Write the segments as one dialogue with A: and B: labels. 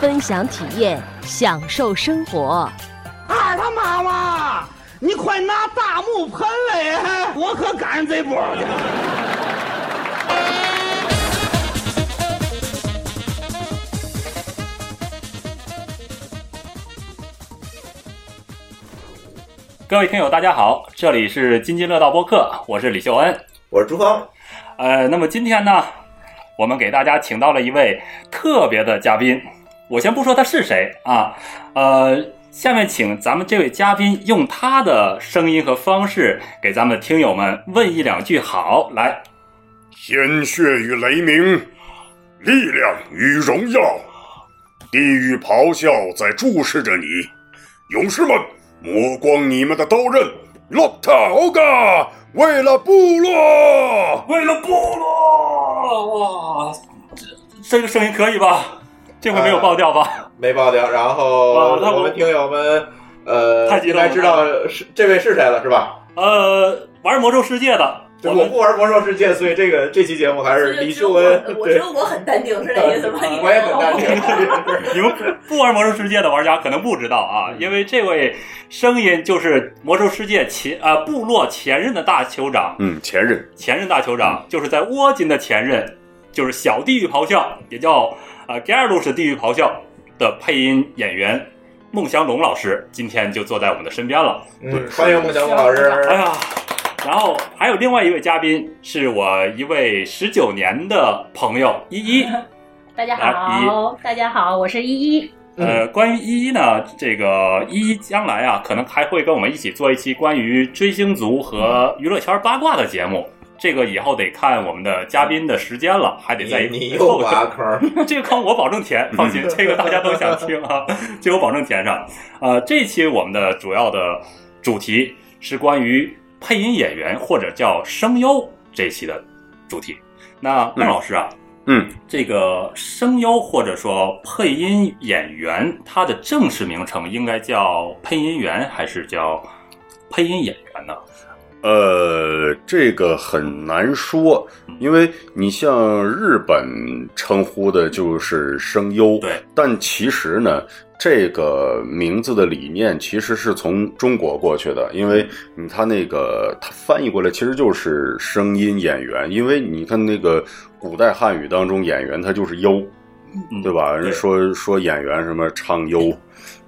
A: 分享体验，享受生活。
B: 二他妈妈，你快拿大木盆来，我可赶上这波了。
C: 各位听友，大家好，这里是津津乐道播客，我是李秀恩。
D: 我是朱芳，
C: 呃，那么今天呢，我们给大家请到了一位特别的嘉宾，我先不说他是谁啊，呃，下面请咱们这位嘉宾用他的声音和方式给咱们的听友们问一两句好，来，
E: 鲜血与雷鸣，力量与荣耀。地狱咆哮在注视着你，勇士们，磨光你们的刀刃。洛塔欧嘎，为了部落，
C: 为了部落，哇，这这个声音可以吧？这回没有爆掉吧？
D: 没爆掉。然
C: 哇
D: 后
C: 那我
D: 我们听友们，呃
C: 太，激
D: 应
C: 动了
D: 该知道是这位是谁了，是吧？
C: 呃，玩魔兽世界的，
D: 对
C: 我
D: 我
C: 们
D: 不玩魔兽世界，所以这个这期节目还是黎秀恩。
F: 我只
D: 对，
F: 有我很淡定，是这意思吗？你
D: 我也很淡定。
C: 你们不玩魔兽世界的玩家可能不知道啊，因为这位声音就是魔兽世界前呃部落前任的大酋长，
E: 嗯，前任
C: 前任大酋长就是在沃金的前任，就是小地狱咆哮，也叫呃 g a l u s 地狱咆哮的配音演员孟祥龙老师，今天就坐在我们的身边了。
D: 嗯，欢迎孟小虎老师。
C: 哎呀，然后还有另外一位嘉宾是我一位十九年的朋友依依。
F: 大家
C: 啊
F: 好，大家好，我是依依。
C: 呃，
D: 嗯
C: 关于依依呢，这个依依将来啊，可能还会跟我们一起做一期关于追星族和娱乐圈八卦的节目。这个以后得看我们的嘉宾的时间了，还得在
D: 你你又 挖坑，
C: 这个坑我保证填，放
E: 嗯
C: 心，这个大家都想听啊，这个我保证填上。呃，这期我们的主要的主题是关于配音演员或者叫声优这一期的主题。那孟老师啊，
E: 嗯，
C: 这个声优或者说配音演员，他的正式名称应该叫配音员还是叫配音演员呢？
E: 呃，这个很难说，因为你像日本称呼的就是声优，
C: 对，
E: 但其实呢。这个名字的理念其实是从中国过去的，因为你他那个他翻译过来其实就是声音演员，因为你看那个古代汉语当中演员他就是优，
C: 嗯
E: 对吧？
C: 对
E: 人说说演员什么唱优，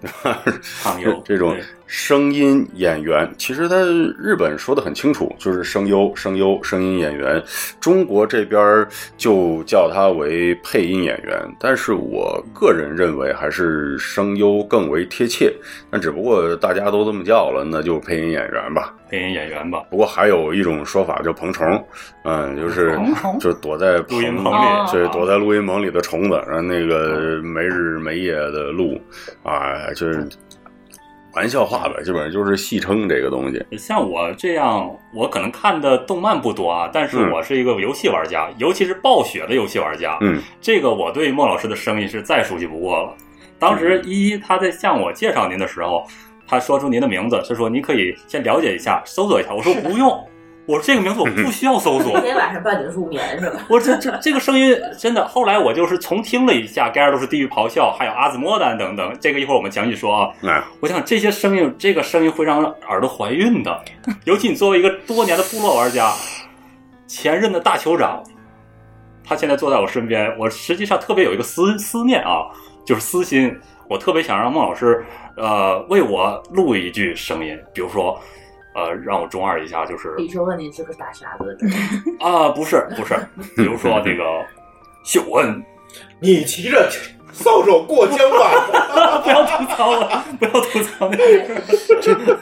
E: 对 吧？
C: 唱优
E: 呃这种
C: 对
E: 声音演员，其实他日本说的很清楚，就是声优、声优、声音演员。中国这边儿就叫他为配音演员，但是我个人认为还是声优更为贴切。但只不过大家都这么叫了，那就配音演员吧。
C: 配音演员吧，
E: 不过还有一种说法叫蓬虫，嗯，就是就是躲在
C: 录音棚
F: 里
E: 就是躲在录音棚里的虫子，然后那个没日没夜的录，啊，就是玩笑话呗，基本上就是戏称这个东西。
C: 像我这样，我可能看的动漫不多啊，但是
E: 嗯
C: 我是一个游戏玩家，尤其是暴雪的游戏玩家。
E: 嗯，
C: 这个我对莫老师的声音是再熟悉不过了。当时
E: 嗯
C: 依依他在向我介绍您的时候，他说出您的名字，他说你可以先了解一下，搜索一下。我说不用，我说这个名字
E: 嗯
C: 我不需要搜索
F: 今。天晚上伴你入眠是吧？
C: 我说这这这个声音真的，后来我就是重听了一下《盖尔都是地狱咆哮》，还有《阿兹莫丹》等等，这个一会儿我们详细说啊。
E: 哎，
C: 我想这些声音，这个声音会让耳朵怀孕的，尤其你作为一个多年的部落玩家，前任的大酋长，他现在坐在我身边，我实际上特别有一个思思念啊，就是私心，我特别想让孟老师，呃，为我录一句声音，比如说，呃，让我中二一下，就是
F: 李叔问你是个大傻子，
C: 啊，不是不是，比如说这个秀恩，
D: 你骑着扫帚过江吧。
C: 不要吐槽了，不要吐槽那个。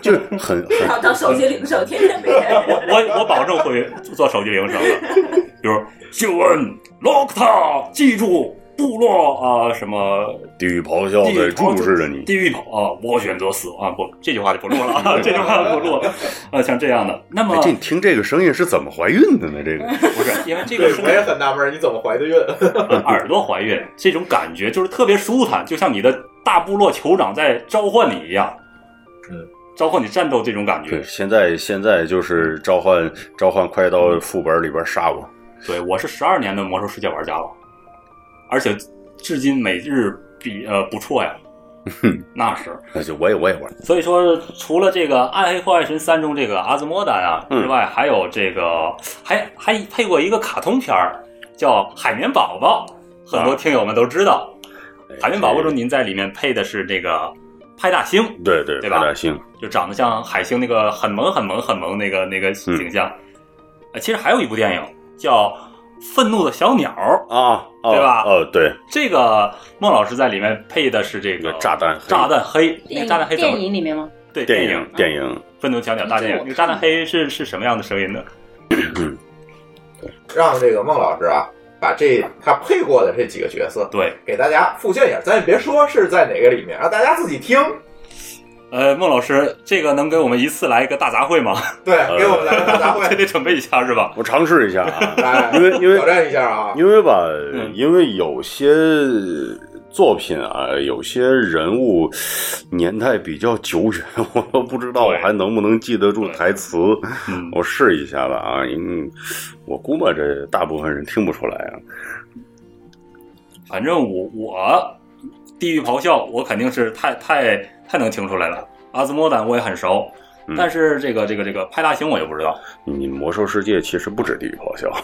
E: 就很很
F: 要当手机铃声，天天被
C: 我
F: 人。
C: 我我保证会做手机铃声的，比如秀恩 lock 他，记住部落啊、什么
E: 地狱咆哮
C: 地
E: 在
C: 狱咆
E: 注视着你
C: 地。狱咆啊，我选择死亡啊！不，这句话就不录了啊，这句话不录了啊，像这样的，那么
E: 哎，这你听这个声音是怎么怀孕的呢？这个
C: 不是因为这个
D: 对
C: 是，
D: 我也很纳闷儿，你怎么怀的孕？
C: 耳朵怀孕，这种感觉就是特别舒坦，就像你的大部落酋长在召唤你一样，
D: 嗯，
C: 召唤你战斗这种感觉
E: 对，。现在现在就是召唤召唤快到副本里边杀我，
C: 对我是十二年的魔兽世界玩家了，而且至今每日比呃不错 呀，那是。
E: 那就我也我也玩。
C: 所以说，除了这个《暗黑破坏神三》中这个阿兹莫丹啊
E: 嗯
C: 之外，还有这个还还配过一个卡通片儿，叫《海绵宝宝》，很
E: 啊
C: 多听友们都知道。
E: 哎
C: 海绵宝宝》中，您在里面配的是这个派大星，
E: 对对
C: 对吧
E: 派大星，
C: 就长得像海星那个很萌很萌很萌那个那个形象。呃其实还有一部电影叫《愤怒的小鸟》，
E: 啊，哦
C: 对吧
E: 哦，对，
C: 这个孟老师在里面配的是这
E: 那
C: 个
E: 个哦炸弹黑
C: 炸弹黑，那
F: 电
C: 个炸弹黑
F: 影
C: 怎
F: 电
C: 么
F: 影里面吗？哦
C: 对
E: 电
C: 影
E: 影电影，
C: 愤怒小鸟大电影，
F: 这
C: 这
F: 我
C: 个炸弹黑是是什么样的声音呢？
D: 让这个孟老师啊，把这他配过的这几个角色
C: 对，
D: 给大家复现一下，咱也别说是在哪个里面，让大家自己听。
C: 呃，孟老师，这个能给我们一次来一个大杂烩吗？
D: 对，给我们来个大杂
C: 这
D: 烩，，
C: 得准备一下是吧？
E: 我尝试一下 啊
D: 来
E: 因为因为
D: 挑战一下啊。
E: 因为吧，
C: 嗯
E: 因为有些作品啊，有些人物年代比较久远，我都不知道我
C: 对
E: 还能不能记得住
C: 对
E: 台词。
C: 嗯，
E: 我试一下吧啊，嗯，我估摸着大部分人听不出来啊。
C: 反正我我地狱咆哮，我肯定是太太太能听出来了。阿兹莫丹我也很熟，
E: 嗯
C: 但是这个这个这个派大星我就不知道。
E: 你魔兽世界其实不止地狱咆哮，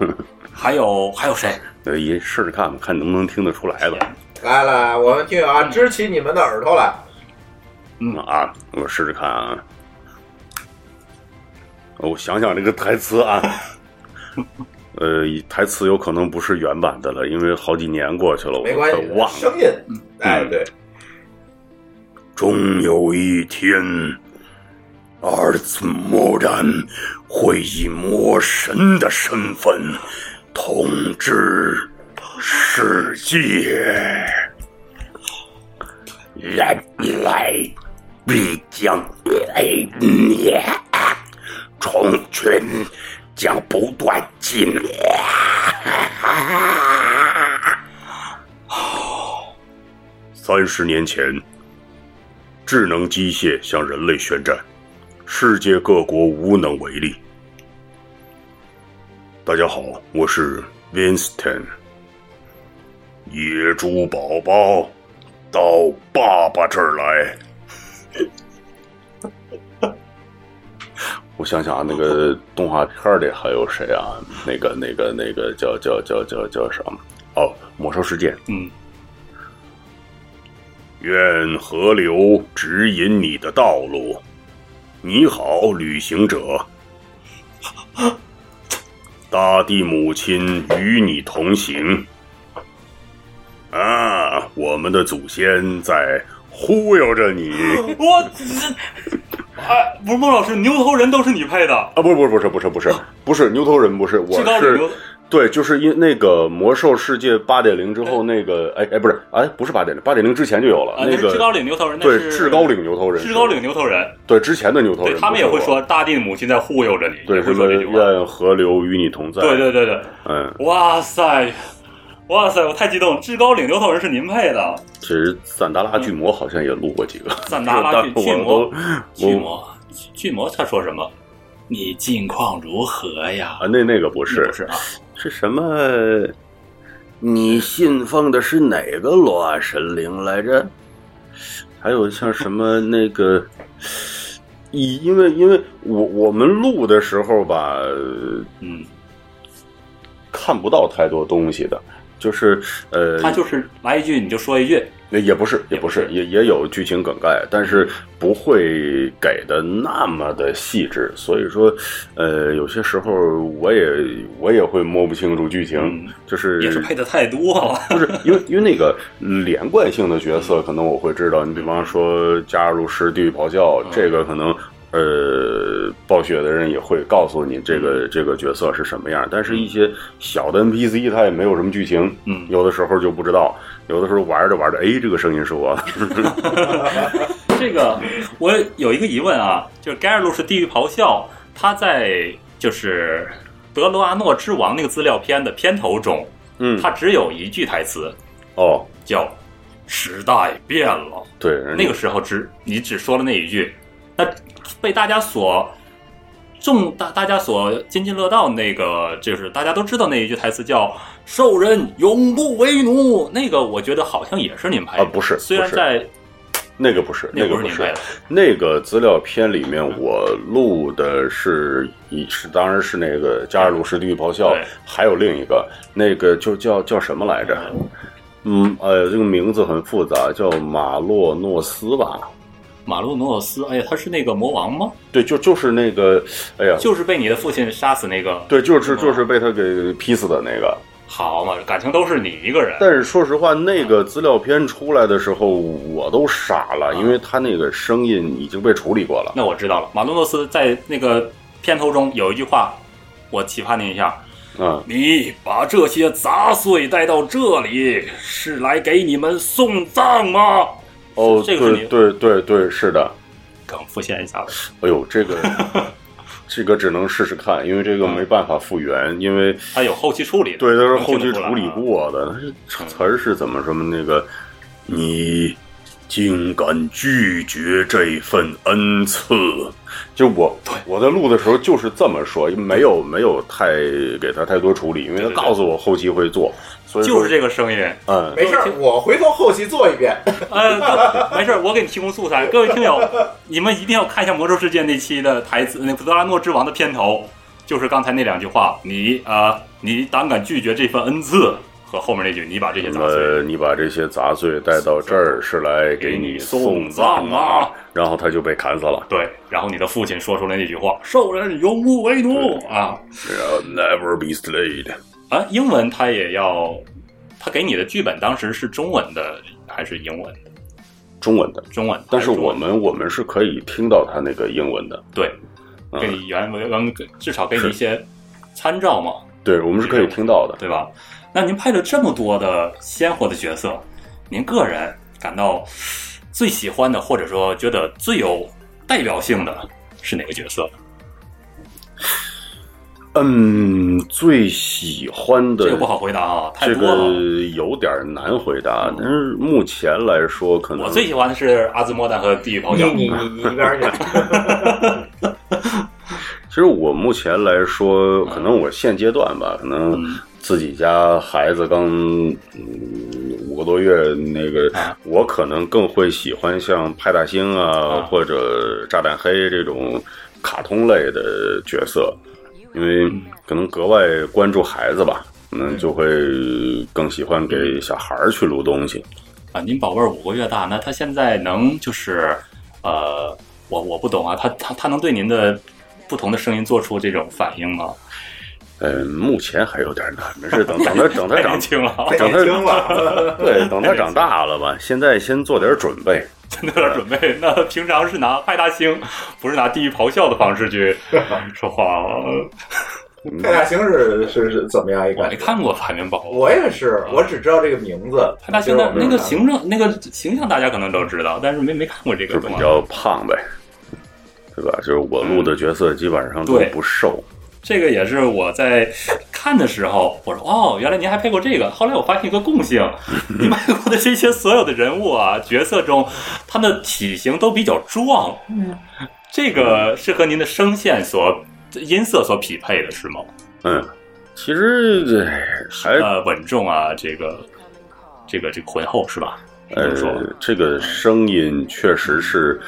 C: 还有还有谁？
E: 呃也试试看吧，看能不能听得出来吧。
D: 来来，我们听友啊，
C: 嗯
D: 支起你们的耳朵来。
E: 嗯啊，我试试看啊。哦我想想这个台词 啊，呃，台词有可能不是原版的了，因为好几年过去了，我
D: 没关
E: 快
D: 系，
E: 忘了。
D: 声音，
C: 嗯
D: 哎，对，
E: 终有一天，阿尔兹莫然会以魔神的身份统治世界。然来必将被灭， 虫群将不断进化。三十年前，智能机械向人类宣战，世界各国无能为力。大家好，我是 Winston。野猪宝宝到爸爸这儿来。 我想想啊，那个动画片里还有谁啊？那个、那个、那个叫叫叫叫叫什么？哦，魔兽世界。
C: 嗯，
E: 愿河流指引你的道路。你好，旅行 者。大地母亲与你同行。啊，我们的祖先在忽悠着 你
C: 我这哎，不是孟老师，牛头人都是你配的，
E: 啊！不是，不是，不是，不是，不 是，不是牛头人，不是，我
C: 知道你
E: 是
C: 牛啊
E: 对，就是因那个《魔兽世界》八点零之后，那个哎哎，不是，哎，不是八点零，八点零之前就有了
C: 啊，
E: 那
C: 那是至高
E: 个
C: 岭牛头人，那
E: 对
C: 是
E: 至高岭牛头人，
C: 至高岭牛头人，
E: 对之前的牛头
C: 对
E: 人，
C: 他们也
E: 不
C: 会
E: 是我
C: 说大地母亲在忽悠着你，
E: 对，
C: 也
E: 什
C: 会
E: 么
C: 说这句话。
E: 愿河流与你同在。
C: 对，对对对，
E: 嗯，
C: 哇塞，哇塞，我太激动了！至高岭牛头人是您配的，
E: 其实赞达拉巨魔好像也录过几个，
C: 赞嗯达拉巨
E: 但
C: 巨
E: 是我
C: 魔
E: 都，
C: 巨魔，巨魔他说什么？你近况如何呀
E: 啊，？那那个不是
C: 不是啊，
E: 是什么？你信奉的是哪个罗啊神灵来着？还有像什么那个，以因为因为我我们录的时候吧，
C: 嗯，
E: 看不到太多东西的，就是呃，
C: 他就是来一句你就说一句，
E: 也也不是，
C: 也
E: 也不
C: 不
E: 是
C: 是，
E: 也也有剧情梗概，但是不会给的那么的细致，所以说，呃，有些时候我也我也会摸不清楚剧情，
C: 嗯
E: 就是
C: 也是配的太多了。 嗯
E: 不是因为因为那个连
C: 嗯
E: 贯性的角色，可能我会知道，你比方说加入是地狱咆哮，这个可能。呃，暴雪的人也会告诉你这
C: 嗯
E: 个这个角色是什么样，但是一些小的 NPC 它也没有什么剧情，
C: 嗯
E: 有的时候就不知道，有的时候玩着玩着，哎，这个声音 是我的，
C: 这个我有一个疑问啊，就是盖尔路是地狱咆哮，他在就是德罗阿诺之王那个资料片的片头中，
E: 嗯，
C: 他只有一句台词
E: 哦，
C: 叫“时代变了”，
E: 对，
C: 那个时候只你只说了那一句，那被大家所众大大家所津津乐道，那个就是大家都知道那一句台词叫“兽人永不为奴”，那个我觉得好像也是你们拍的
E: 啊不是
C: 虽然
E: 不是
C: 在
E: 那个不是，
C: 那
E: 那个
C: 不是
E: 不
C: 你
E: 是
C: 拍的，
E: 那个资料片里面，我录的是一是，当然是那个《加尔鲁士地狱咆哮》
C: 对，
E: 还有另一个，那个就叫叫什么来着？嗯，呃，这个名字很复杂，叫马洛诺斯吧？
C: 马洛诺斯，哎呀，他是那个魔王吗？
E: 对，就就是那个，哎呀，
C: 就是被你的父亲杀死那个，
E: 对，就是就是被他给劈死的那个。
C: 好嘛，感情都是你一个人。
E: 但是说实话，那个资料片出来的时候，我都傻了，因为他那个声音已经被处理过了。
C: 那我知道了，马洛诺斯在那个片头中有一句话，我期盼您一下，
E: 嗯，
C: 你把这些杂碎带到这里，是来给你们送葬吗？
E: 哦，
C: 这个是
E: 对
C: 你
E: 对对对，是的。
C: 梗复现一下吧。
E: 哎呦，这个这个只能试试看，因为这个
C: 嗯
E: 没办法复原，因为
C: 它有后期处理的，
E: 对，它是
C: 能
E: 后期
C: 听得出来啊
E: 处理过的。它词儿是怎么什么那个？你竟敢拒绝这份恩赐？就我我在录的时候就是这么说，没有没有太给他太多处理，因为他
C: 对对对
E: 告诉我后期会做，所以说
C: 就是这个声音。
E: 嗯，
D: 没事儿，我回头后期做一遍。
C: 呃，没事儿，我给你提供素材。各位听友，你们一定要看一下《魔兽世界》那期的台词，那《普德拉诺之王》的片头，就是刚才那两句话。你啊、呃你胆敢拒绝这份恩赐，和后面那句，你把这些
E: 那
C: 杂
E: 么
C: 碎。
E: 你把这些杂碎带到这儿是来给你送葬
C: 给你送葬啊
E: 然后他就被砍死了。
C: 对，然后你的父亲说出来那句话：“兽人永不为奴
E: 对
C: 啊
E: Shall never be slayed。！”
C: 啊，英文他也要，他给你的剧本当时是中文的还是英文的？
E: 中文的，
C: 中文的。
E: 但是
C: 还中
E: 我
C: 文的
E: 们我们是可以听到他那个英文的，
C: 对，
E: 嗯
C: 给你原文，原至少给你一些参照嘛。
E: 对，我们是可以听到的。
C: 对吧？那您拍了这么多的鲜活的角色，您个人感到最喜欢的，或者说觉得最有代表性的是哪个角色？
E: 嗯，最喜欢的
C: 这个不好回答啊，太
E: 这
C: 多了。
E: 个有点难回答，但是目前来说，可能
C: 我最喜欢的是阿兹莫丹和地狱咆
D: 你
C: 哮。
D: 你你你一边 儿去。
E: 其实我目前来说，可能我现阶段吧，可能
C: 嗯
E: 自己家孩子刚嗯五个多月，那个
C: 啊
E: 我可能更会喜欢像派大星啊
C: 啊
E: 或者炸弹黑这种卡通类的角色，因为
C: 嗯
E: 可能格外关注孩子吧，可能就会更喜欢给小孩儿去录东西。
C: 啊，您宝贝儿五个月大，那他现在能就是，呃，我我不懂啊，他他他能对您的不同的声音做出这种反应吗？
E: 嗯，目前还有点难，没事，等等他等他
C: 太
E: 长
C: 年。轻了啊，
D: 太
E: 长
D: 年
E: 他
D: 轻 了
E: 对，等他长大了吧，现在先做点准备。
C: 那点准备。那平常是拿派大星，不是拿地狱咆哮的方式去说话哦。
D: 派大星是是是怎么样一
C: 我
D: 感
C: 没
D: 觉？
C: 看过《海绵宝宝》，
D: 我也是，我只知道这个名字。
C: 派大星的那个形状、那个形象，大家可能都知道，但是没没看过这
E: 就
C: 个
E: 比
C: 动画。
E: 较胖呗，对吧？就是我录的角色基本上都
C: 嗯对
E: 不瘦，
C: 这个也是我在看的时候，我说哦，原来您还配过这个。后来我发现一个共性，您拍过的这些所有的人物啊、角色中，他们的体型都比较壮。嗯，这个是和您的声线所。音色所匹配的是吗？
E: 嗯，其实哎还
C: 呃，稳重啊，这个，这个，这个浑厚是吧？是这么说吧嗯
E: 呃，这个声音确实是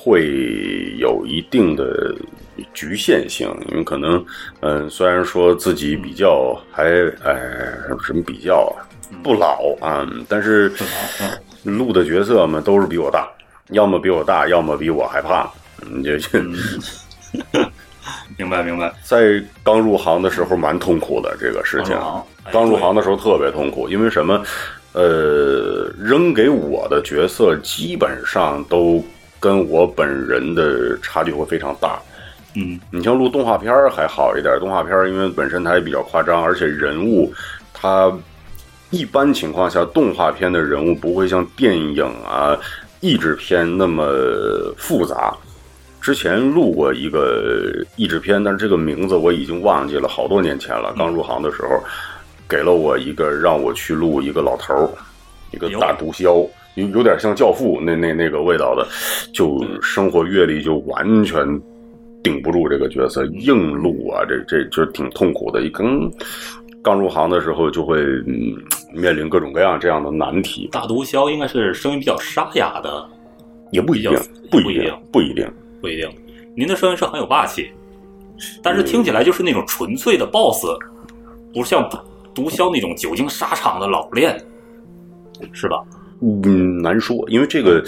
E: 会有一定的局限性，因为可能，嗯、虽然说自己比较
C: 嗯
E: 还，哎，什么比较啊不老啊，但是
C: 嗯
E: 录的角色们都是比我大，要么比我大，要么比我还胖，嗯，就就。嗯
C: 明白明白，
E: 在刚入行的时候蛮痛苦的这个事情啊
C: 刚入行，哎
E: 刚入行的时候特别痛苦，因为什么？呃，扔给我的角色基本上都跟我本人的差距会非常大。
C: 嗯，
E: 你像录动画片儿还好一点，动画片儿因为本身它也比较夸张，而且人物它一般情况下动画片的人物不会像电影啊、译制片那么复杂。之前录过一个译制片，但是这个名字我已经忘记了，好多年前了。刚入行的时候，给了我一个让我去录一个老头儿，一个大毒枭，有有点像教父那那那个味道的，就生活阅历就完全顶不住这个角色，硬录啊，这这就挺痛苦的。刚刚入行的时候就会、嗯、面临各种各样这样的难题，
C: 大毒枭应该是声音比较沙哑的，
E: 也不一定
C: 比较，不
E: 不一
C: 一
E: 定
C: 定，
E: 不一定。
C: 不一定。您的声音是很有霸气，但是听起来就是那种纯粹的 boss，不像毒枭那种久经沙场的老练，是吧？
E: 嗯，难说，因为这个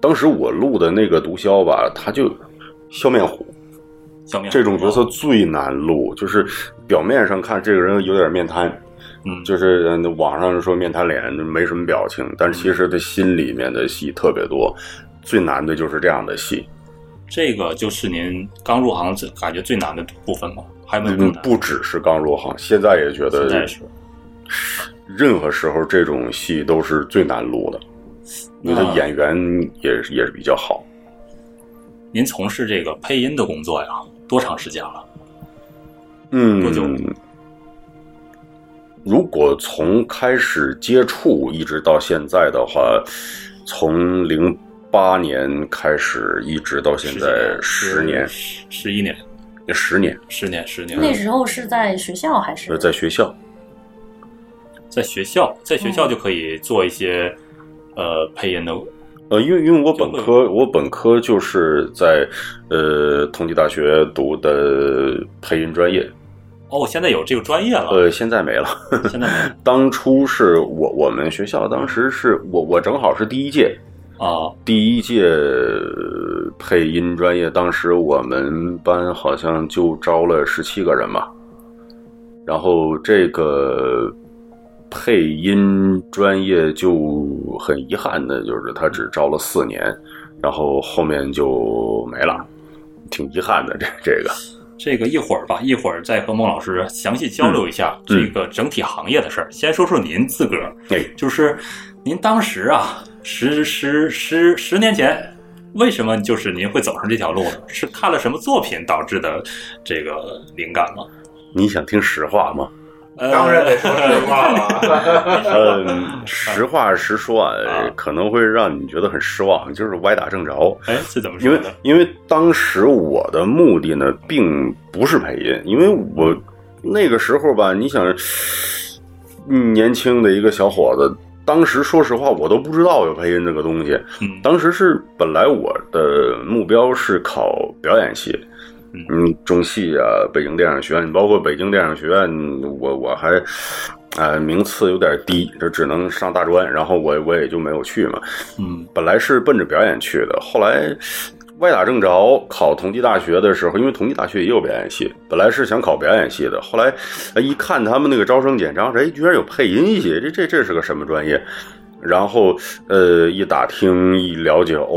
E: 当时我录的那个毒枭吧，他就笑面虎
C: 小明
E: 这种角色，最难录，就是表面上看这个人有点面瘫，
C: 嗯，
E: 就是呃网上说面瘫脸没什么表情，但是其实他心里面的戏特别多，最难的就是这样的戏。
C: 这个就是您刚入行最感觉最难的部分吗？还有没有更
E: 嗯，
C: 难？
E: 不只是刚入行，现在也觉
C: 现在
E: 得
C: 是
E: 任何时候这种戏都是最难录的，你的
C: 那
E: 演员也是也是比较好。
C: 您从事这个配音的工作呀，多长时间了？
E: 嗯，
C: 多久
E: 如果从开始接触一直到现在的话，从零八年开始一直到现在十年，
C: 十十一年，
E: 十年，
C: 十年，十年。
G: 那时候是在学校还是
E: 呃，在学校，
C: 在学校，在学校就可以做一些、呃配音的，
E: 呃，因为因为我本
C: 就会
E: 科我本科就是在呃同济大学读的配音专业，
C: 哦，我现在有这个专业了，
E: 呃，现在没了。
C: 现在没
E: 当初是我我们学校当时是我我正好是第一届，
C: 啊，
E: 第一届呃配音专业，当时我们班好像就招了十七个人吧。然后这个配音专业就很遗憾的，就是他只招了四年，然后后面就没了，挺遗憾的。这这个，
C: 这个一会儿吧，一会儿再和孟老师详细交流一下
E: 嗯
C: 这个整体行业的事儿。先说说您自个儿，
E: 哎，
C: 就是您当时啊，十十十十年前。为什么就是您会走上这条路呢？是看了什么作品导致的这个灵感吗？
E: 你想听实话吗？
C: 呃
D: 当然得说实 话了。
E: 嗯，实话实说啊
C: 啊，
E: 可能会让你觉得很失望，就是歪打正着。
C: 哎，是怎么
E: 因
C: 说
E: 为
C: 的？
E: 因为当时我的目的呢，并不是配音，因为我那个时候吧，你想，嗯年轻的一个小伙子，当时说实话，我都不知道有配音这个东西。
C: 嗯，
E: 当时是本来我的目标是考表演系，
C: 嗯
E: 嗯，中戏啊，北京电影学院，包括北京电影学院，我我还。呃，名次有点低，就只能上大专，然后我我也就没有去嘛。
C: 嗯
E: 本来是奔着表演去的，后来歪打正着考同济大学的时候，因为同济大学也有表演系，本来是想考表演系的，后来哎一看他们那个招生简章，哎，居然有配音系，这这这是个什么专业？然后，呃，一打听一了解，哦，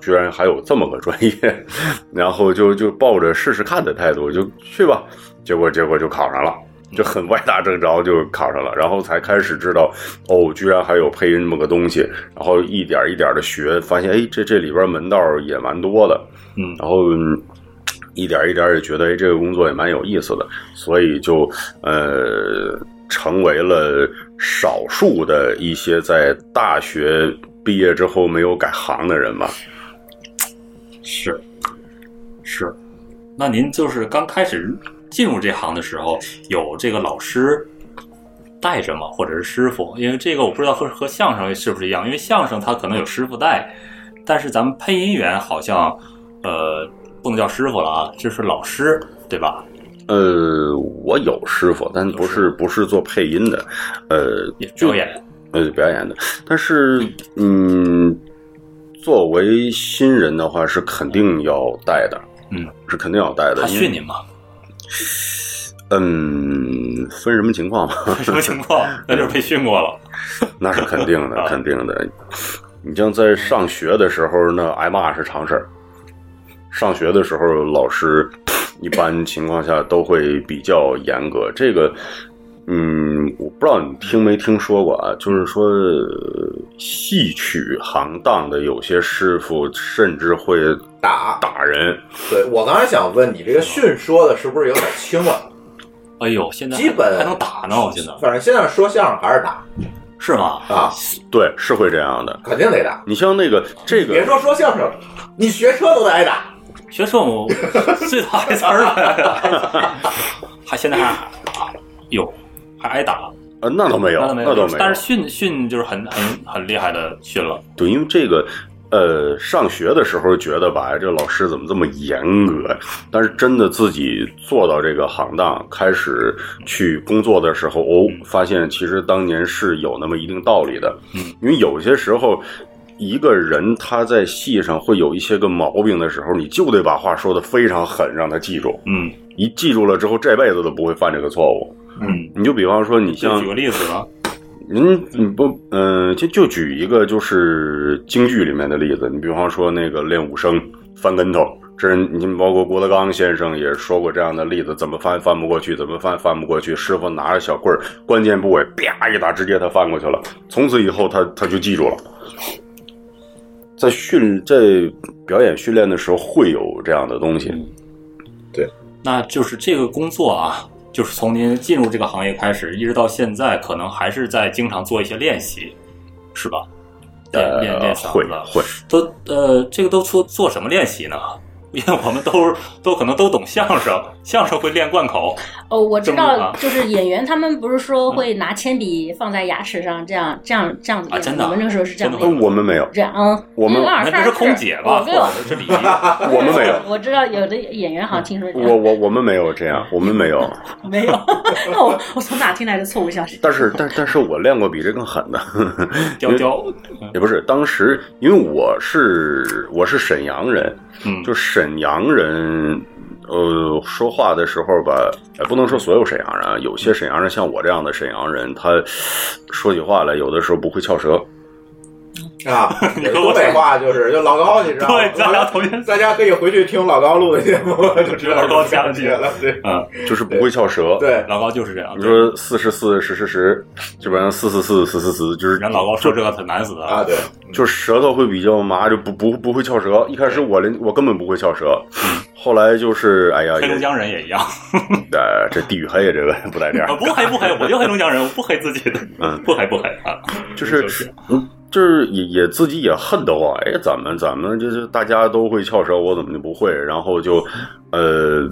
E: 居然还有这么个专业， 然后就就抱着试试看的态度就去吧，结果结果就考上了，就很歪打正着就考上了，然后才开始知道，哦，居然还有配音这么个东西，然后一点一点的学，发现哎，这这里边门道也蛮多的，
C: 嗯
E: 然后嗯一点一点也觉得哎，这个工作也蛮有意思的，所以就呃成为了少数的一些在大学毕业之后没有改行的人吧。
C: 是是。那您就是刚开始进入这行的时候，有这个老师带着吗？或者是师傅？因为这个我不知道和和相声是不是一样，因为相声它可能有师傅带，但是咱们配音员好像呃不能叫师傅了啊，这是老师对吧？
E: 呃，我有师傅，但不
C: 有师
E: 是不是做配音的，呃，
C: 也表演
E: 呃表演的。但是，嗯，作为新人的话是肯定要带的，
C: 嗯，
E: 是肯定要带的。
C: 他
E: 因
C: 训
E: 为
C: 您 吗？
E: 嗯，分什么情况吧，
C: 什么情况？那就是被训过了。
E: 那是肯定
C: 啊
E: 的，肯定的。你像在上学的时候呢，挨骂是常事儿。上学的时候，老师一般情况下都会比较严格。这个，嗯，我不知道你听没听说过啊，就是说呃戏曲行当的有些师傅甚至会
D: 打
E: 打人。
D: 对我刚才想问你，这个训说的是不是有点轻了？
C: 哎呦，现在还
D: 基本
C: 还能打呢，我现在
D: 反正现在说相声还是打
C: 是吗？
D: 啊，
E: 对，是会这样的。
D: 肯定得打。
E: 你像那个这个，
D: 别说说相声，你学车都得挨打。
C: 学车我 最讨厌词儿了， 还现在还有还挨打，
E: 呃，那倒没有，
C: 那倒没有，
E: 倒没有。
C: 但是训训就是很很很厉害的训了，
E: 对，因为这个，呃，上学的时候觉得吧，哎这老师怎么这么严格呀？但是真的自己做到这个行当，开始去工作的时候，哦，发现其实当年是有那么一定道理的。
C: 嗯，
E: 因为有些时候。一个人他在戏上会有一些个毛病的时候，你就得把话说的非常狠，让他记住。
C: 嗯
E: 一记住了之后，这辈子都不会犯这个错误。
C: 嗯，
E: 你就比方说，你像
C: 就举个例子啊，
E: 您你不嗯、就就举一个就是京剧里面的例子，你比方说那个练武生翻跟头，这人你包括郭德纲先生也说过这样的例子，怎么翻翻不过去，怎么翻翻不过去，师傅拿着小棍儿，关键部位啪一打，直接他翻过去了，从此以后他他就记住了。在训在表演训练的时候会有这样的东西，
C: 那就是这个工作啊，就是从您进入这个行业开始，一直到现在，可能还是在经常做一些练习，是吧？练嗯练
E: 呃，
C: 练
E: 会
C: 嗓子，
E: 会，
C: 都呃，这个都做做什么练习呢？ 因为我们都都可能都懂相声，相声会练贯口，
G: 哦，我知
C: 正路
G: 道
C: 啊，
G: 就是演员他们不是说会拿铅笔放在牙齿上，这样这样这样子
C: 啊
G: 练
C: 真的
G: 你
C: 啊
G: 们那个时候是这样
C: 真的
G: 练
C: 吗
G: 吗？
E: 我们没有，
G: 这样，嗯，
E: 我们
G: 因为二
C: 那
G: 十
C: 这
G: 二
C: 是空姐
G: 我
C: 吧，或
G: 没 有
C: 者是礼仪？
E: 我们没有，
G: 我知道有的演员好像听说这样
E: 我我我们没有这样，我们没 有。
G: 没有，那我我从哪听来的错误消息？
E: 但是，但但是我练过比这更狠的，
C: 教 教，
E: 也不是当时，因为我是我是沈阳人，
C: 嗯，
E: 就沈阳人，呃，说话的时候吧，呃不能说所有沈阳人啊，有些沈阳人像我这样的沈阳人，他说起话来有的时候不会翘舌，
D: 啊， 东北话就是就老高，你知道吗？
C: 对，咱俩同学，
D: 大家可以回去听老高录的节目，就知道
C: 老高
D: 讲
C: 讲
D: 解
C: 解
D: 了。对
C: 嗯，
E: 就是不会翘舌。，
D: 对，
C: 老高就是这样
E: 你。说四十四十十十，基本上四四四四四四，就是
C: 人老高说这个很难死
D: 啊，对，
E: 就是舌头会比较麻，就不不不会翘舌。一开始我连我根本不会翘舌，
C: 嗯
E: 后来就是哎呀，
C: 黑龙
E: 有
C: 江人也一样，
E: 呃，这地域黑呀，这个不带这
C: 啊
E: 样，
C: 不黑不黑，我就黑龙江人，我不黑自己的，
E: 嗯
C: 不黑不黑啊，
E: 就是，嗯就是也也自己也恨得慌，哎，怎么怎么就是大家都会翘舌，我怎么就不会？然后就，呃，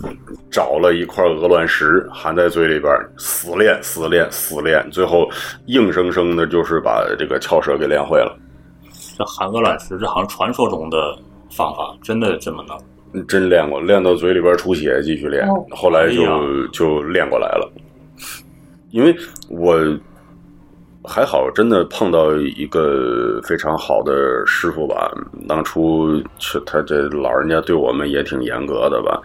E: 找了一块鹅卵石含在嘴里边，死练死练死练，最后硬生生的就是把这个翘舌给练会了。
C: 这含鹅卵石，这好像传说中的方法，真的这么弄？
E: 真练过，练到嘴里边出血，继续练，
G: 哦
E: 后来就、
C: 哎呀
E: 就练过来了。因为我还好，真的碰到一个非常好的师傅吧。当初是他这老人家对我们也挺严格的吧。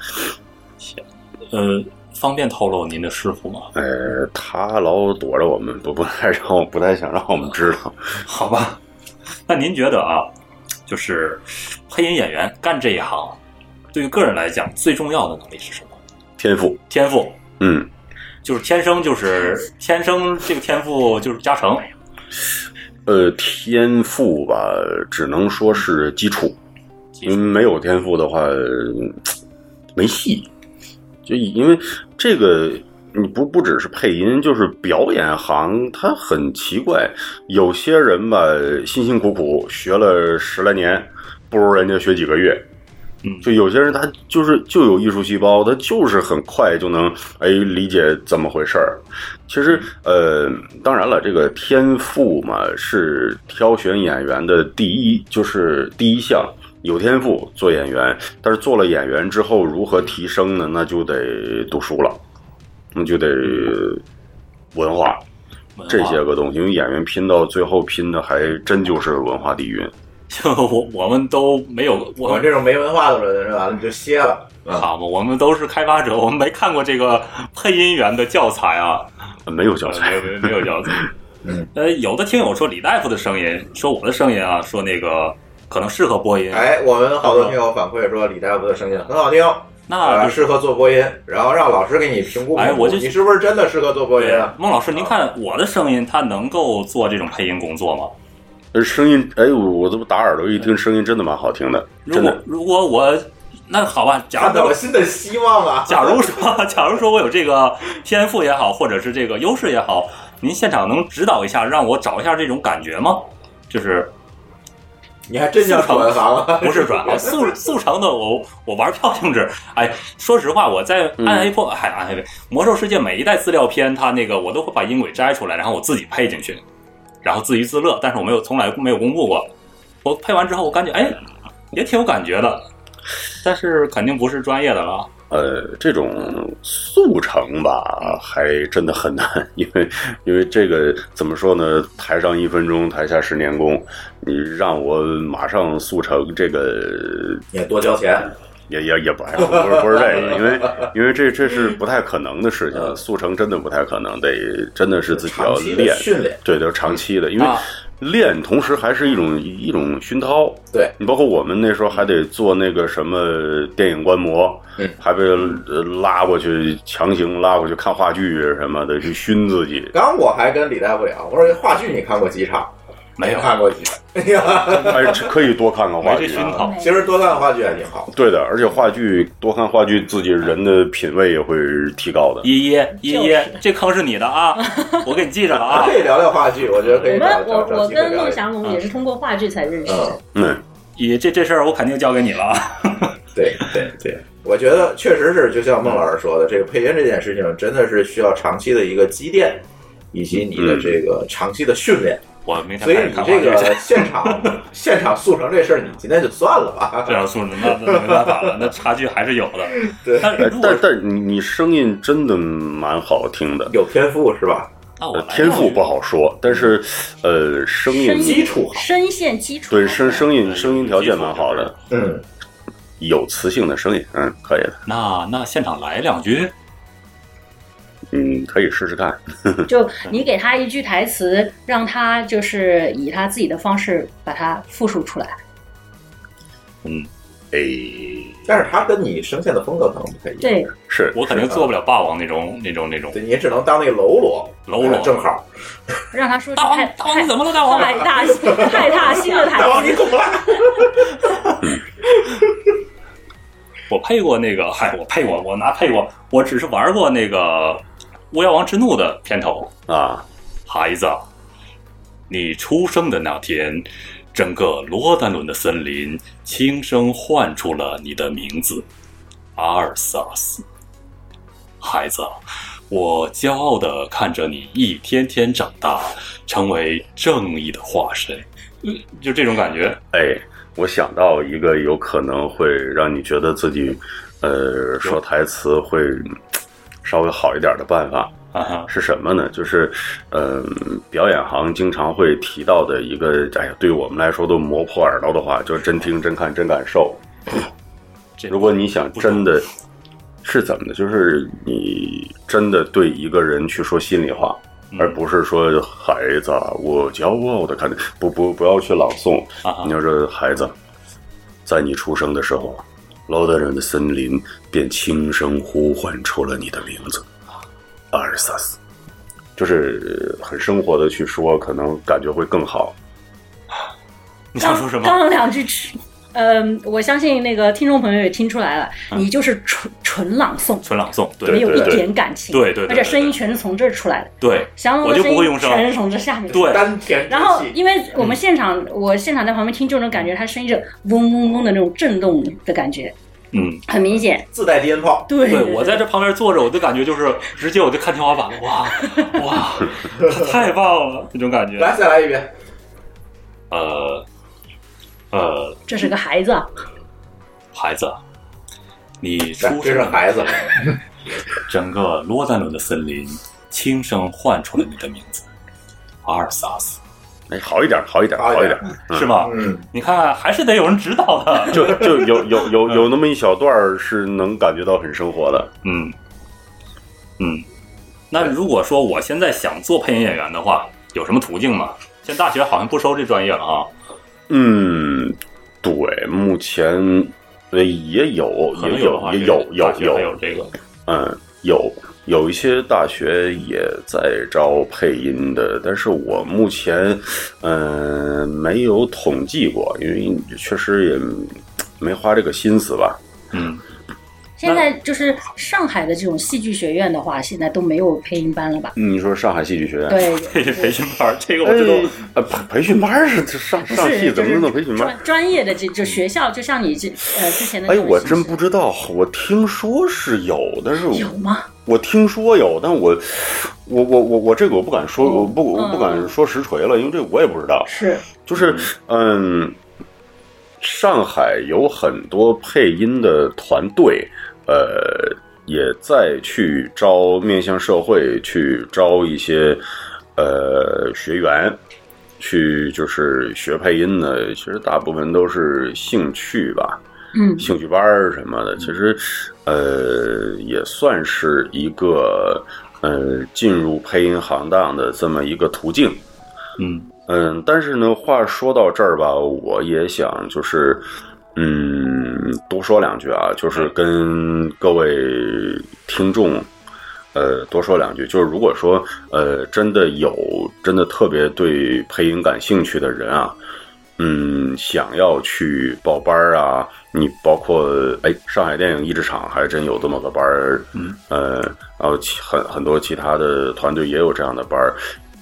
C: 呃，方便透露您的师傅吗？
E: 呃，他老躲着我们，不不太让我不太想让我们知道。
C: 好吧，那您觉得啊，就是配音演员干这一行，对于个人来讲，最重要的能力是什么？
E: 天赋，
C: 天赋，
E: 嗯，
C: 就是天生，就是天生这个天赋就是加成。
E: 呃，天赋吧，只能说是基础。因为没有天赋的话，嗯没戏。就以因为这个，你不不只是配音，就是表演行，它很奇怪。有些人吧，辛辛苦苦学了十来年，不如人家学几个月。
C: 嗯
E: 就有些人他就是就有艺术细胞，他就是很快就能哎理解怎么回事儿。其实呃，当然了，这个天赋嘛是挑选演员的第一，就是第一项。有天赋做演员，但是做了演员之后如何提升呢？那就得读书了，那就得文化
C: 文化
E: 这些个东西，因为演员拼到最后拼的还真就是文化底蕴。
C: 就我我们都没有，
D: 我
C: 我
D: 们这种没文化的人完了就歇了。
E: 嗯
D: 啊，
C: 好嘛，我们都是开发者，我们没看过这个配音员的教材啊，
E: 没有教材
C: 没有没有没有教材。
E: 嗯，
C: 呃，有的听友说李大夫的声音，说我的声音啊，说那个可能适合播音，
D: 哎，我们好多听友反馈说李大夫的声音很好听，
E: 哎
C: 那
D: 呃，
C: 就是
D: 适合做播音，然后让老师给你评估评
C: 哎
D: 估，
C: 我就
D: 你是不是真的适合做播
E: 哎
D: 音啊？
C: 孟老师，您看我的声音，它能够做这种配音工作吗？
E: 呃 声音，哎，我这不打耳朵一听，声音真的蛮好听的，
C: 如
E: 真
C: 果
E: 的。
C: 如果我那好吧，假
D: 看到
C: 如
D: 了新的希望 啊！
C: 假如说假如说我有这个天赋也好，或者是这个优势也好，您现场能指导一下，让我找一下这种感觉吗？就是
D: 你还真想转行 啊？
C: 不是转行速速成的我我玩票性质，哎，说实话，我在暗黑破哎暗黑破魔兽世界每一代资料片，它那个我都会把音轨摘出来，然后我自己配进去，然后自娱自乐，但是我没有从来没有公布过。我配完之后，我感觉哎也挺有感觉的，但是肯定不是专业的了啊。
E: 呃，这种速成吧，还真的很难，因为因为这个怎么说呢？台上一分钟，台下十年功。你让我马上速成，这个
D: 也多交钱，
E: 也也也不还不是不是这个，因为因为这这是不太可能的事情，速成真的不太可能，得真的是自己要
D: 嗯长期的
E: 练，
D: 训练，
E: 对，都是长期的，因为
C: 啊
E: 练同时还是一种一种熏陶。
D: 对，
E: 你包括我们那时候还得做那个什么电影观摩，
D: 嗯
E: 还被呃拉过去强行拉过去看话剧什么的去熏自己。
D: 刚我还跟李大夫聊，我说话剧你看过几场？
C: 没有
D: 看过几场。哎呀，
E: 哎，这可以多看看话
C: 没这
E: 剧
C: 熏
E: 啊。
C: 陶。
D: 其实多看话剧还挺好。
E: 对的，而且话剧多看话剧，自己人的品味也会提高的。
C: 依依依依
G: 就是，
C: 这坑是你的啊，我给你记着了啊
D: 可。以聊聊话剧，我觉得可
G: 我
D: 以
G: 们
D: 找
G: 我
D: 找找
G: 我
D: 机会
G: 跟
D: 聊
G: 孟
D: 一下。
G: 祥龙也是通过话剧才认识的。
D: 嗯，
E: 嗯，
C: 依依，这这事儿我肯定交给你了啊。
D: 对对对，我觉得确实是，就像孟老师说的，这个配音这件事情真的是需要长期的一个积淀，以及你的这个长期的训练。
C: 我明天
D: 所以
C: 开始
D: 你
C: 嗯看话
D: 这
C: 剧去。
D: 个现场 现场速成这事儿，你今天就算了吧。
C: 这样素质，那那没办法了，那差距还是有的。
D: 对
C: 但是
E: 哎
C: 如果
E: 但但你你声音真的蛮好听的，
D: 有天赋是吧？
C: 那我
E: 呃
C: 来
E: 天赋不
C: 好，
E: 好说，但是呃，声音
D: 基础好。
G: 声线基础
E: 对声声
C: 哎
E: 音声音条件蛮好的，
D: 嗯，
E: 有磁性的声音，嗯，可以的，
C: 那那现场来两句，
E: 嗯，可以试试看。
G: 就你给他一句台词，让他就是以他自己的方式把它复述出来。
E: 哎，
D: 但是他跟你声线的风格可能不太一样。
G: 对，
E: 是
C: 我肯定做不了霸王那种那种那种
D: 对，你只能当那个喽啰，
C: 喽啰
D: 正好。
G: 让他说出
C: 大王
G: 太
C: 大王
G: 太
C: 你怎么了大王
G: 太大 太大心的台
D: 大王，
G: 词。
D: 你怎么了？
C: 我配过那个，嗨，我配过，我拿配过，我只是玩过那个《巫妖王之怒》的片头。
E: 啊，
C: 孩子，你出生的那天，整个罗丹伦的森林轻声唤出了你的名字，阿尔萨斯。孩子，我骄傲地看着你一天天长大，成为正义的化身。嗯，就这种感觉。
E: 哎，我想到一个有可能会让你觉得自己呃说台词会嗯稍微好一点的办法，
C: 啊哈，
E: 是什么呢？就是，嗯、表演行经常会提到的一个，哎呀，对我们来说都磨破耳朵的话，就是真听、真看、真感受。
C: 这
E: 如果你想真的是怎么的，就是你真的对一个人去说心里话，
C: 嗯
E: 而不是说孩子，我骄傲的看着，不不不要去朗诵，
C: 啊哈
E: 你，要说孩子，在你出生的时候，罗德人的森林便轻声呼唤出了你的名字，阿尔萨斯，就是呃很生活的去说，可能感觉会更好。
C: 你想
G: 刚
C: 说什么？
G: 刚两句吃，嗯，我相信那个听众朋友也听出来了，你就是纯纯朗诵，
C: 纯朗诵，
G: 没
C: 对
G: 有
E: 对
G: 一
E: 对
G: 点感情，
C: 对对对对
G: 而且声音全是从这儿出来的，
C: 对，
G: 祥龙
C: 我
G: 的
C: 就不会
G: 音
C: 用声
G: 全是从这下面。。
C: 对，
D: 丹田之
G: 然后，
D: 气。
G: 因为我们现场，我现场在旁边听，就能感觉他声音是嗡嗡嗡的那种震动的感觉，
C: 嗯，
G: 很明显。
D: 自带低音炮，
G: 对
C: 对，我在这旁边坐着，我的感觉就是直接我就看天花板了，哇哇，太棒了，那种感觉。
D: 来再来一遍。
C: 呃呃，
G: 这是个孩子啊，
C: 孩子，啊你
D: 来
C: 出生
D: 这是
C: 的
D: 孩子，
C: 整个罗丹伦的森林轻声唤出了你的名字，阿尔萨斯，
E: 哎，好一点，好一点，
D: 好
E: 好
D: 一
E: 一
D: 点
E: 点。
C: 是吗？
D: 嗯，
C: 你看，还是得有人指导 的。
E: 就就有有有有那么一小段儿是能感觉到很生活的。
C: 嗯嗯，那如果说我现在想做配音演员的话，有什么途径吗？现在大学好像不收这专业了啊，
E: 嗯，对，目前呃也有
C: 可能
E: 也
C: 的话
E: 有也
C: 这
E: 有
C: 个大
E: 有
C: 学还
E: 有
C: 有这个，
E: 嗯，有有一些大学也在招配音的，但是我目前嗯、呃没有统计过，因为确实也没花这个心思吧。
C: 嗯，
G: 现在就是上海的这种戏剧学院的话，现在都没有配音班了吧？
E: 你说上海戏剧学院？
G: 对，
C: 培培训班儿 这个我
E: 哎
C: 知道，
E: 呃，培培训班是上
G: 不
E: 上戏
G: 是就
E: 怎么
G: 是
E: 弄培训班
G: 专？专业的这就学校，就像你这呃之前的那
E: 哎，
G: 种
E: 我
G: 形
E: 真
G: 式
E: 不知道，我听说是有，但是我
G: 有吗？
E: 我听说有，但我我我我我这个我不敢说，
G: 哦
E: 我不我
G: 嗯
E: 不敢说实锤了，因为这我也不知道。
G: 是
E: 就是嗯，上海有很多配音的团队，呃，也在去招面向社会去招一些呃学员。去就是学配音的，其实大部分都是兴趣吧，
G: 嗯
E: 兴趣班儿什么的，其实呃也算是一个呃进入配音行当的这么一个途径。
C: 嗯，
E: 嗯，但是呢，话说到这儿吧，我也想就是，嗯，多说两句啊，就是跟各位听众，呃，多说两句。就是如果说，呃，真的有真的特别对配音感兴趣的人啊，嗯，想要去报班儿啊，你包括哎，上海电影译制厂还真有这么个班儿，
C: 嗯，
E: 呃，然后其很很多其他的团队也有这样的班儿。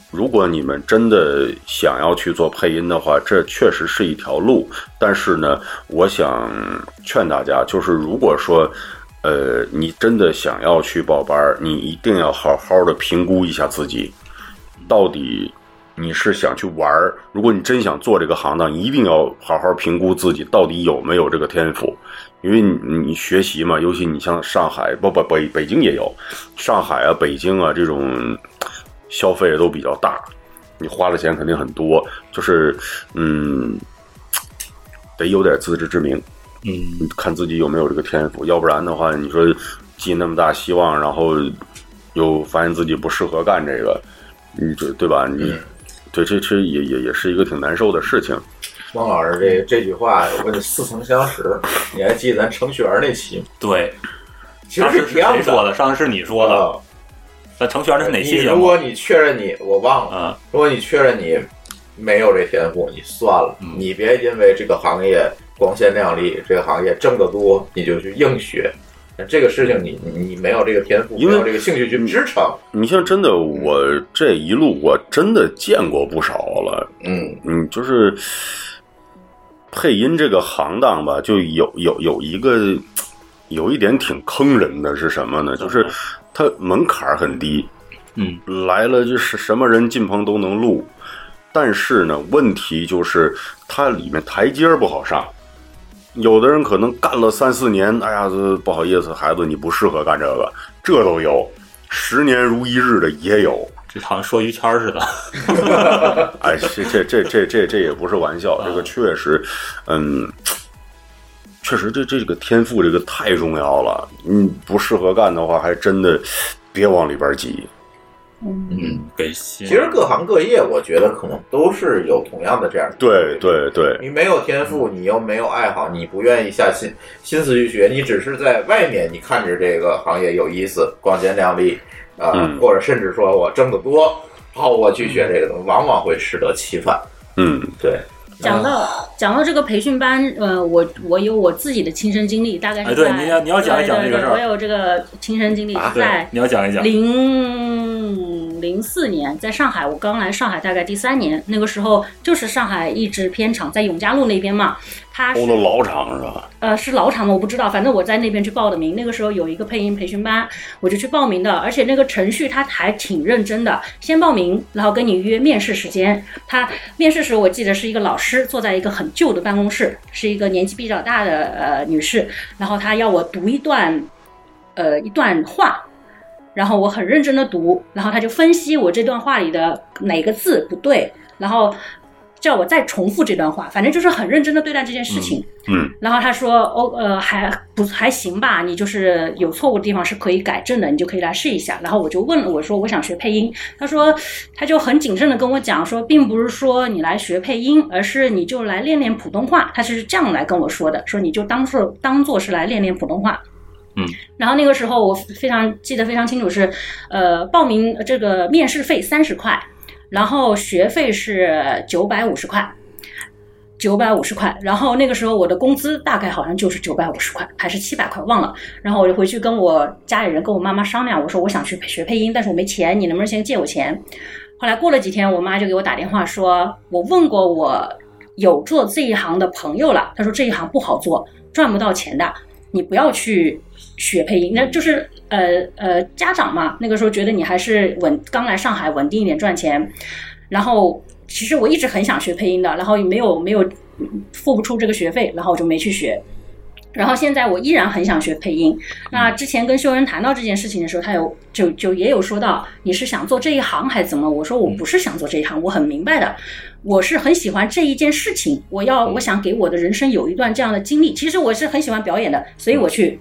E: 如果你们真的想要去做配音的话，这确实是一条路。但是呢，我想劝大家，就是如果说，呃，你真的想要去报班儿，你一定要好好的评估一下自己，到底你是想去玩儿。如果你真想做这个行当，一定要好好评估自己到底有没有这个天赋，因为你你学习嘛，尤其你像上海，不不北北京也有，上海啊、北京啊这种消费都比较大，你花的钱肯定很多，就是嗯，得有点自知之明，嗯，看自己有没有这个天赋，要不然的话，你说寄那么大希望，然后又发现自己不适合干这个，你这对吧？你、对这这也也也是一个挺难受的事情。
D: 孟老师这这句话，我得似曾相识。你还记得咱程序员那期吗？
C: 对，
D: 其
C: 上
D: 实
C: 次
D: 是
C: 是
D: 一样
C: 谁说的？上次是你说的，
D: 啊
C: 咱程序员那是哪期
D: 你
C: 节
D: 如
C: 目？
D: 果你确认你，我忘了。
C: 嗯，
D: 如果你确认你没有这天赋，你算了，
C: 嗯
D: 你别因为这个行业光鲜亮丽，这个行业挣得多，你就去硬学。这个事情你你你没有这个天赋，
E: 因
D: 没
E: 为
D: 有这个兴趣去支撑，
E: 你像真的，我这一路我真的见过不少了，
D: 嗯，
E: 嗯，就是配音这个行当吧，就有有有一个有一点挺坑人的是什么呢？就是它门槛儿很低，
C: 嗯，
E: 来了就是什么人进棚都能录，但是呢，问题就是它里面台阶儿不好上。有的人可能干了三四年，哎呀，这不好意思，孩子，你不适合干这个，这都有，十年如一日的也有，
C: 这好像说于谦儿似的，
E: 哎，这这这这这这也不是玩笑，这个确实，嗯，确实这这个天赋这个太重要了，你不适合干的话，还真的别往里边挤。
G: 嗯
C: 嗯，给其
D: 其实各行各业，我觉得可能都是有同样的这样的
E: 对对对，
D: 你没有天赋，你又没有爱好，你不愿意下心心思去学，你只是在外面，你看着这个行业有意思、光鲜亮丽，啊、
E: 嗯
D: 或者甚至说我挣得多，好我去学这个东西，往往会适得其反。
E: 嗯
D: 对，
G: 讲到讲到这个培训班，呃，我我有我自己的亲身经历，大概是
C: 哎对
G: 在
C: 你要你要讲一
G: 对
C: 讲
G: 对
C: 这个事儿
G: 对我有这个亲身经历
D: 啊
G: 是
C: 对
G: 在，
C: 你要讲一讲，
G: 零零四年在上海，我刚来上海大概第三年，那个时候就是上海译制片厂在永嘉路那边嘛，它是
E: 欧了老厂是吧？
G: 呃，是老厂吗？我不知道，反正我在那边去报的名。那个时候有一个配音培训班，我就去报名的。而且那个程序他还挺认真的，先报名，然后跟你约面试时间。他面试时我记得是一个老师坐在一个很旧的办公室，是一个年纪比较大的呃女士，然后她要我读一段呃一段话，然后我很认真的读，然后他就分析我这段话里的哪个字不对，然后叫我再重复这段话，反正就是很认真的对待这件事情。
E: 嗯
G: 然后他说：“哦，呃，还不还行吧，你就是有错误的地方是可以改正的，你就可以来试一下。”然后我就问了，我说：“我想学配音。”他说：“他就很谨慎的跟我讲说，并不是说你来学配音，而是你就来练练普通话。”他是这样来跟我说的，说你就当做当做是来练练普通话。
C: 嗯，
G: 然后那个时候我非常记得非常清楚是，呃，报名这个面试费三十块，然后学费是九百五十块。九百五十块，然后那个时候我的工资大概好像就是九百五十块，还是七百块，忘了。然后我就回去跟我家里人、跟我妈妈商量，我说我想去学配音，但是我没钱，你能不能先借我钱？后来过了几天，我妈就给我打电话说，我问过我有做这一行的朋友了，她说这一行不好做，赚不到钱的，你不要去学配音。那就是呃呃，家长嘛，那个时候觉得你还是稳，刚来上海稳定一点赚钱，然后其实我一直很想学配音的，然后也没有没有付不出这个学费，然后我就没去学。然后现在我依然很想学配音。那之前跟秀恩谈到这件事情的时候，他有就就也有说到你是想做这一行还是怎么？我说我不是想做这一行，我很明白的，我是很喜欢这一件事情，我要我想给我的人生有一段这样的经历。其实我是很喜欢表演的，所以我去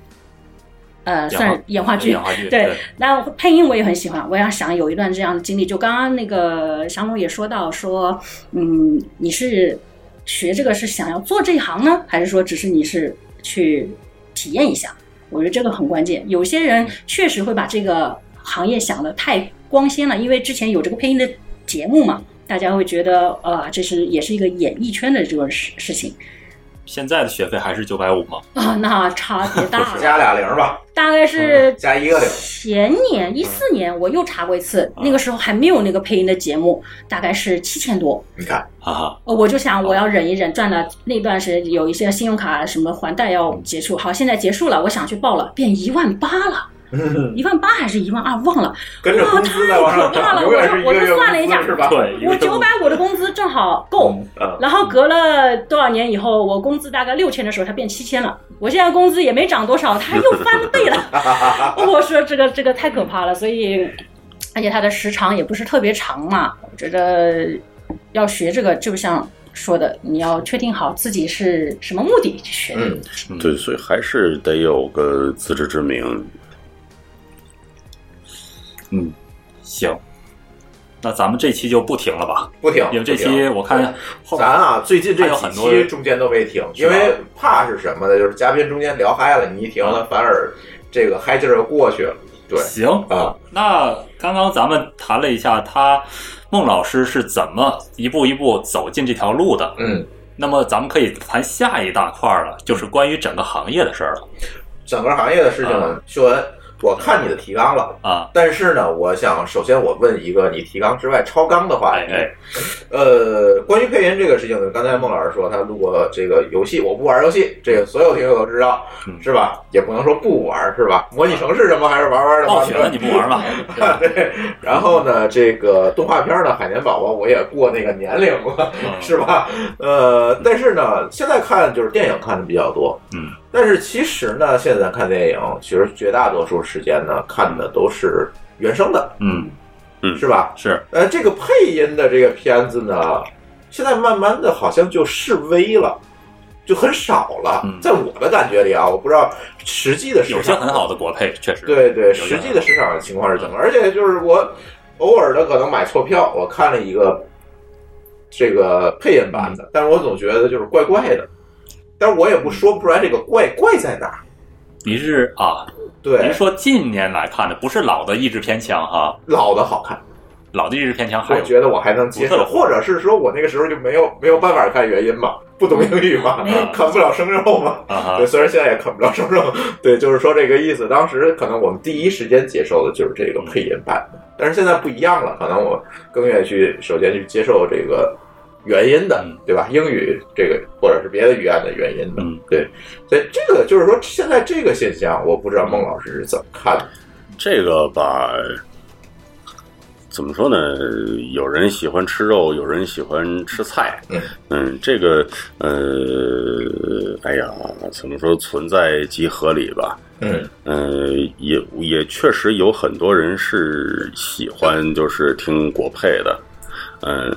G: 呃算是演话剧，
C: 演话剧
G: 对，那配音我也很喜欢，我也想有一段这样的经历。就刚刚那个祥龙也说到说，嗯，你是学这个是想要做这一行呢，还是说只是你是去体验一下？我觉得这个很关键。有些人确实会把这个行业想的太光鲜了，因为之前有这个配音的节目嘛，大家会觉得呃，这是也是一个演艺圈的这个事事情
C: 现在的学费还是九百五吗？
G: 啊、那差别大了，
D: 嗯加俩零吧，
G: 大概是
D: 加一个零。啊
G: 前年一四年我又查过一次，那个时候还没有那个配音的节目，大概是七千多。
D: 你看，
C: 哈啊哈，
G: 呃我就
D: 啊
G: 想我要忍一忍，赚了那段时间有一些信用卡什么还贷要结束，好，现在结束了，我想去报了，变一万八了，一万八还是一万二忘了。
D: 跟着工资在往上涨，永远是一个月
G: 我算了一
D: 工
G: 下
D: 资是吧？
C: 对，一
G: 我
C: 个
G: 九百我的工资正好够，
C: 啊
D: 嗯，
G: 然后隔了多少年以后，我工资大概六千的时候，它变七千了。我现在工资也没涨多少，它又翻倍 了。我说这个这个太可怕了，所以而且它的时长也不是特别长嘛。我觉得要学这个，就像说的，你要确定好自己是什么目的去学。
D: 嗯，
E: 对，所以还是得有个自知之明。
C: 嗯，行，那咱们这期就不停了吧，
D: 不停。
C: 因为这
D: 不停
C: 期我看后
D: 咱啊，最近这
C: 还有
D: 几
C: 很多
D: 期中间都没停，
C: 是
D: 因
C: 吧
D: 为怕是什么呢？就是嘉宾中间聊嗨了，你一停了，
C: 嗯
D: 反而这个嗨劲儿就过去了。对
C: 行
D: 啊，
C: 那刚刚咱们谈了一下他孟老师是怎么一步一步走进这条路的，
D: 嗯，
C: 那么咱们可以谈下一大块儿了，就是关于整个行业的事儿了
D: 整个行业的事情
C: 嗯
D: 呢，秀恩，我看你的提纲了。
C: 啊。
D: 但是呢，我想首先我问一个你提纲之外超纲的话
C: 哎
D: 题，
C: 哎，
D: 呃，关于配音这个事情呢，刚才孟老师说他录过这个游戏，我不玩游戏，这个所有听友都知道，
C: 嗯
D: 是吧？也不能说不玩，是吧？模拟城市什么还是玩玩的
C: 暴
D: 吧。
C: 雪了哦你不玩吧？
D: 对， 然后呢，这个动画片呢，《海绵宝宝》我也过那个年龄了，
C: 嗯
D: 是吧？呃，但是呢，现在看就是电影看的比较多，
C: 嗯，
D: 但是其实呢，现在看电影，其实绝大多数时间呢，看的都是原声的，
C: 嗯，
D: 是吧？
C: 是
D: 呃，这个配音的这个片子呢，现在慢慢的好像就示威了。就很少了
C: 嗯，
D: 在我的感觉里啊，我不知道实际的市场
C: 有些很好的国配，确实。
D: 对对，
C: 有
D: 实
C: 些
D: 际的市场情况是怎么？而且就是我偶尔的可能买错票，我看了一个这个配音版
C: 嗯
D: 的，但是我总觉得就是怪怪的，但是我也不说不出来这个怪怪在哪儿。
C: 您是啊，您
D: 对，
C: 说近年来看的，不是老的意志偏强哈，
D: 老的好看，
C: 啊老的意志偏强还
D: 我
C: 有
D: 觉得我还能接
C: 独特
D: 受，
C: 的
D: 或者是说我那个时候就没有没有办法看原音嘛，不懂英语嘛
G: 没有，
D: 啃不了生肉嘛。
C: 啊哈
D: 对，，虽然现在也啃不了生肉， 对，就是说这个意思。当时可能我们第一时间接受的就是这个配音版的，但是现在不一样了，可能我更愿意去首先去接受这个原音的
C: 嗯，
D: 对吧？英语这个或者是别的语言的原音的，
C: 嗯
D: 对。所以这个就是说现在这个现象，我不知道孟老师是怎么看的。
E: 这个吧，怎么说呢？有人喜欢吃肉，有人喜欢吃菜。
D: 嗯
E: 这个呃，哎呀，怎么说？存在即合理吧。
D: 嗯
E: 呃，也也确实有很多人是喜欢就是听国配的，嗯、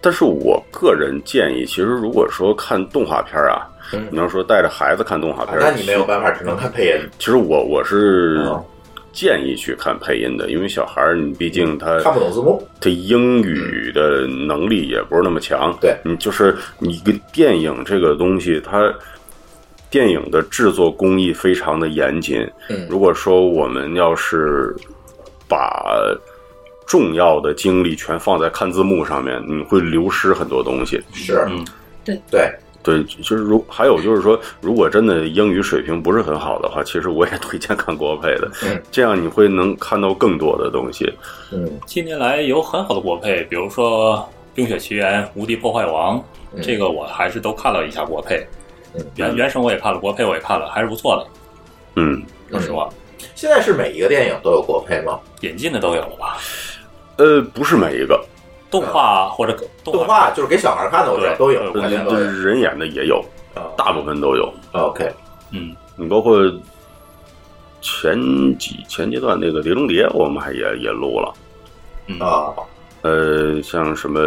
E: 但是我个人建议，其实如果说看动画片儿啊，
D: 嗯
E: 你要说带着孩子看动画
D: 啊
E: 片儿，
D: 那你没有办法，只能看配音，
E: 其实我我是
C: 嗯
D: 哦
E: 建议去看配音的，因为小孩儿你毕竟他
D: 看不懂字幕。
E: 他英语的能力也不是那么强。
D: 对
E: 你就是你一个电影这个东西，它电影的制作工艺非常的严谨。
D: 嗯
E: 如果说我们要是把重要的精力全放在看字幕上面，你会流失很多东西。
D: 是，
C: 嗯
G: 对
D: 对，
E: 对，就是如还有就是说，如果真的英语水平不是很好的话，其实我也推荐看国配的，
D: 嗯
E: 这样你会能看到更多的东西。
D: 嗯
C: 近年来有很好的国配，比如说《冰雪奇缘》《无敌破坏王》，
D: 嗯
C: 这个我还是都看了一下国配
D: 嗯。
C: 原原声我也看了，国配我也看了，还是不错的。
E: 嗯，
C: 说实话，
D: 现在是每一个电影都有国配吗？
C: 引进的都有了吧？
E: 呃，不是每一个，
C: 动画或者
D: 动
C: 动画
D: 画就是给小孩看的，我知道
C: 对嗯
D: 都有，
C: 对
D: 肯定都有。
E: 人演的也有，
D: 啊
E: 大部分都有。
D: OK，
C: 嗯，
E: 你包括前几前阶段那个《碟中谍》，我们还也也录了。
C: 嗯
D: 啊，
E: 呃，像什么，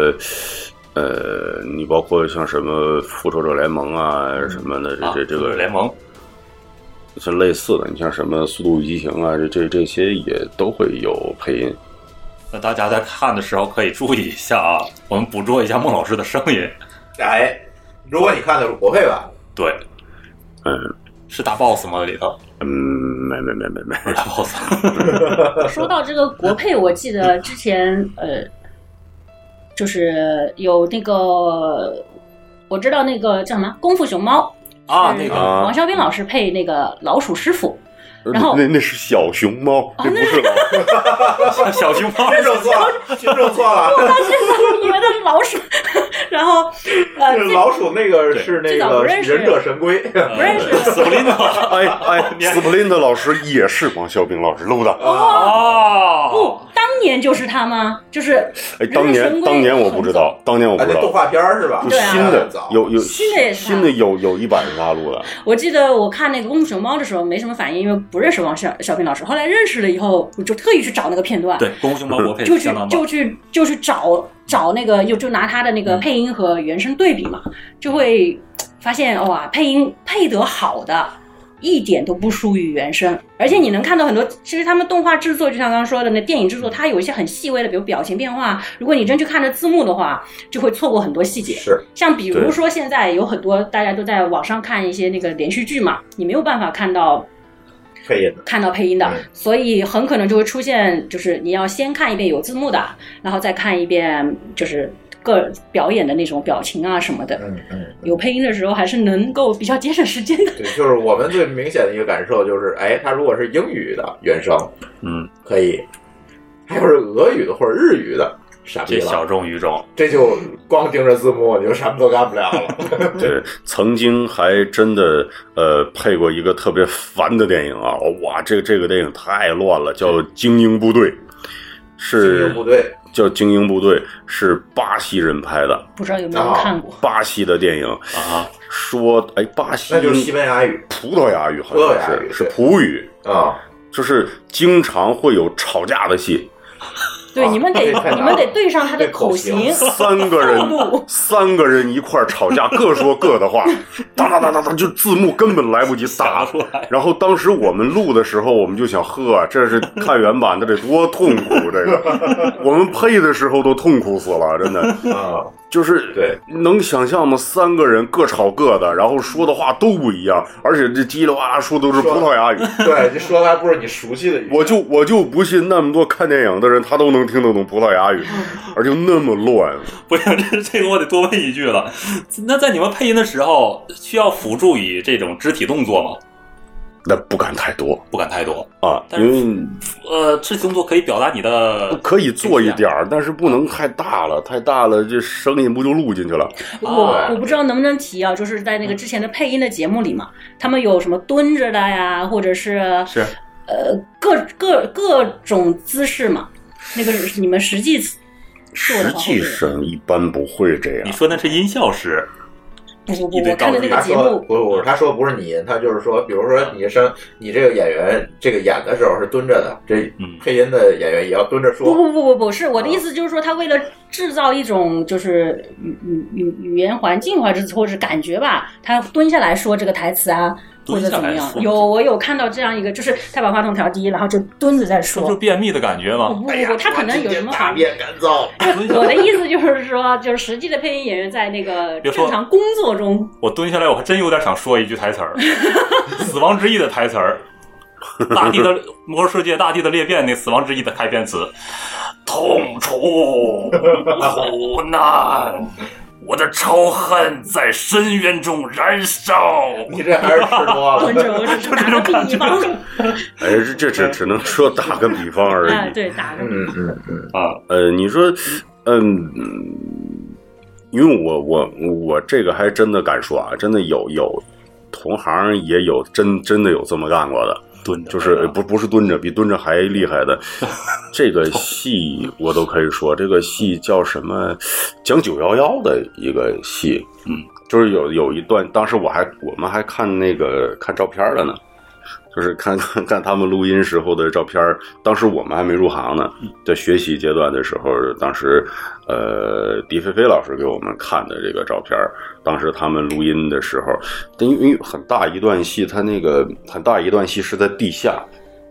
E: 呃，你包括像什么《复仇者联盟》啊什么的，
C: 啊
E: 这这这个
C: 联盟，
E: 像类似的，你像什么《速度与激情》啊，这这这些也都会有配音。
C: 那大家在看的时候可以注意一下啊， 我们捕捉一下孟老师的声音。
D: 哎，如果你看的是国配版，
C: 对，
E: 嗯
C: 是大 boss 吗？里头
E: 嗯，没没没没没，
C: 不是大 boss，
G: 说到这个国配，我记得之前呃，就是有那个我知道那个叫什么《功夫熊猫》
C: 啊
G: 是
C: 那个
E: 啊
G: 王肖斌老师配那个老鼠师傅， 然后
E: 那那是小熊猫，那不是老鼠。
C: 小熊 猫。
D: 听众错了，听众错了，
G: 以为他是老鼠， 然后呃，
D: 是老鼠那个
C: 对
D: 是那
G: 最早
D: 个
G: 不认识
D: 忍者神龟，
C: 不
G: 认识
E: 呃
C: 斯普林特
E: 哎 哎，斯普林特老师也是王肖兵老师录的。
C: 哦
G: 不，，当年就是他吗？就是
E: 哎，当年当年我不知 道，当年我不
D: 啊，
E: 知
D: 那动
E: 道。
D: 画片儿是吧？
E: 有
G: 对啊
E: 新的
D: 早，
E: 有有
G: 新的也是
E: 新的有有一版是他录 的，
G: 我记得我看那个《功夫熊猫》的时候没什么反应，因为不认识王小小平老师。后来认识了以后，我就特意去找那个片段，
C: 对，功夫熊猫国配
G: 就去
C: 相当棒
G: 就。去就去找找那个，就就拿他的那个配音和原声对比嘛，就会发现哇，配音配得好的。一点都不输于原声，而且你能看到很多，其实他们动画制作，就像刚刚说的那电影制作，它有一些很细微的，比如表情变化，如果你真去看着字幕的话，就会错过很多细节。
D: 是，
G: 像比如
E: 对
G: 说现在有很多大家都在网上看一些那个连续剧嘛，你没有办法看到
D: 配音的。
G: 看到配音的
D: 嗯，
G: 所以很可能就会出现，就是你要先看一遍有字幕的，然后再看一遍就是个表演的那种表情啊什么的。
D: 嗯嗯，
G: 有配音的时候还是能够比较节省时间的。
D: 对，就是我们最明显的一个感受就是，哎，它如果是英语的原声
C: 嗯，
D: 可以，还有是俄语的或者日语的，傻逼
C: 这
D: 了
C: 小，众语种，
D: 这就光盯着字幕，你就什么都干不了了。
E: 对，曾经还真的呃配过一个特别烦的电影啊，哇，这个这个电影太乱了，叫《精英部队》，
D: 嗯精
E: 是
D: 英部队
E: 叫《精英部队》，是巴西人拍的，
G: 不知道有没有看过？
E: 巴西的电影
C: 啊，
E: 说哎，巴西
D: 那就是西班牙语
E: 葡萄牙语好
D: 葡萄
E: 像
D: 牙语
E: 是是
D: 对
E: 葡语，
D: 啊，
E: 就是经常会有吵架 的戏，
G: 对，
D: 啊
G: 你们 得
D: 这太难了
G: 你们得对上他的
D: 这口
G: 口型。
D: 型
E: 三 个人
G: 愤
C: 哦
G: 怒，
E: 三个人一块儿吵架，各说各 的话，哒哒哒哒哒，就字幕根本来不及
C: 打
E: 打
C: 出来。
E: 然后当时我们录的时候，我们就想，呵，这是看原版的得多痛 苦，这个我们配的时候都痛苦死了，真 的
D: 啊，
E: 就是
D: 对，
E: 能想象吗？三个人各吵各的，然后说的话都不一样，而且这叽里哇啦说都是葡萄牙语，
D: 对，你说的还不是你熟悉的语言，
E: 我就我就不信那么多看电影的人他都能听得懂葡萄牙语，而且那么乱，
C: 不行，这这个我得多问一句了。那在你们配音的时候，需要辅助以这种肢体动作吗？
E: 那不敢太多。
C: 不敢太多。
E: 啊，
C: 但是
E: 因
C: 呃，肢体动作可以表达你的
E: 为可以做一点儿，但是不能太大了，太大了这声音不就录进去了？
G: 我
C: 哦
G: 我不知道能不能提啊，就是在那个之前的配音的节目里嘛，他们有什么蹲着的呀，或者是
C: 是
G: 呃各各各种姿势嘛。那个是你们实际做的
E: 实
G: 话会
E: 际上一般不会这
G: 啊
C: 你
E: 样。
C: 说那是音效师，
G: 不不
C: 一
G: 不，
C: 堆
G: 我看的那个
C: 道
D: 他
G: 节
D: 说的
G: 目
D: 不是我，他说的不是你，他就是说，比如说你声，你这个演员这个演的时候是蹲着的，这
C: 嗯
D: 配音的演员也要蹲着
G: 不
D: 说。
G: 不不不不是我的意思，就是说他为了制造一种就是语语语语言环境或者是或者是感觉吧，他蹲下来说这个台词啊，或
C: 蹲
G: 者
C: 下
G: 怎么
C: 来
G: 样？
C: 说
G: 有我有看到这样一个，就是他把话筒调低，然后就蹲着在
C: 这不就
G: 说。哦
C: 便秘的感觉
G: 不
C: 吗？
G: 不
D: 哎呀
G: 不，他可能有什么哎
D: 我今天大
G: 好
D: 便干燥，
G: 我的意思就是说，就是实际的配音演员在那个
C: 别说
G: 正常工作中，
C: 我蹲下来，我还真有点想说一句台词儿，《死亡之翼》的台词儿，大地的魔兽世界大地的裂变那《死亡之翼》的开篇词，痛楚苦难。我的仇恨在深渊中燃烧，
D: 你这还是吃多
G: 或
D: 了。
G: 者是打个比方，
E: 哎，这这只只能说打个比方而
G: 啊，
E: 已。
G: 对，打个比
D: 嗯嗯，
E: 呃，你说，嗯，因为我我我这个还真的敢说啊，真的有有同行也有真真的有这么干过的，
C: 蹲着
E: 就是呃不不是蹲着，比蹲着还厉 害的。这个戏我都可以说，这个戏叫什么？讲九幺幺的一个戏，
C: 嗯，
E: 就是有有一段，当时我还我们还看那个看照片了呢。就是看看看他们录音时候的照片儿，当时我们还没入行呢，在学习阶段的时候，当时呃，狄菲菲老师给我们看的这个照片儿，当时他们录音的时候，但因为因为很大一段戏，它那个很大一段戏是在地下，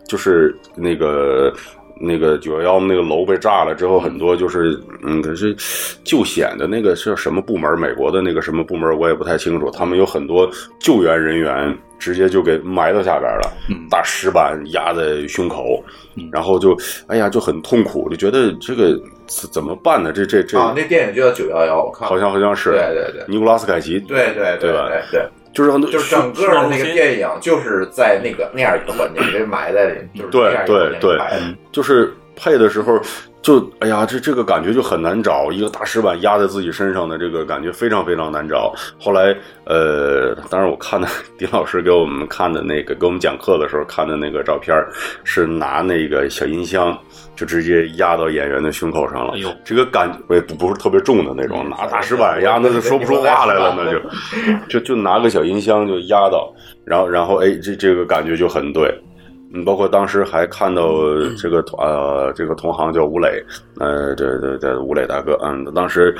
E: 就是那个那个九幺幺那个楼被炸了之后，很多就是嗯，可是救险的那个是什么部门？美国的那个什么部门我也不太清楚。他们有很多救援人员直接就给埋到下边了，
C: 嗯
E: 大石板压在胸口
C: 嗯，
E: 然后就哎呀就很痛苦，就觉得这个怎怎么办呢？这这这
D: 啊，那电影就叫九幺幺，我看
E: 好像好像是
D: 对对对
E: 尼古拉斯凯奇
D: 对对
E: 对吧
D: 对对，
E: 就是很多
D: 就是整个的那个电影就是在那个那样一个环境被埋在里，就是那样一个环境
E: 对对嗯
D: 埋的
E: 就是配的时候就哎呀，这这个感觉就很难找，一个大石板压在自己身上的这个感觉非常非常难找。后来呃，当然我看 的丁老师给我们看的那个给我们讲课的时候看的那个照片儿，是拿那个小音箱就直接压到演员的胸口上了。
C: 哎呦
E: 这个感觉不不是特别重的那种，拿大石板压，那就说不出话来了，那就。就就拿个小音箱就压到，然后然后哎，这这个感觉就很对。嗯，包括当时还看到这个同呃这个同行叫吴磊，呃这这这吴磊大哥，嗯，当时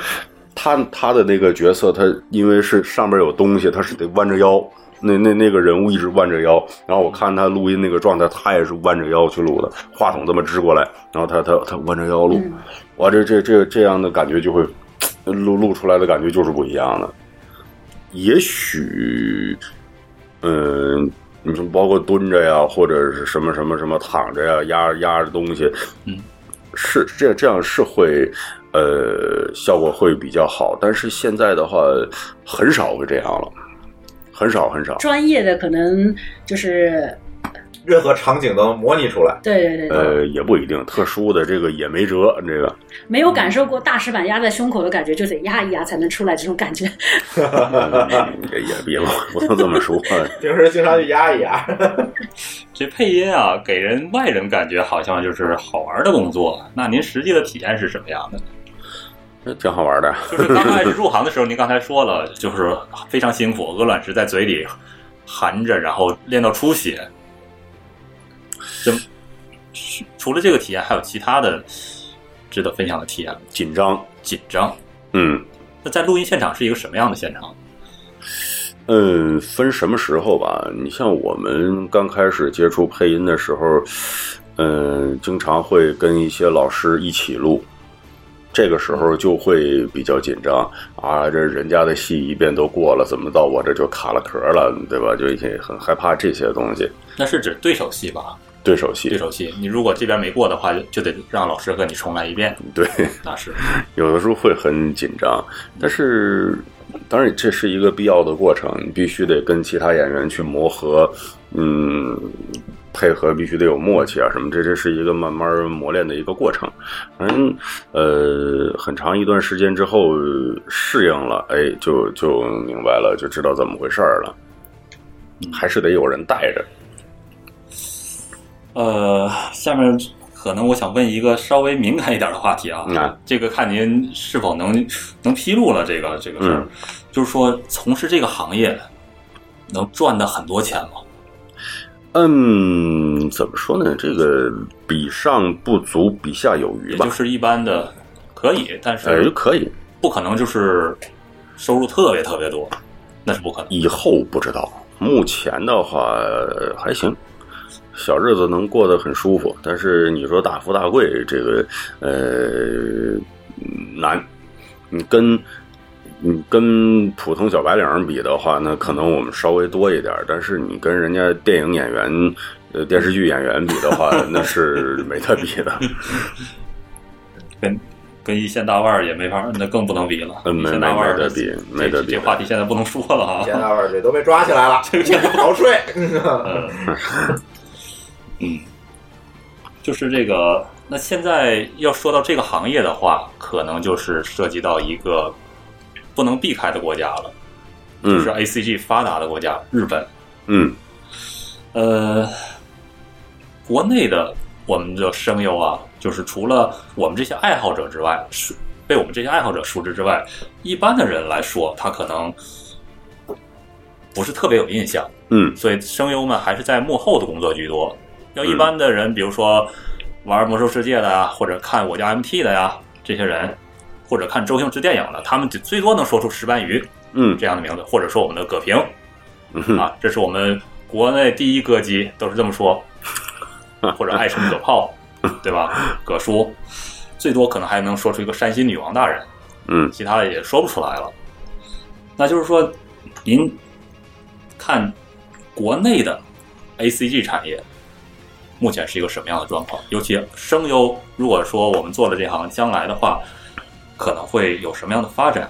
E: 他他的那个角色，他因为是上边有东西，他是得弯着腰。那那那个人物一直弯着腰，然后我看他录音那个状态，他也是弯着腰去录的，话筒这么支过来，然后他他他弯着腰录，
G: 嗯
E: 哇，这这这这样的感觉就会录录出来的感觉就是不一样的。也许，嗯，你说包括蹲着呀，或者是什么什么什么躺着呀，压压着东西，
C: 嗯，
E: 是这这样是会，呃，效果会比较好。但是现在的话，很少会这样了，很少很少。
G: 专业的可能就是
D: 任何场景都能模拟出来。
G: 对对对对，
E: 呃，也不一定，特殊的这个也没辙，这个
G: 没有感受过大石板压在胸口的感觉，就得压一压才能出来这种感觉。
E: 嗯也也不不能这么说。
D: 平时经常去压一压，
C: 这配音啊，给人外人感觉好像就是好玩的工作。那您实际的体验是什么样的？
E: 挺好玩的，
C: 就是刚开始入行的时候，您刚才说了，就是非常辛苦，鹅卵石在嘴里含着，然后练到出血。这除了这个体验，还有其他的值得分享的体验吗？
E: 紧张，
C: 紧张。
E: 嗯，
C: 那在录音现场是一个什么样的现场？
E: 嗯，分什么时候吧。你像我们刚开始接触配音的时候，嗯，经常会跟一些老师一起录，这个时候就会比较紧张啊。这人家的戏一遍都过了，怎么到我这就卡了壳了，对吧？就一些很害怕这些东西。
C: 那是指对手戏吧？
E: 对手戏，
C: 对手戏，你如果这边没过的话，就就得让老师和你重来一遍。
E: 对，
C: 那是
E: 有的时候会很紧张，但是当然这是一个必要的过程，你必须得跟其他演员去磨合，嗯，配合必须得有默契啊什么，这这是一个慢慢磨练的一个过程。反正呃，很长一段时间之后呃适应了，哎，就就明白了，就知道怎么回事儿了。
C: 嗯
E: 还是得有人带着，
C: 呃，下面可能我想问一个稍微敏感一点的话题啊，
E: 嗯
C: 这个看您是否能能披露了这个这个事儿，
E: 嗯
C: 就是说从事这个行业能赚的很多钱吗？
E: 嗯，怎么说呢？这个比上不足，比下有余
C: 也
E: 吧
C: 就。是一般的可以，但
E: 呃，
C: 是
E: 可以，
C: 不可能就是收入特别特别多，那是不可能。
E: 以后不知道。目前的话呃还行，小日子能过得很舒服。但是你说大富大贵，这个呃难。你跟你跟普通小白领儿比的话，那可能我们稍微多一点儿。但是你跟人家电影演员、呃电视剧演员比的话，那是没得比的。
C: 跟跟一线大腕儿也没法，那更不能比了。
E: 嗯没
C: 一线大腕儿
E: 没得
C: 这
E: 比
C: 这
E: 没得比
C: 这话题现在不能说了啊。
D: 钱大腕儿这都被抓起来了，逃税。
C: 呃，嗯，就是这个。那现在要说到这个行业的话，可能就是涉及到一个不能避开的国家了，就
E: 嗯
C: 是啊 A C G 发达的国家日本。
E: 嗯，
C: 呃，国内的我们的声优啊，就是除了我们这些爱好者之外，熟被我们这些爱好者熟知之外，一般的人来说，他可能不是特别有印象。
E: 嗯
C: 所以声优们还是在幕后的工作居多。要一
E: 嗯
C: 般的人，比如说玩魔兽世界的呀，或者看我家 MT 的呀，这些人，或者看周星驰电影的，他们只最多能说出石斑鱼
E: 嗯
C: 这样的名字，或者说我们的葛平
E: 嗯哼
C: 啊，这是我们国内第一歌姬，都是这么 说，或者爱神葛炮，对 吧？葛叔，最多可能还能说出一个山西女王大人。
E: 嗯
C: 其他的也说不出来了。那就是说，您看国内的 A C G 产业目前是一个什么样的状况？尤其声优，如果说我们做了这行，将来的话可能会有什么样的发展？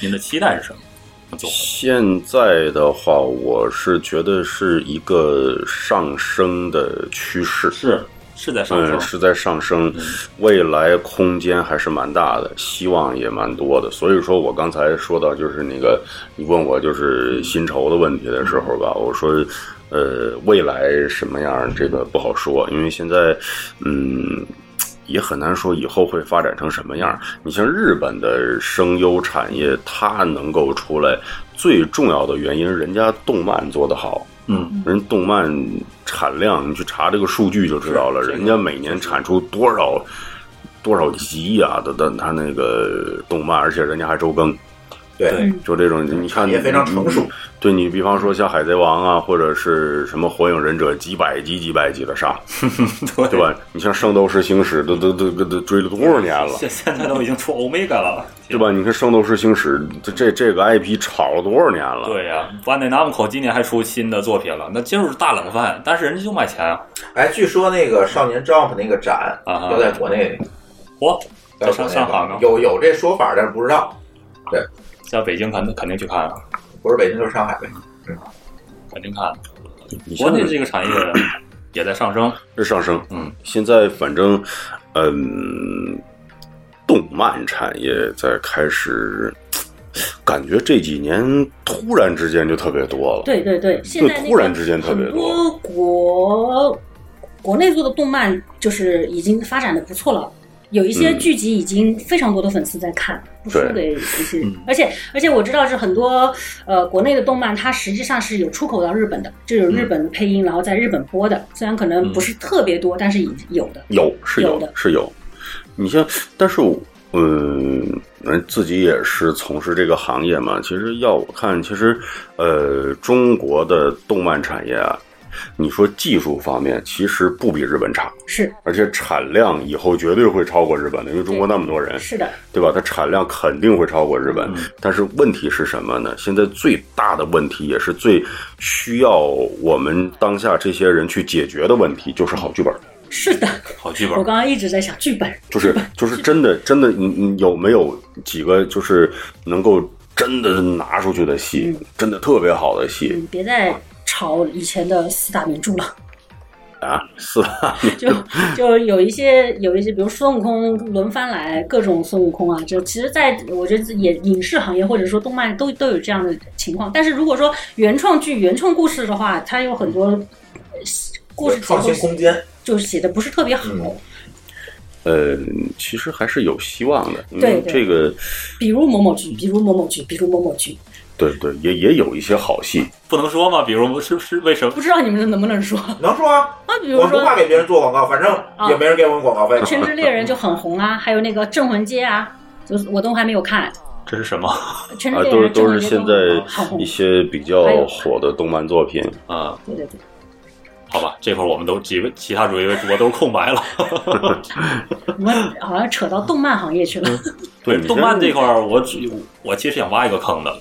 C: 您的期待是什么？总
E: 现在的话，我是觉得是一个上升的趋势，
C: 是是在上
E: 嗯，
C: 升，嗯
E: 是在上升，未来空间还是蛮大的，希望也蛮多的。所以说我刚才说到，就是那个你问我就是薪酬的问题的时候
C: 嗯
E: 吧，我说。呃，未来什么样这个不好说，因为现在，嗯，也很难说以后会发展成什么样。你像日本的声优产业，它能够出来，最重要的原因，人家动漫做得好，
C: 嗯，
E: 人动漫产量，你去查这个数据就知道了，
C: 是这个
E: 人家每年产出多少多少集呀、的的他那个动漫，而且人家还周更，
D: 对，
G: 嗯
E: 就这种你看
D: 也非常成熟。
E: 对你比方说像《海贼王》啊，或者是什么《火影忍者》，几百集几百集的上，
C: 对
E: 对？吧？你像《圣斗士星矢》都，都都都都追了多少年了？
C: 现现在都已经出 Omega 了，
E: 对吧？你看《圣斗士星矢》这这这个 IP 炒了多少年了？
C: 对呀、万代南 a 口今年还出新的作品了，那进入大冷饭，但是人家就卖钱啊！
D: 哎，据说那个少年 Jump 那个展
C: 啊哈
D: 要在国内，
C: 嚯、在
D: 在国
C: 上
D: 内
C: 上海吗
D: 有有这说法，但是不知道，
C: 在北京肯定肯定去看啊。
D: 不是北京就是上海呗。
C: 肯定看。
E: 你
C: 国
E: 像
C: 内这个产业也在上升，
E: 是上升。
C: 嗯，
E: 现在反正，嗯，动漫产业在开始，感觉这几年突然之间就特别多了。，
G: 对对对，现在那个
E: 突然之间特别
G: 很
E: 多
G: 多国国内做的动漫就是已经发展的不错了。有一些
E: 嗯
G: 剧集已经非常多的粉丝在看，不输
E: 对
G: 给一些，而且而且我知道是很多呃国内的动漫，它实际上是有出口到日本的，就有日本的配音，然后在日本播的，虽然可能不
E: 嗯
G: 是特别多，但是有的。
E: 有是有
G: 有的
E: 是有。你像，但是我，嗯，嗯自己也是从事这个行业嘛。其实要我看，其实，呃，中国的动漫产业啊，你说技术方面其实不比日本差，
G: 是
E: 而且产量以后绝对会超过日本的，因为中国那么多人。
G: 是的，
E: 对吧？它产量肯定会超过日本，
C: 嗯
E: 但是问题是什么呢？现在最大的问题，也是最需要我们当下这些人去解决的问题，就是好剧本，
G: 是的，
C: 好剧
G: 我
C: 本。
G: 刚刚一直在想剧本，
E: 就是就是真的真的，你你有没有几个就是能够真的拿出去的戏，真的特别好的戏
G: 嗯，别再炒以前的四大名著了。
E: 啊？是吧？
G: 就就有一些有一些，比如孙悟空轮番来，各种孙悟空啊，就其实在我觉得也影视行业或者说动漫都都有这样的情况。但是如果说原创剧、原创故事的话，它有很多呃故事
D: 有创新
G: 结构
D: 空间，
G: 就是写的不是特别好，
D: 嗯
E: 呃，其实还是有希望的，因
G: 对
E: 为
G: 对
E: 嗯这个
G: 比如某某剧，比如某某剧，比如某某剧，
E: 对对，也也有一些好戏，
C: 不能说吗？比如是是为什么
G: 不？知道你们能不能说啊？
D: 能说啊？
G: 比如
D: 我不
G: 说啊
D: 怕给别人做广告，反正也没人给我们广告费
G: 《全职猎人》就很红啊，还有那个《镇魂街》啊，就是我都还没有看
C: 这是什么
G: 《全职
E: 啊，
G: 猎
E: 都是
G: 人》。
E: 都是
G: 镇魂街
E: 现在
G: 很红
E: 一，些比较火的动漫作品。
C: 啊？
G: 对对对，
C: 好吧，这会儿我们都几位其他主位主播都是空白了。
G: 我们好像扯到动漫行业去
E: 嗯
G: 了。
E: 对，你
C: 动
E: 像
C: 漫这块儿，我只我其实想挖一个坑的，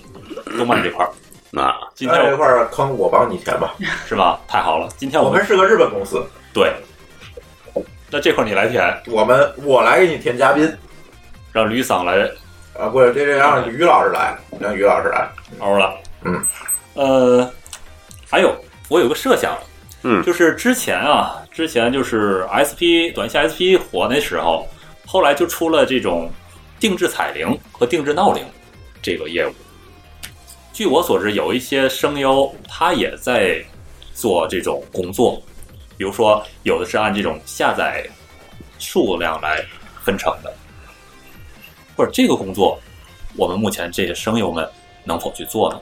C: 动漫这块儿。
E: 啊，
C: 今
D: 那这
C: 天
D: 块儿坑我帮你填吧，
C: 是吧？太好了，今天
D: 我
C: 我
D: 们
C: 们
D: 是个日本公司，
C: 对。那这块儿你来填，
D: 我们我来给你填嘉宾
C: 让吕桑来
D: 啊，不是这这
C: 嗯
D: 让于老师来，让于老师来，
C: 欧了。
D: 嗯，
C: 呃，还有我有个设想，
E: 嗯
C: 就是之前啊，之前就是 SP 短线 SP 火那时候，后来就出了这种定制彩铃和定制闹铃这个业务。据我所知，有一些声优他也在做这种工作，比如说有的是按这种下载数量来分成的，或者这个工作，我们目前这些声优们能否去做呢？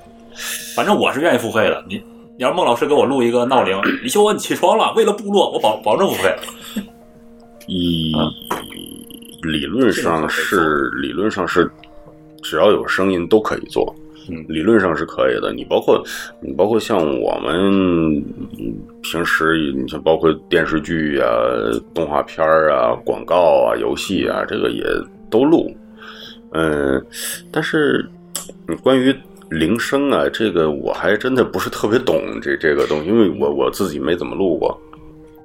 C: 反正我是愿意付费的。你，你要是孟老师给我录一个闹铃，李修我你起床了，为了部落，我保保证付费。
E: 以
C: 啊
E: 理论上是理论上是，只要有声音都可以做
C: 嗯。
E: 理论上是可以的，你包括你包括像我们嗯平时，你像包括电视剧啊、动画片儿啊、广告啊、游戏啊，这个也都录。嗯，但是嗯关于铃声啊，这个我还真的不是特别懂这这个东西，因为我我自己没怎么录过。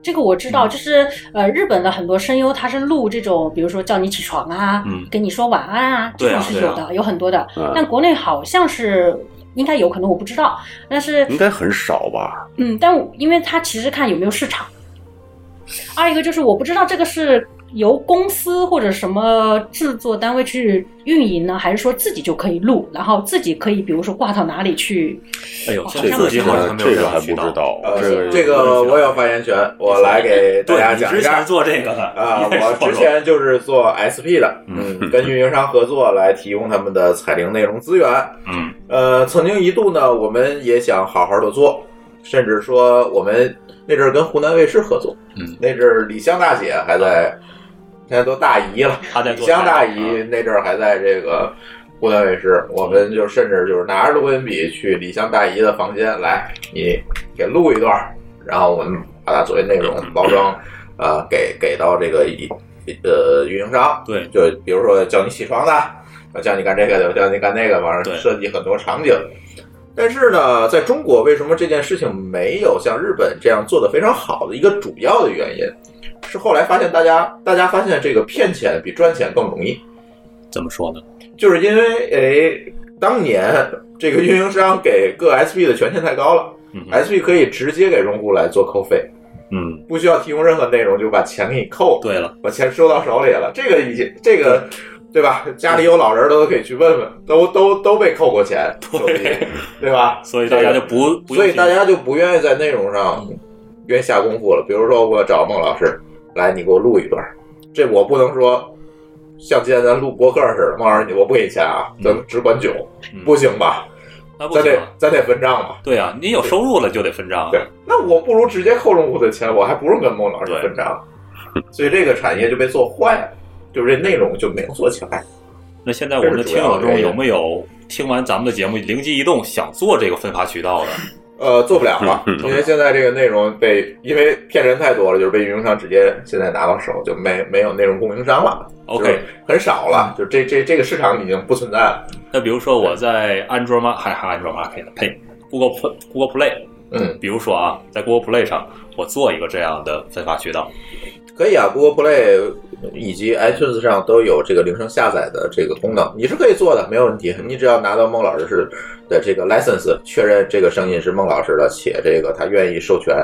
G: 这个我知
E: 嗯
G: 道，就是呃，日本的很多声优他是录这种，比如说叫你起床啊，
C: 嗯
G: 跟你说晚安啊，这
C: 对
G: 种
C: 啊
G: 是有的，有很多的。
E: 嗯
G: 但国内好像是应该有可能我不知道，但是
E: 应该很少吧？
G: 嗯，但我因为它其实看有没有市场。二一个就是我不知道这个是由公司或者什么制作单位去运营呢，还是说自己就可以录，然后自己可以比如说挂到哪里去？
C: 哎
D: 哦
C: 呦，
G: 这
C: 现
E: 这
G: 上
C: 在
E: 个
C: 手
G: 面
C: 机
E: 这
G: 是
C: 好像还没有
E: 个这个还
C: 样
E: 不
C: 渠
E: 知
C: 道。
E: 道，
D: 呃
E: 这个，
D: 这个我有发言权，我来给大家
C: 啊对，你
D: 讲一
C: 之
D: 下
C: 前。做这个的
D: 啊、
C: 你也是
D: 我
C: 创作
D: 之前就是做 SP 的，
C: 嗯
D: 嗯，跟运营商合作来提供他们的彩铃内容资源。
C: 嗯
D: 呃，曾经一度呢，我们也想好好的做，甚至说我们那阵儿跟湖南卫视合作，
C: 嗯，
D: 那阵儿李湘大姐还在，现在都大姨了，
C: 他在
D: 李
C: 做嗯
D: 湘大
C: 彩铃
D: 姨那阵儿还在这个湖南卫视，我们就甚至就是拿着录音笔去李湘大姨的房间来，你给录一段儿，然后我们把它作为内 容包装，呃，给给到这个一呃运营商，
C: 啊对
D: 就比如说叫你起床的，叫你干这个的，叫你干那个，往
C: 对
D: 上设计很多场景。但是呢，在中国为什么这件事情没有像日本这样做得非常好的一个主要的原因，是后来发现大家大家发现这个骗钱比赚钱更容易，
C: 怎么说呢？
D: 就是因为诶、当年这个运营商给各 SP 的权限太高了
C: 嗯哼
D: ，SP 可以直接给用户来做扣费，
C: 嗯，
D: 不需要提供任何内容就把钱给你扣了。
C: 对了，
D: 我钱收到手里了，这个已经这个对吧？家里有老人都可以去问问，都都都被扣过钱，手机
C: 对
D: 对吧？
C: 所以大家就不不
D: 所
C: 用
D: 以
C: 去
D: 大家就不愿意在内容上愿意下功夫了。比如说，我找孟老师来，你给我录一段，这我不能说像今天咱录播客似的，孟老师你我不给你钱啊，咱们只管酒，
C: 嗯
D: 不行吧？
C: 那不
D: 咱
C: 行
D: 得
C: 啊。
D: 咱得分账吧。
C: 对啊，你有收入了就得分账啊。
D: 对，那我不如直接扣用户的钱，我还不如跟孟老师分账，所以这个产业就被做坏了，就是这内容就没有做起来。
C: 那现在我们的
D: 这是
C: 听
D: 主要
C: 友
D: 的
C: 中
D: 原因
C: 有没有听完咱们的节目灵机一动想做这个分发渠道的？
D: 呃，做不了了，
E: 嗯
D: 因为现在这个内容被因为骗人太多了，就是被运营商直接现在拿到手，就没没有内容供应商了
C: OK
D: 就是很少了，
E: 嗯
D: 就这这这个市场已经不存在了。
C: 那比如说我在安卓吗？还还安卓吗？可以的，呸，Google Play- Google Play，
D: 嗯，
C: 比如说啊，在 Google Play 上，我做一个这样的分发渠道，
D: 可以啊，Google Play 以及 iTunes 上都有这个铃声下载的这个功能，你是可以做的，没有问题。你只要拿到孟老师是的这个 license，确认这个声音是孟老师的，且这个他愿意授权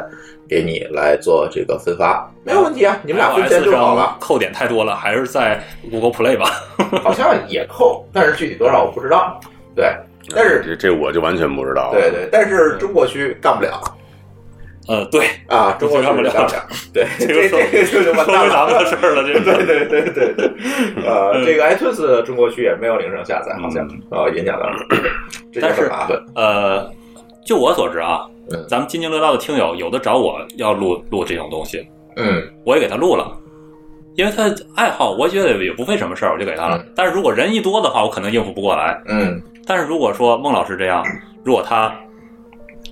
D: 给你来做这个分发，没有问题啊，你们俩分钱
C: iOS
D: 就好了
C: 上。扣点太多了，还是在 Google Play 吧？
D: 好像也扣，但是具体多少我不知道。对，但是
C: 嗯
E: 这这我就完全不知道了。
D: 对对，但是中国区干不了，
C: 呃，对，
D: 啊，中国
C: 就干不了
D: 干不了。对，这
C: 这个说
D: 这个就 就完
C: 说
D: 蛋
C: 回咱
D: 了
C: 们的。事儿了，这
D: 对
C: 个。
D: 对对对对，呃，这个 iTunes 的中国区也没有铃声下载，好像
C: 嗯
D: 啊，影 响到了，这就
C: 但是
D: 很麻烦。
C: 呃，就我所知啊
D: 嗯，
C: 咱们津津乐道的听友有的找我要录录这种东西，
D: 嗯，
C: 我也给他录了，因为他爱好，我觉得也不费什么事儿，我就给他了
D: 嗯。
C: 但是如果人一多的话，我可能应付不过来。
D: 嗯
C: 但是如果说孟老师这样，如果他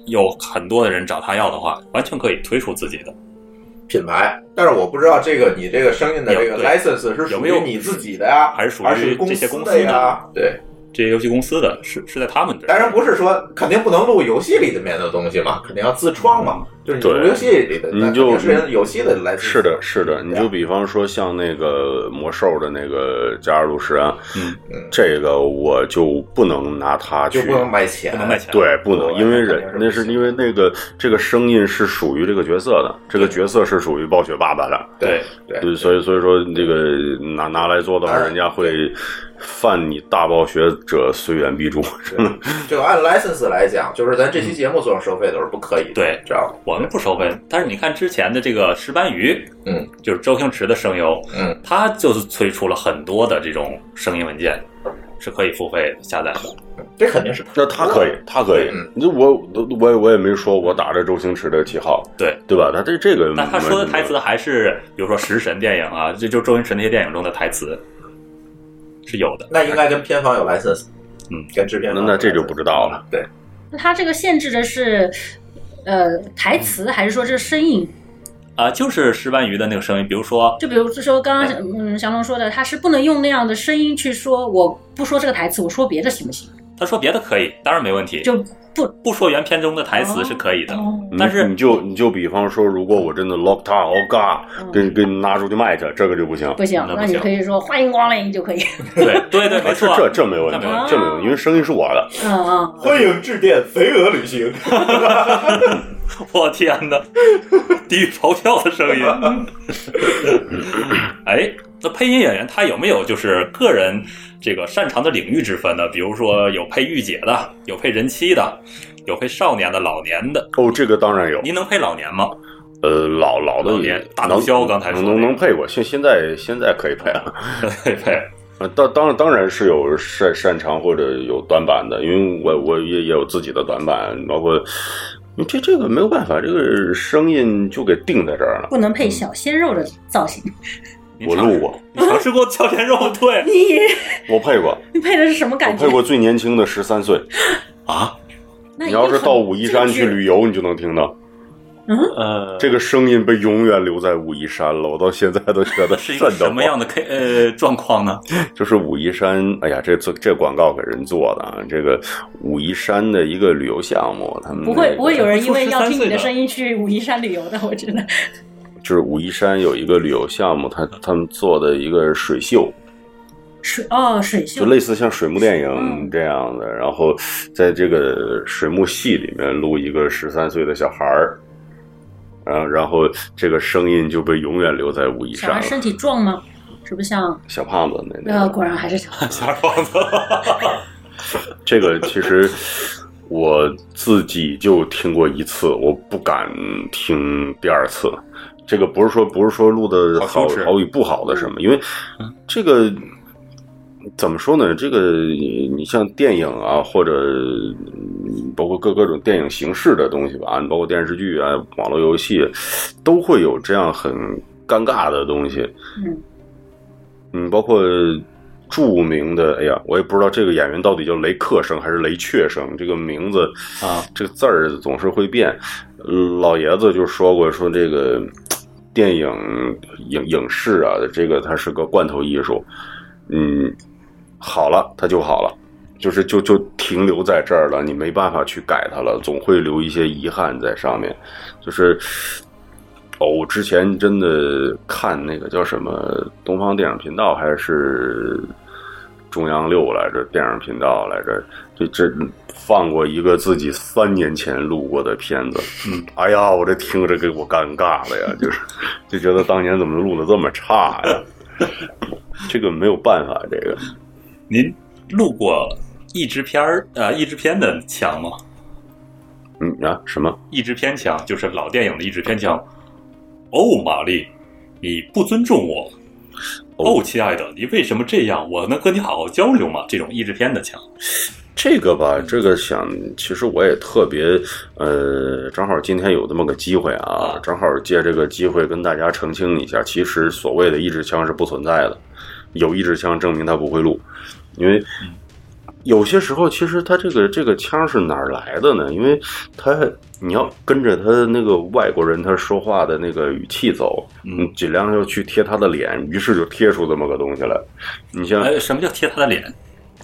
C: 有很多的人找他要的话，完全可以推出自己的。
D: 品牌，但是我不知道这个你这个声音的这个
C: 有对
D: license 是
C: 有
D: 属
C: 没
D: 于
C: 有
D: 你自己的呀，
C: 还
D: 还
C: 是属于
D: 公
C: 这些公司
D: 的呀？对，
C: 这些游戏公司的是是在他们这儿，
D: 当然不是说肯定不能录游戏里面的东西嘛，肯定要自创嘛，就是你
E: 对
D: 录游戏里的，
E: 你
D: 那肯
E: 就
D: 定是游戏的 license。
E: 是的，是的，你
D: 对啊
E: 就比方说像那个魔兽的那个加尔鲁什啊，
C: 嗯
E: 这个我就不能拿它
D: 就
E: 去
D: 不能卖钱，
C: 不能卖钱。
E: 对，不能，
D: 对
E: 因为
D: 那
E: 人
D: 肯定是不
E: 那是
D: 行
E: 因为那个这个声音是属于这个角色的，这个角色是属于暴雪爸爸的，
D: 对
C: 对
D: 对
E: 对，所以所以说这个拿拿来做的话，
D: 当然
E: 人家会犯你大暴雪者虽远必诛，真的。
D: 就按 license 来讲，就是咱这期节目做上收费都是不可以的，
C: 对
D: 知道吗？
C: 我们不收费，但是你看之前的这个石斑鱼，
D: 嗯，
C: 就是周星驰的声优，
D: 嗯，
C: 他就是推出了很多的这种声音文件，是可以付费下载
D: 嗯
C: 的。
D: 这肯定是
E: 那他可以，他可以
D: 嗯，
E: 那我我也我也没说我打着周星驰的旗号，
C: 对
E: 对吧？他这这个，
C: 但他说的台词还是，比如说《食神》电影啊，这就周星驰那些电影中的台词是有的。
D: 那应该跟片方有 license，
C: 嗯，
D: 跟制片方有 license。
E: 那那这就不知道了。
D: 对，
G: 那它这个限制的是，呃，台
E: 嗯
G: 词还是说这个声音？
C: 啊、就是石斑鱼的那个声音，比如说，
G: 就比如说刚
E: 哎
G: 刚嗯祥龙说的，他是不能用那样的声音去说，我不说这个台词，我说别的行不行？
C: 他说别的可以，当然没问题，
G: 就不
E: 哦
C: 不说原片中的台词是可以的。
G: 哦，
E: 你
C: 但是
E: 你就你就比方说，如果我真的 lock 他 o god，
G: 嗯
E: 给给你拿出去卖去，这个就不行。
G: 不行，
C: 那不
G: 那你
C: 行
G: 可以说欢迎光临就可以。
C: 对对 对，
E: 啊
C: 没
E: 这
C: 错，啊
E: 这这没问题
C: 那没问，
G: 题
E: 这没问题，因为声音是我的。
G: 嗯嗯，
D: 欢迎致电肥鹅旅行。
C: 我天哪，地狱咆哮的声音。哎，那配音演员他有没有就是个人这个擅长的领域之分呢？比如说有配御姐的，有配人妻的，有配少年的、老年的。
E: 哦，这个当然有。
C: 您能配老年吗？
E: 呃，老老的
C: 老年大毒枭刚才说
E: 能
C: 那
E: 能
C: 个
E: 能配过，现现在现在可以配了。
C: 配配。
E: 呃，当当然当然是有擅擅长或者有短板的，因为我我也也有自己的短板，包括嗯这这个没有办法，这个声音就给定在这儿了。
G: 不能配小鲜肉的造型。
C: 您
E: 我
C: 尝试
E: 录过，
C: 你尝试过敲鲜肉？ 对
G: 你
E: 我配过，
G: 你配的是什么
E: 我
G: 感觉
E: 配？过最年轻的十三岁。
C: 啊，
G: 那
E: 你
G: 一定
E: 要是
G: 很
E: 到武夷山去
G: 正式
E: 旅游，你就能听到
G: 嗯
C: 呃，
E: 这个声音被永远留在武夷山了。我到现在都觉 得
C: 是一
E: 瘆
C: 个
E: 得
C: 什么
E: 慌。
C: 样的 K 呃状况 呢？
E: 就是武夷山，哎呀，这做这广告给人做的啊！这个武夷山的一个旅游项目，他们
G: 不会
E: 那个
G: 不会有人因为要听你的
C: 13岁的
G: 声音去武夷山旅游的，我觉得。
E: 就是武夷山有一个旅游项目，他他们做的一个水秀，
G: 水哦，水
E: 就
G: 秀
E: 类似像水幕电影
G: 嗯
E: 这样的，然后在这个水幕戏里面录一个十三岁的小孩儿，然后然后这个声音就被永远留在武夷
G: 小
E: 山
G: 孩
E: 了。
G: 身体壮吗？是不是像
E: 小胖子那那
G: 呃，
E: 个
G: 果然还是小孩。
C: 瞎撞的。
E: 这个其实我自己就听过一次，我不敢听第二次。这个不是说不是说录的
C: 好
E: 好
C: 羞耻
E: 好与不好的什么，因为这个怎么说呢？这个你你像电影啊，或者嗯包括各各种电影形式的东西吧，包括电视剧啊、网络游戏，都会有这样很尴尬的东西。
G: 嗯，
E: 嗯，包括著名的，哎呀，我也不知道这个演员到底叫雷克生还是雷雀生，这个名字
C: 啊，
E: 这个字儿总是会变。呃老爷子就说过，说这个电影影影视啊，这个它是个罐头艺术，嗯，好了，它就好了。就是就就停留在这儿了，你没办法去改它了，总会留一些遗憾在上面。就是哦，我之前真的看那个叫什么东方电影频道还是中央六来着电影频道来着，这这放过一个自己三年前录过的片子，
C: 嗯，
E: 哎呀，我这听着给我尴尬了呀，就是就觉得当年怎么录的这么差呀。这个没有办法，这个
C: 您录过译制片儿呃译制片的墙吗？
E: 嗯啊什么？
C: 意志偏强，就是老电影的意志偏强。哦，玛丽，你不尊重我。
E: 哦
C: 哦，亲爱的，你为什么这样？我能跟你好好交流吗？这种意志偏的强，
E: 这个吧，这个想，其实我也特别，呃，正好今天有这么个机会啊
C: 啊，
E: 正好借这个机会跟大家澄清一下，其实所谓的一支枪是不存在的，有一支枪证明它不会录，因为有些时候其实它这个这个枪是哪儿来的呢？因为它你要跟着他那个外国人他说话的那个语气走，
C: 嗯
E: 你尽量就去贴他的脸，于是就贴出这么个东西来。你像
C: 哎，什么叫贴他的脸？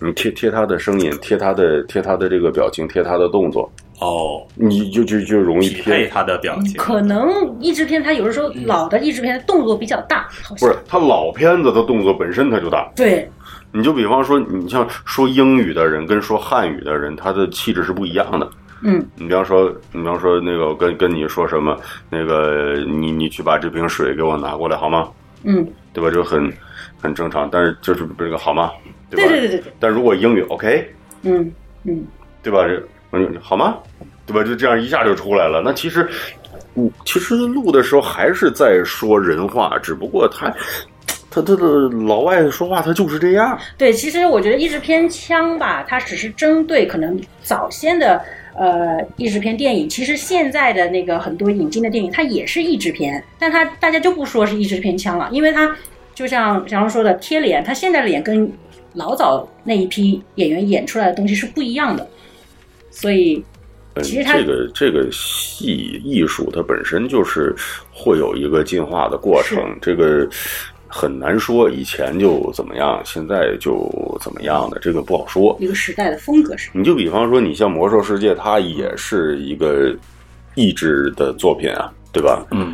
E: 你贴贴他的声音，贴他的贴他的这个表情，贴他的动作，
C: 哦，
E: 你就就就容易
C: 匹配
E: 贴。
C: 他的表情。
G: 嗯可能译制片它有的时候老的译制片它动作比较大，好
E: 嗯不
G: 像
E: 是他老片子的动作本身他就大，
G: 对
E: 你就比方说，你像说英语的人跟说汉语的人，他的气质是不一样的。
G: 嗯，
E: 你比方说，你比方说那个我跟跟你说什么，那个你你去把这瓶水给我拿过来好吗？
G: 嗯，
E: 对吧？就很很正常，但是就是这个好吗？对
G: 对
E: 吧？
G: 对对对对，
E: 但如果英语 OK，
G: 嗯嗯，
E: 对吧？这嗯好吗？对吧？就这样一下就出来了。那其实，嗯其实录的时候还是在说人话，只不过他他他的老外说话他就是这样。
G: 对，其实我觉得译制片枪吧，它只是针对可能早先的呃译制片电影，其实现在的那个很多引进的电影，它也是译制片，但它大家就不说是译制片枪了，因为它就像小龙说的贴脸，它现在的脸跟老早那一批演员演出来的东西是不一样的，所以
E: 嗯
G: 其实他
E: 这个这个戏艺术它本身就是会有一个进化的过程，这个很难说以前就怎么样，现在就怎么样的，这个不好说。
G: 一个时代的风格是。
E: 你就比方说，你像《魔兽世界》，它也是一个益智的作品啊，对吧？
C: 嗯，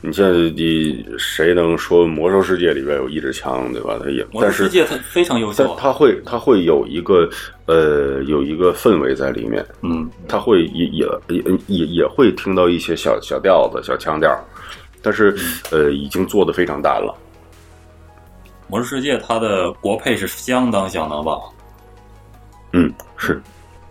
E: 你像你谁能说《魔兽世界》里边有一支枪，对吧？它也，
C: 魔兽
E: 但是
C: 世界它非常优
E: 但
C: 秀啊。
E: 它会它会有一个呃有一个氛围在里面，
C: 嗯，
E: 它会也也也也也会听到一些小小调子、小腔调，但是
C: 嗯
E: 呃已经做的非常淡了。
C: 魔兽世界它的国配是相当相当棒。
E: 嗯，是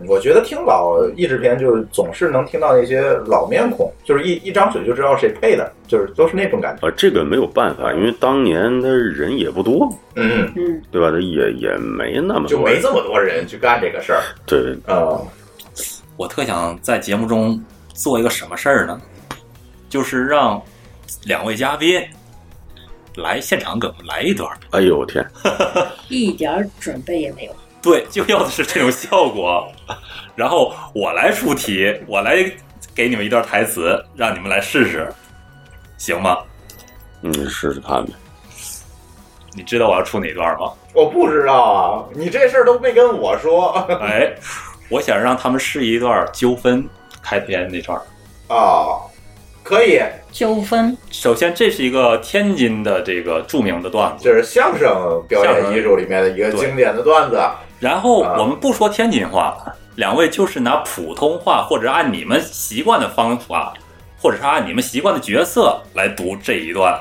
D: 我觉得听老译制片，就是总是能听到那些老面孔，就是一一张嘴就知道谁配的，就是都是那种感觉。
E: 啊、这个没有办法，因为当年他人也不多，
D: 嗯，
G: 嗯，
E: 对吧？他也也没那么
D: 就
E: 多
D: 没
E: 人，
D: 这么多人去干这个事儿
E: 对，
D: 啊。
C: 我特想在节目中做一个什么事儿呢？就是让两位嘉宾来现场给我们来一段儿。
E: 哎呦我天，
G: 一点儿准备也没有。
C: 对，就要的是这种效果。然后我来出题，我来给你们一段台词，让你们来试试，行吗？
E: 嗯，试试看呗。
C: 你知道我要出哪段吗？
D: 我不知道啊，你这事儿都没跟我 说
C: 哎，我想让他们试一段纠纷开篇那段儿。
D: 啊，可以，
G: 纠纷，
C: 首先，这是一个天津的这个著名的段子，
D: 这是相声表演艺术里面的一个经典的段子。
C: 然后
D: 啊
C: 我们不说天津话，两位就是拿普通话或者按你们习惯的方法，或者是按你们习惯的角色来读这一段，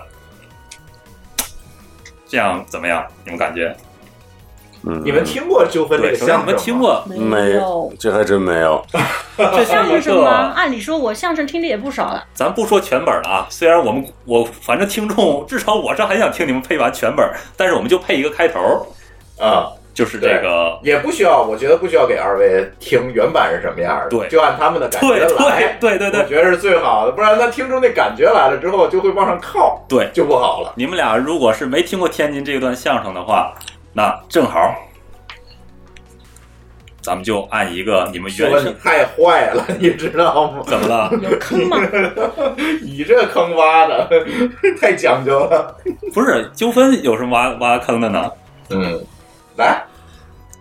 C: 这样怎么样？你们感觉？
E: 嗯，
D: 你们听过纠纷这
C: 对，
D: 个
C: 首
D: 相
C: 先
D: 声
C: 你
D: 吗
C: 们听，过，
E: 没
G: 有，
E: 这还真没有。
C: 这
G: 相
C: 是
G: 声
C: 一
G: 是吗？
C: 个，
G: 按理说我相声听的也不少了，
C: 咱不说全本了啊。虽然我们我反正听众至少我是很想听你们配完全本，但是我们就配一个开头，
D: 啊、
C: 就是这个，
D: 也不需要，我觉得不需要给二位听原版是什么样的，
C: 对
D: 就按他们的感
C: 对
D: 觉来。
C: 对对对
D: 我
C: 对。
D: 觉得是最好的，不然他听出那感觉来了之后，就会往上靠，
C: 对
D: 就不好了。
C: 你们俩如果是没听过天津这一段相声的话，那正好，咱们就按一个你们
D: 说
C: 原
D: 你
C: 声
D: 太坏了，你知道吗？
C: 怎么了？
G: 有坑吗？
D: 你这坑挖的 太讲究了。
C: 不是纠纷有什么挖挖坑的呢？
D: 嗯，来，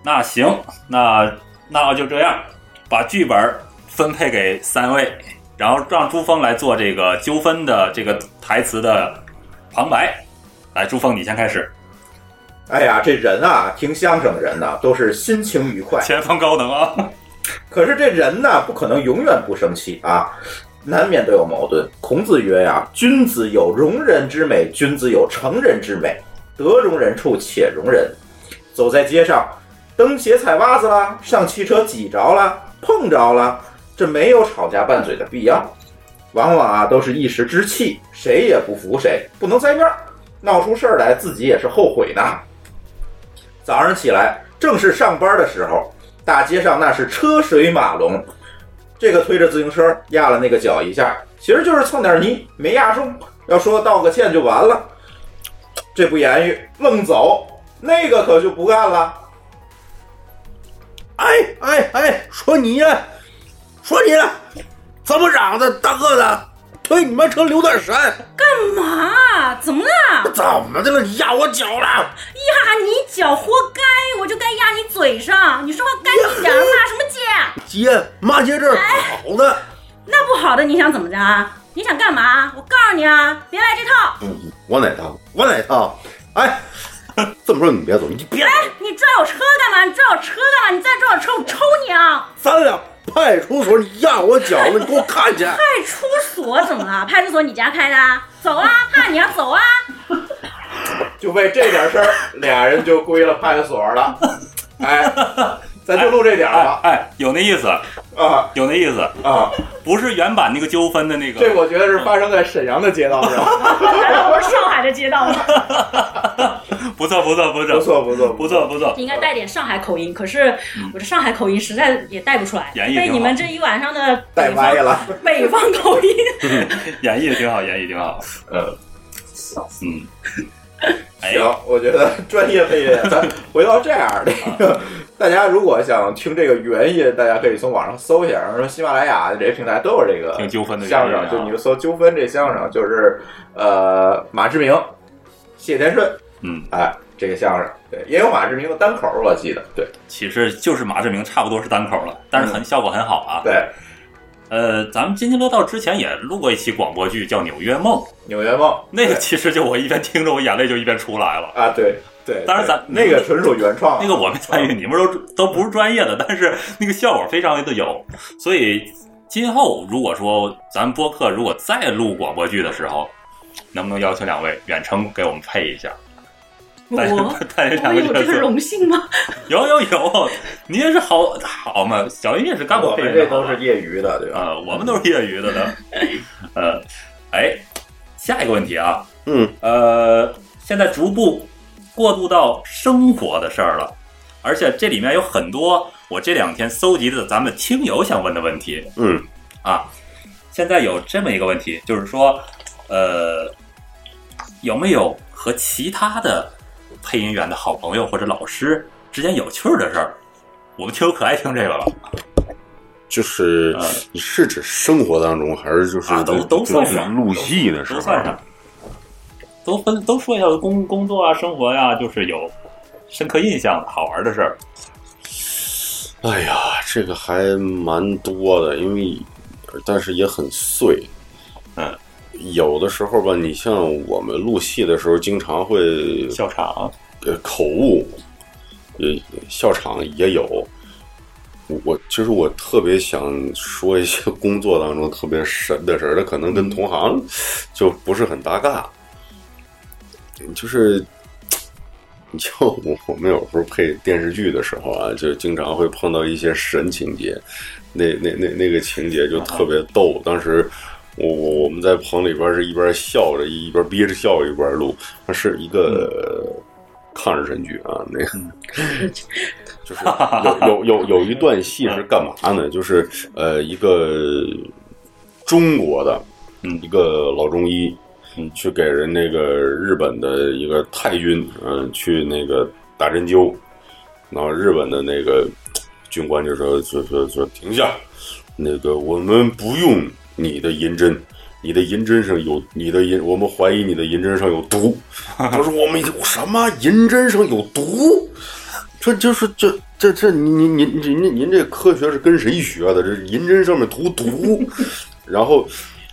C: 那行，那那就这样，把剧本分配给三位，然后让朱峰来做这个纠纷的这个台词的旁白。来，朱峰，你先开始，
D: 哎呀，这人啊，听相声的人呐、都是心情愉快，
C: 前方高能啊！
D: 可是这人呢，不可能永远不生气啊，难免都有矛盾。孔子曰呀、君子有容人之美，君子有成人之美，得容人处且容人。走在街上，蹬鞋踩袜子啦，上汽车挤着啦，碰着了，这没有吵架拌嘴的必要，往往啊都是一时之气，谁也不服谁，不能栽面儿，闹出事儿来自己也是后悔呢。早上起来正是上班的时候，大街上那是车水马龙，这个推着自行车压了那个脚一下，其实就是蹭点泥，没压中，要说道个歉就完了。这不言语，愣走，那个可就不干了。
B: 哎哎哎，说你呀，说你呀，怎么嚷的，大个子，推你妈车留点神，
D: 啊
G: 干嘛？怎么啦？
B: 怎么的了？你压我脚了？
G: 压你脚，活该！我就该压你嘴上。你说话干净点儿，骂什么街？
B: 姐，骂街这儿好的，
G: 那不好的，你想怎么着啊？你想干嘛？我告诉你啊，别来这套！
E: 我哪趟？我哪趟？哎，这么说你别走，你别
G: 哎，你拽我车干嘛？你拽我车干嘛？你再拽我车，我抽你啊！
B: 咱俩派出所，你压我脚了，你给我看去。
G: 派出所怎么了？派出所你家开的啊？走啊，怕你啊，走啊！
D: 就为这点事儿，俩人就归了派出所了。哎，咱就录这点儿
C: 哎
D: 吧。
C: 哎，有那意思，
D: 啊
C: 有那意思，
D: 啊，
C: 不是原版那个纠纷的那个。
D: 这我觉得是发生在沈阳的街道上，
G: 难道不是上海的街道吗？
C: 不错不错不错
D: 不错不错
C: 不错不错，
G: 应该带点上海口音，可是我这上海口音实在也带不出来，
C: 演绎挺好
G: 被你们这一晚上的
D: 带
G: 北
D: 歪
G: 方
D: 了。
G: 北方口音。
C: 演绎的挺好，演绎挺好。
D: 嗯，
C: 嗯，哎
D: 行，我觉得专业配乐，咱回到这样的，那个大家如果想听这个原音，大家可以从网上搜一下，然后喜马拉雅这些平台都有这个
C: 挺纠纷的
D: 相
C: 原因
D: 声，
C: 啊
D: 就你就搜纠纷这相声，就是呃马志明、谢天顺，
C: 嗯，
D: 哎，这个相声，对，也有马志明的单口，我记得，对
C: 其实就是马志明差不多是单口了，但是很效果很好啊。
D: 嗯对，《
C: 呃，咱们津津乐道之前也录过一期广播剧叫《纽约梦》，
D: 纽约梦》
C: 那个其实就我一边听着我眼泪就一边出来了。
D: 啊，对对，
C: 当然咱
D: 对那个纯属原创，
C: 那个我没参与，你们都都不是专业的，但是那个效果非常的有。所以今后如果说咱播客如果再录广播剧的时候，能不能邀请两位远程给我们配一下？
G: 我
C: 但是但是两
G: 我
C: 个
G: 有哦哎这
C: 角
G: 个
C: 色
G: 荣幸吗？
C: 有有有，您也是好好嘛，小云也是干过
D: 我
C: 配
D: 们
C: 音
D: 这
C: 的，啊
D: 都是业余的，对吧？
C: 呃，我们都是业余的 呢。呃，哎，下一个问题啊，
E: 嗯，
C: 呃，现在逐步过渡到生活的事儿了，而且这里面有很多我这两天搜集的咱们听友想问的问题
E: 嗯
C: 啊。现在有这么一个问题，就是说，呃，有没有和其他的配音员的好朋友或者老师之间有趣儿的事儿？我们听友可爱听这个了
E: 就是
C: 嗯
E: 你是指生活当中，还是就是
C: 啊，都都
E: 就
C: 算
E: 是
C: 上，
E: 录戏的时
C: 都
E: 候？
C: 算上，都分都说一下工工作啊、生活呀、就是有深刻印象的好玩的事儿。
E: 哎呀，这个还蛮多的，因为但是也很碎。
C: 嗯，
E: 有的时候吧，你像我们录戏的时候，经常会
C: 笑场，
E: 呃口误，呃笑场也有。我我其实我特别想说一些工作当中特别神的事儿，那可能跟同行就不是很搭嘎。就是 你像我我们有时候配电视剧的时候啊，就经常会碰到一些神情节，那那那那个情节就特别逗。当时我我我们在棚里边是一边笑着一边憋着笑一边录，它是一个。
C: 嗯
E: 抗日神剧啊，那个 就是有有有有一段戏是干嘛
C: 嗯
E: 呢？就是呃，一个中国的
C: 嗯
E: 一个老中医，
C: 嗯
E: 去给人那个日本的一个太君，嗯、去那个打针灸，然后日本的那个军官就说说说说停下，那个我们不用你的银针，你的银针上有你的银，我们怀疑你的银针上有毒。他说我们有什么银针上有毒？这就是这这这您您您您您这科学是跟谁学的？这银针上面涂毒，然后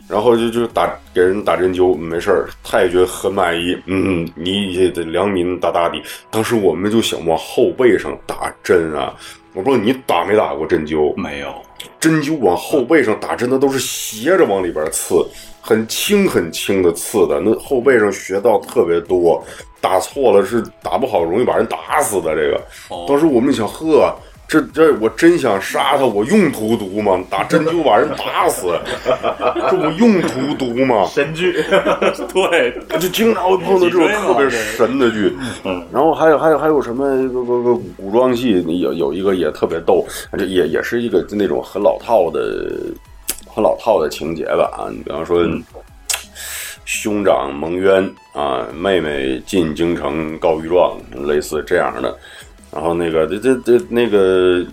E: 然后就就打给人打针灸，没事儿，太君很满意，嗯，你也得良民大大的。当时我们就想往后背上打针啊，我不知道你打没打过针灸，
C: 没有，
E: 针灸往后背上打针，它都是斜着往里边刺，很轻很轻的刺的。那后背上穴道特别哦多，打错了是打不好容易把人打死的。这个，当时我们就想，呵，这这我真想杀他，我用荼毒吗？打针灸把人打死， 这我用荼毒吗？
D: 神剧，
C: 对，
E: 我就经常会碰到这种特别神的剧，
C: 嗯，
E: 然后还有还有还有什么个个个古装戏，有有一个也特别逗，这也也是一个那种很老套的、很老套的情节吧啊，你比方说。兄长蒙冤啊，妹妹进京城告御状，类似这样的。然后那个这这这那个，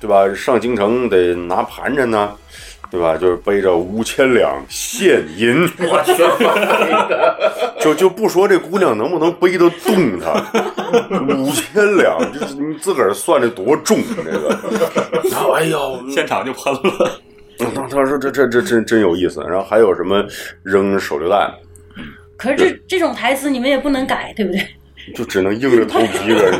E: 对吧？上京城得拿盘缠呢，对吧？就是背着五千两现银，
D: 我去，
E: 就就不说这姑娘能不能背得动她，五千两，这你自个儿算这多重啊这个。 然后 哎呦，
C: 现场就喷了，
E: 嗯当当时这这这真真有意思。然后还有什么扔手榴弹，
G: 可是这这种台词你们也不能改，对不 对？
E: 就只能硬着头皮一个人。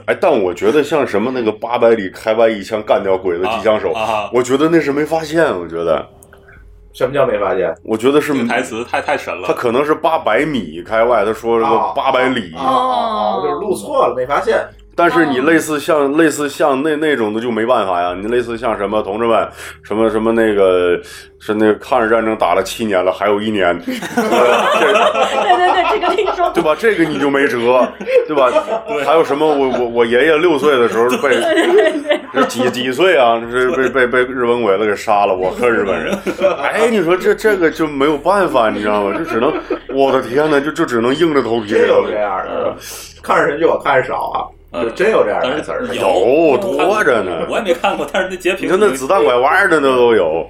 E: 哎，但我觉得像什么那个八百里开外一枪干掉鬼子
C: 啊
E: 机枪手，
C: 啊
E: 我觉得那是没发现。我觉得，
D: 什么叫没发现？
E: 我觉得是
C: 这个台词太太神
E: 他
C: 了，
E: 可能是八百米开外，他说什么
D: 哦
E: 八百里，
G: 哦
D: 我就是录错了，没发现。
E: 但是你类似像、类似像那那种的就没办法呀。你类似像什么同志们，什么什么那个是那个抗日战争打了七年了，还有一年，呃
G: 对对对，这个听说
E: 这对吧？这个你就没辙，对吧？还有什么？我我我爷爷六岁的时候被这几几岁啊？这被被被日本鬼子给杀了，我恨日本人。哎，你说这这个就没有办法，你知道吗？就只能我的天呐，就就只能硬着头皮。
D: 真有这样的，看着人就我看着少啊，
C: 嗯
D: 就真有这样
C: 但
D: 的
C: 是
D: 词儿。
E: 有多哦着呢。
C: 我也没看过，但是那截
E: 你
C: 屏
E: 看那子弹拐弯儿的那都有，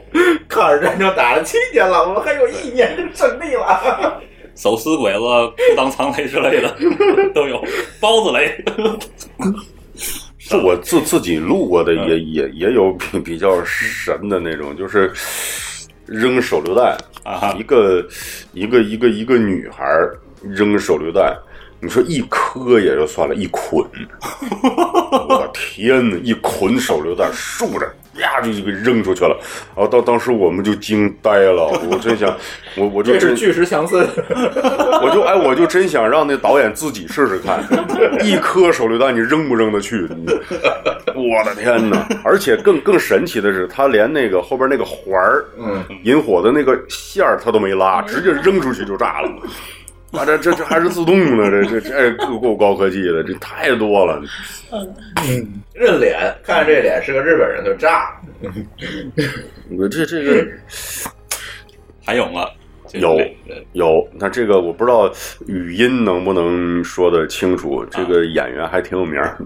D: 抗日战争打了七年了，我们还有一年就胜利了。
C: 手撕鬼子、裤裆藏雷之类的 都有，包子雷，
E: 是嗯我自自己录过的，也也也有比比较神的那种，就是扔手榴弹
C: 啊
E: 一个一个一个一个女孩儿扔手榴弹，你说一颗也就算了，一捆，我天呐，一捆手榴弹竖着。呀，就给扔出去了，然后当当时我们就惊呆了，我真想，我我就
D: 这
E: 真
D: 是巨石强森，
E: 我就哎，我就真想让那导演自己试试看，一颗手榴弹你扔不扔得去？你我的天哪！而且更更神奇的是，他连那个后边那个环儿，
D: 嗯，
E: 引火的那个线儿他都没拉，直接扔出去就炸了。啊，这这这还是自动的，这这这够够高科技的，这太多了。
D: 嗯认脸，看着这脸是个日本人就炸。
E: 我这这个
C: 还有吗？这
E: 有
C: 类
E: 有，那这个我不知道语音能不能说得清楚。这个演员还挺有名儿，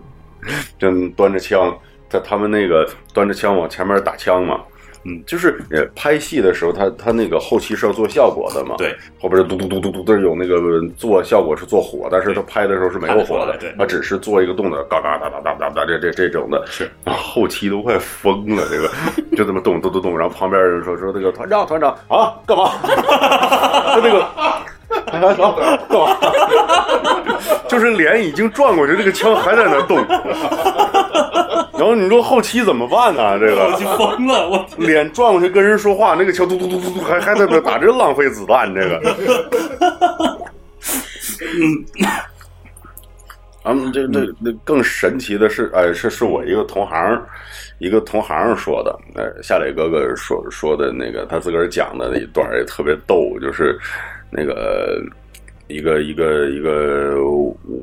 E: 正端着枪，他他们那个端着枪往前面打枪嘛。嗯，就是呃，拍戏的时候，他他那个后期是要做效果的嘛，
C: 对，
E: 后边就嘟嘟嘟嘟嘟嘟有那个做效果是做火，但是他拍的时候是没有火
C: 看得出来对
E: 的，他只是做一个动作，嘎嘎哒哒哒哒哒这这这种的，
C: 是
E: 然后后期都快疯了，这个就这么动动动动，然后旁边人说说那个团长团长啊干嘛？ 就那个团长团长干嘛？ 就是脸已经转过去，这个枪还在那动， 然后你说后期怎么办呢、这个
C: 我就疯了，我
E: 脸转过去跟人说话，那个枪嘟嘟嘟嘟嘟还还在那打，真浪费子弹这个。 嗯，啊，这这那更神奇的是，哎，是是我一个同行，一个同行说的，呃，夏磊哥哥说说的那个他自个儿讲的那一段儿也特别逗，就是那个。一个一个一个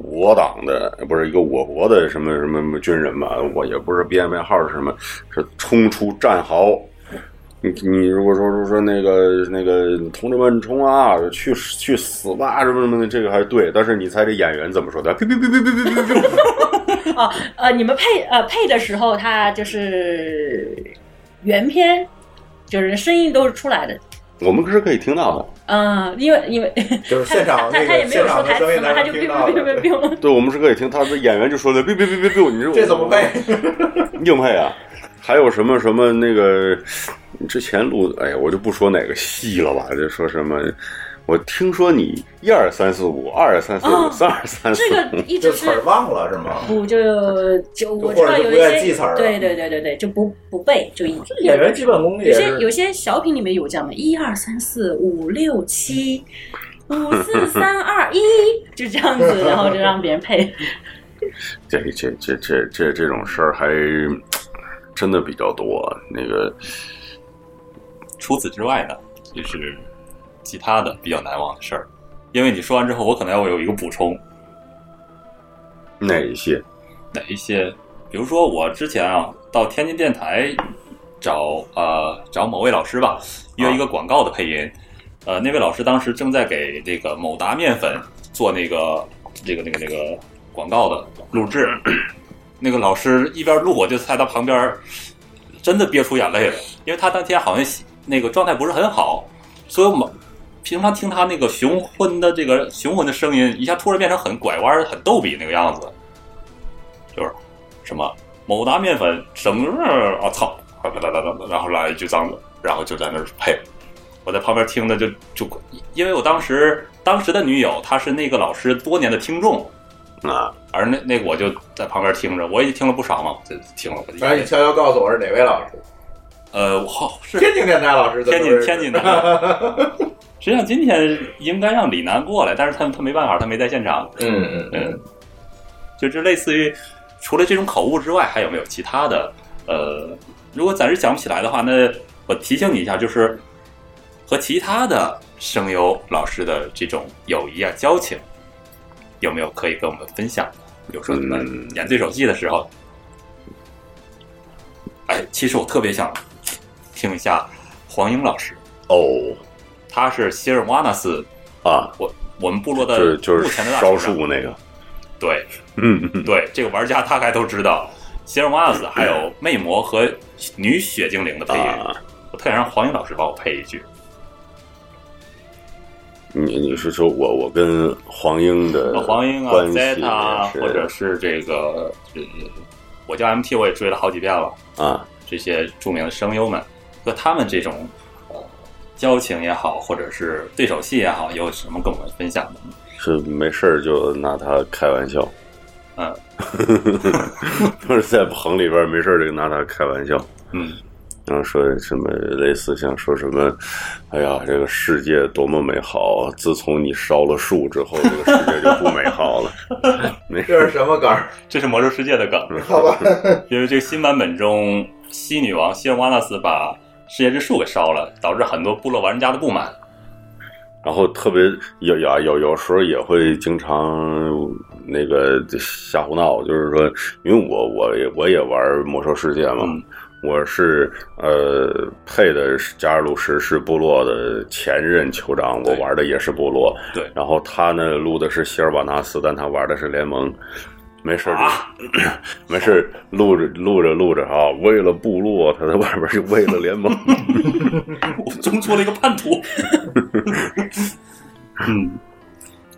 E: 我党的不是一个我国的什么什么什么军人吧，我也不是编编号是什么，是冲出战壕。你你如果说说说那个那个同志们冲啊，去去死吧什么什么的，这个还对。但是你猜这演员怎么说 的？哔哔哔哔哔哔哔哔。
G: 哦，呃，你们配呃配的时候，它就是原片，就是声音都是出来的。
E: 我们是可以听到的，
G: 嗯、因为因为
D: 就是现 场
G: 他
D: 那
G: 他他也
D: 个
G: 没有
D: 现
G: 说
D: 场的
G: 台
D: 声
G: 词
D: 音
G: 嘛，他
D: 咱
G: 就哔
D: 能听
G: 哔
D: 到
G: 哔哔
D: 的。
G: 哔，
E: 对，我们是可以听。他的演员就说了哔哔哔哔哔，你说
D: 这怎么配？
E: 硬配啊？还有什么什么那个之前录的，哎呀，我就不说哪个戏了吧，就说什么。我听说你一二三四五，二三四
D: 啊
E: 五，
G: 哦
E: 三二三四
G: 这
E: 五，
G: 个 一
D: 这
G: 直
D: 词儿
G: 是。
D: 忘了是吗？
G: 不就就我知
D: 或者
G: 道
D: 是
G: 有
D: 不
G: 一
D: 愿
G: 些
D: 记词儿了
G: 对对对对对，就不不背就一
D: 演员基本功也
G: 有些有
D: 是。
G: 些小品里面有这样的，一二三四五六七，五四三二一，就这样子，然后就让别人配。
E: 这这这这这这种事儿还真的比较多。那个
C: 除此之外呢，就是其他的比较难忘的事儿。因为你说完之后，我可能要有一个补充，
E: 哪一些？
C: 哪一些？比如说我之前啊，到天津电台找呃找某位老师吧，约一个广告的配音。呃，那位老师当时正在给这个某达面粉做那个这个那个那个广告的录制，那个老师一边录我就在他旁边儿，真的憋出眼泪了，因为他当天好像喜那个状态不是很好，所以我们平常听他那个雄浑的这个雄浑的声音，一下突然变成很拐弯儿、很逗比那个样子，就是什么某达面粉整个儿啊操，然后来一句脏字，然后就在那儿配。我在旁边听的就就，因为我当时当时的女友她是那个老师多年的听众，
E: 啊，
C: 而那那个我就在旁边听着，我也听了不少嘛，就听了。
D: 然后你悄悄告诉我是哪位老师，
C: 呃，我好是
D: 天津电台老师，
C: 天津天津的。实际上今天应该让李楠过来，但是他他没办法，他没在现场。
D: 嗯嗯
C: 嗯，就是类似于除了这种口误之外，还有没有其他的？呃，如果暂时想不起来的话，那我提醒你一下，就是和其他的声优老师的这种友谊啊、交情，有没有可以跟我们分享的？比如说你们
E: 嗯
C: 演对手戏的时候，哎，其实我特别想听一下黄英老师，
E: 哦
C: 他是希尔莫纳斯，
E: 啊，
C: 我我们部落的
E: 就是就
C: 呃目
E: 是
C: 前的大啊
E: 烧
C: 首长
E: 树那个，
C: 对，
E: 嗯嗯
C: 对，这个玩家大概都知道，希尔瓦斯还有魅魔和女雪精灵的配音。
E: 啊，
C: 我特想让黄英老师帮我配一句。
E: 你你是说我我跟黄英的
C: 呃黄英啊
E: 关系
C: ，Zeta
E: 是
C: 或者是这个，呃我叫 MT，我也追了好几遍了。
E: 啊，
C: 这些著名的声优们和他们这种呃交情也好，或者是对手戏也好，有什么跟我们分享的吗？
E: 是没事儿就拿他开玩笑，
C: 嗯，
E: 就是在棚里边儿没事儿就拿他开玩笑。
C: 嗯，
E: 然后说什么类似像说什么，哎呀，这个世界多么美好！自从你烧了树之后，这个世界就不美好了。没事
D: 这
E: 儿
D: 是，什么梗儿？
C: 这是魔兽世界的梗，
D: 好吧，
C: 因为这个新版本中，西女王希尔瓦纳斯把世界之树给烧了，导致很多部落玩家的不满。
E: 然后特别有有有有时候也会经常那个瞎胡闹，就是说，因为我我也我也玩魔兽世界嘛，
C: 嗯
E: 我是呃配的是加尔鲁什是部落的前任酋长，我
C: 对
E: 玩的也是部落，
C: 对
E: 然后他呢录的是希尔瓦纳斯，但他玩的是联盟。没事儿就、
C: 啊
E: 没事儿录着录着录着啊，为了部落，他在外边儿就为了联盟。
C: 我中出了一个叛徒。嗯，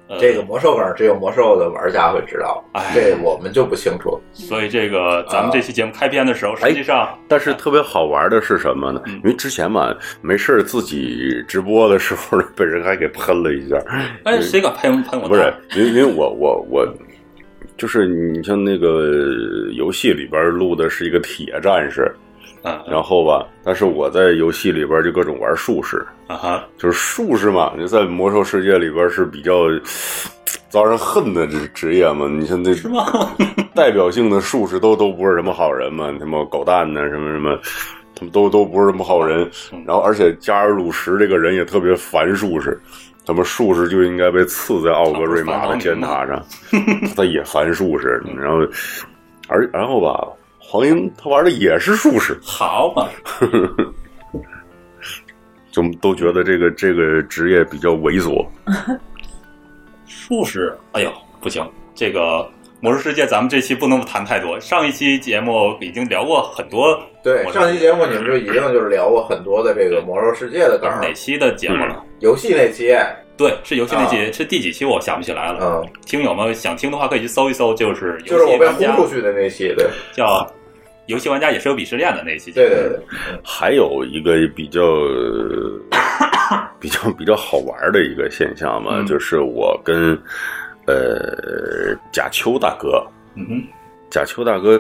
C: 呃
D: 这个，魔兽梗儿只有魔兽的玩家会知道
C: 哎，
D: 这我们就不清楚。
C: 所以这个咱们这期节目开篇的时候，实际上
E: 但是特别好玩的是什么呢？
C: 嗯
E: 因为之前嘛，没事儿自己直播的时候被人还给喷了一下，
C: 哎，谁敢喷喷我？
E: 不是，，因为因为我我我，就是你像那个游戏里边录的是一个铁战士，
C: 嗯，
E: 然后吧，但是我在游戏里边就各种玩术士，
C: 啊哈，
E: 就是术士嘛，就在魔兽世界里边是比较遭人恨的这职业嘛。你像那
C: 是吗？
E: 代表性的术士都都不是什么好人嘛，他妈狗蛋呢，什么什么，他们都都不是什么好人
C: 嗯。
E: 然后，而且加尔鲁什这个人也特别烦术士，他们术士就应该被刺在奥格瑞玛的尖塔上，他也烦术 士。
C: 嗯
E: 然后，而然后吧，黄英他玩的也是术士，
C: 好嘛，
E: 就都觉得这个这个职业比较猥琐。
C: 术士，哎呦，不行，这个。魔兽世界，咱们这期不能谈太多。上一期节目已经聊过很多呃
D: 对，
C: 我
D: 上期节目你们就已经就是聊过很多的这个魔兽世界的梗儿
C: 哪，期的节目了？
D: 游戏那期，
C: 对，是游戏那期，是第几期？我想不起来了。
D: 嗯，
C: 听友们想听的话，可以去搜一搜，就是
D: 就是
C: 游
D: 我
C: 戏
D: 被
C: 玩
D: 轰
C: 家
D: 出去的那期，对，
C: 叫《游戏玩家也是有鄙视链的》那一期节
D: 对
C: 目。
D: 对对，
E: 还有一个比较 比较 比较好玩的一个现象嘛，
C: 嗯
E: 就是我跟呃贾秋大哥，
C: 嗯哼，
E: 贾秋大哥，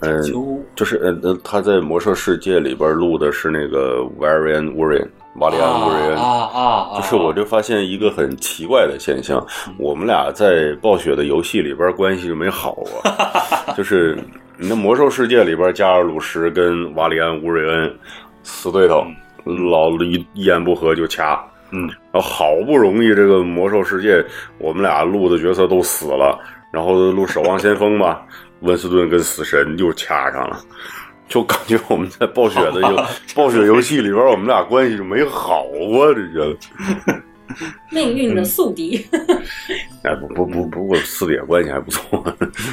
E: 嗯、
C: 秋
E: 就是呃呃，他在《魔兽世界》里边录的是那个 Varian w a r i a n 瓦里安乌瑞恩
C: 啊啊啊！嗯
E: 就是我就发现一个很奇怪的现象，我们俩在暴雪的游戏里边关系就没好 过，就是你那魔兽世界里边加尔鲁什跟瓦里安乌瑞恩死对头，老一一言不合就掐。
C: 嗯，
E: 然后好不容易这个魔兽世界，我们俩录的角色都死了，然后录守望先锋吧， 温斯顿跟死神又掐上了。就感觉我们在暴雪的 游暴雪游戏里边，我们俩关系就没好过，这觉得。
G: 命运的宿敌。
D: 嗯
E: 哎，不不不，不过四点关系还不错。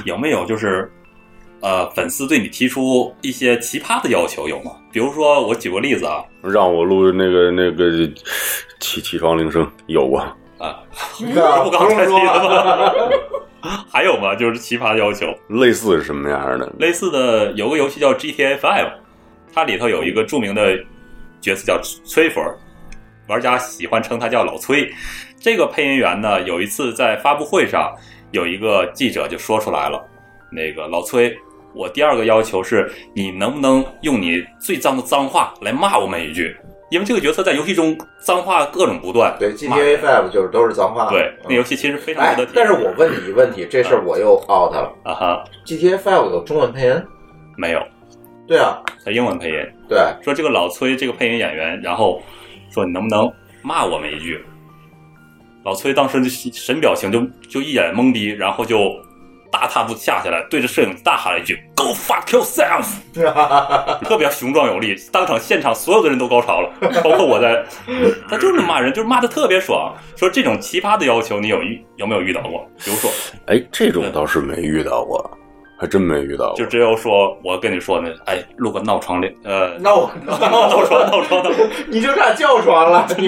C: 有没有就是，呃，粉丝对你提出一些奇葩的要求有吗？比如说，我举个例子啊，
E: 让我录那个那个起起床铃声有过，
D: 那
C: 我刚才提
D: 了。
C: 的吗？ 还有吗？就是奇葩的要求，
E: 类似是什么样的？
C: 类似的有个游戏叫 GTA Five，它里头有一个著名的角色叫崔佛，玩家喜欢称他叫老崔。这个配音员呢，有一次在发布会上，有一个记者就说出来了，那个老崔，我第二个要求是你能不能用你最脏的脏话来骂我们一句，因为这个角色在游戏中脏话各种不断，
D: 对
C: 骂
D: GTA Five 就是都是脏话。
C: 对，那游
D: 嗯
C: 戏其实非常嗯
D: 哎
C: 值得体，
D: 但是我问你一个问题，这事儿我又 out 了。
C: 啊哈，
D: GTA Five 有中文配音？
C: 没有，
D: 对啊，
C: 在英文配音。
D: 对，
C: 说这个老崔这个配音演员，然后说你能不能骂我们一句？老崔当时就神表情就就一脸懵逼，然后就大踏步下下来，对着摄影大喊了一句 “Go fuck yourself”，特别雄壮有力，当场现场所有的人都高潮了，包括我在，他就是骂人，就是骂的特别爽。说这种奇葩的要求，你有遇有没有遇到过？比如说，
E: 哎，这种倒是没遇到过，还真没遇到过。
C: 就只有说我跟你说呢，哎，录个闹床的，呃，
D: 那我
C: 闹床闹床闹床。
D: 你就差叫床了， 你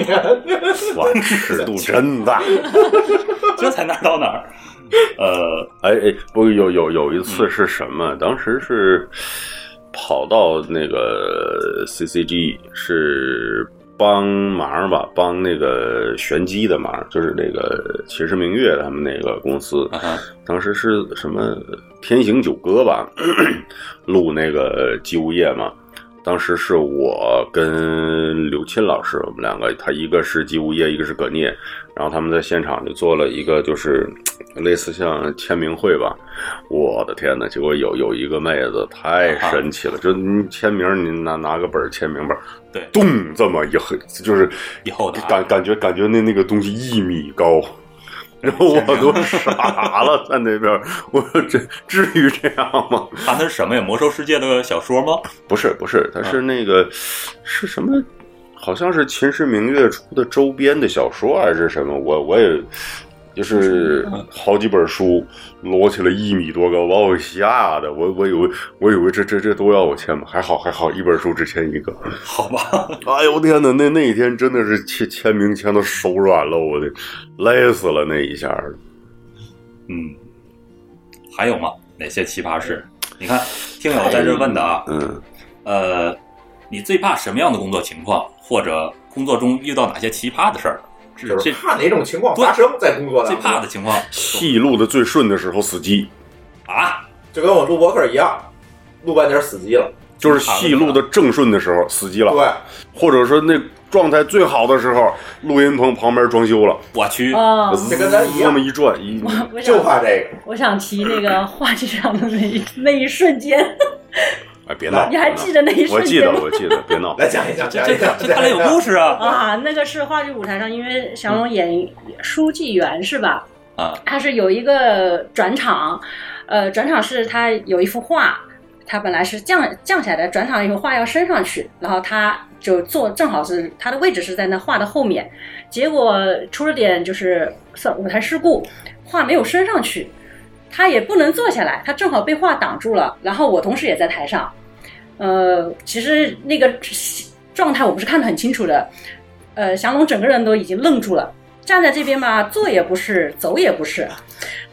E: 哇，尺度真大！
C: 这才哪儿到哪儿。呃，
E: 哎哎，不过有有有一次
C: 嗯
E: 是什么？当时是跑到那个 CCG 是。帮忙吧，帮那个玄机的忙，就是那个秦时明月他们那个公司，
C: 啊哈
E: 当时是什么天行九歌吧， 录那个《姬无夜》嘛。当时是我跟刘钦老师，我们两个，他一个是《姬无夜》，一个是葛聂，然后他们在现场就做了一个就是类似像签名会吧。我的天呐，结果有有一个妹子
C: 啊
E: 太神奇了，就你签名，你拿拿个本儿签名本儿，
C: 对
E: 咚这么一横，就是
C: 以后的啊
E: 感感觉感觉那那个东西一米高。
C: 哎
E: 然后 我都傻了，在那边儿，我说这至于这样吗？
C: 看它是什么呀？魔兽世界的小说吗？
E: 不是不是，它是那个、是什么？好像是秦时明月出的周边的小说还是什么？我我也就是好几本书摞起来一米多高，把我吓的，我我以为我以为这这这都要我签吗？还好还好，一本书只签一个。
C: 好吧，
E: 哎呦我天哪，那那一天真的是签签名签的手软了，我的累死了那一下儿。
C: 嗯，还有吗？哪些奇葩事？你看，听友在这问的啊，
E: 嗯。
C: 呃，你最怕什么样的工作情况，或者工作中遇到哪些奇葩的事儿？这
D: 就
C: 这
D: 是怕哪种情况发生在工作
C: 最
D: 当
C: 怕
D: 中，
C: 的情况
E: 戏录的最顺的时候死机，
C: 啊？
D: 就跟我录博客一样，录半截儿死机了。
E: 就是戏录的正顺的时候死机了，
D: 对，
E: 或者说那状态最好的时候，录音棚旁边装修了，
C: 我去，
G: 哦，
D: 这跟咱一
E: 那
D: 样
E: 么，
C: 嗯
E: 一转一，
G: 我
D: 就
G: 想
D: 怕这个。
G: 我想提那个话剧上的那一那一瞬间，
E: 哎，别闹！
G: 你还记得那 一
E: 别闹我
G: 瞬
E: 记
G: 间
E: 得，
G: 吗？
E: 我记得，别 闹！
D: 来讲一讲，
C: 这
D: 讲
C: 这
D: 一
C: 这
D: 讲，
C: 这看来有
D: 讲一
C: 故
D: 讲
C: 事啊
G: 啊，那个是话剧舞台上，因为降龙演书记员是吧？
C: 啊！
G: 他是有一个转场，呃，转场是他有一幅画，他本来是降降下来的，转场以后画要升上去，然后他就坐正好是他的位置是在那画的后面，结果出了点就是算舞台事故，画没有升上去，他也不能坐下来，他正好被画挡住了，然后我同时也在台上，呃，其实那个状态我不是看得很清楚的，呃，降龙整个人都已经愣住了。站在这边吧，坐也不是，走也不是，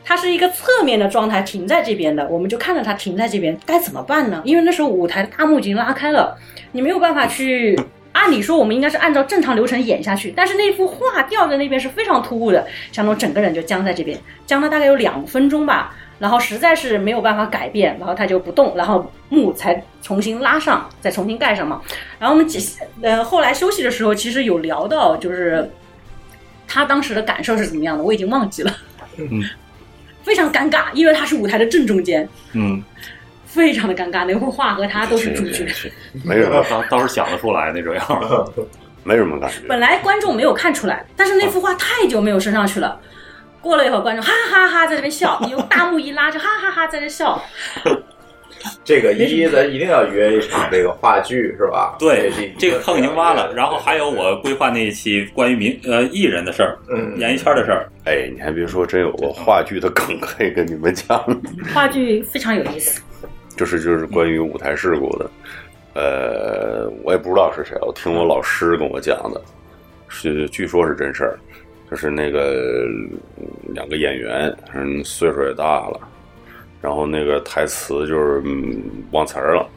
G: 他是一个侧面的状态停在这边的，我们就看着他停在这边，该怎么办呢？因为那时候舞台的大幕已经拉开了，你没有办法去。按理说我们应该是按照正常流程演下去，但是那幅画掉在那边是非常突兀的，江龙整个人就僵在这边，僵了大概有两分钟吧。然后实在是没有办法改变，然后它就不动，然后幕才重新拉上，再重新盖上嘛。然后我们几呃后来休息的时候，其实有聊到就是他当时的感受是怎么样的，我已经忘记了，
C: 嗯
G: 非常尴尬，因为他是舞台的正中间，
C: 嗯，
G: 非常的尴尬。那幅画和他都是主角，
E: 没什么
C: 倒倒是想得出来那种样儿。
E: 没什么感觉。
G: 本来观众没有看出来，但是那幅画太久没有升上去了。过了一会儿，观众哈哈哈在那边笑，你用大幕一拉就哈哈哈在那笑。
D: 这个一一咱一定要约一场这个话剧是 吧？
C: 对
D: 是一，
C: 这个坑已经挖了。然后还有我规划那一期关于民呃艺人的事儿，
D: 嗯
C: 演艺圈的事儿。
E: 哎，你还别说，真有个话剧的梗可以跟你们讲，
G: 话剧非常有意思，
E: 就是就是关于舞台事故的。呃，我也不知道是谁，我听我老师跟我讲的，是据说是真事儿，就是那个嗯两个演员，嗯，岁数也大了，然后那个台词就是嗯忘词儿了，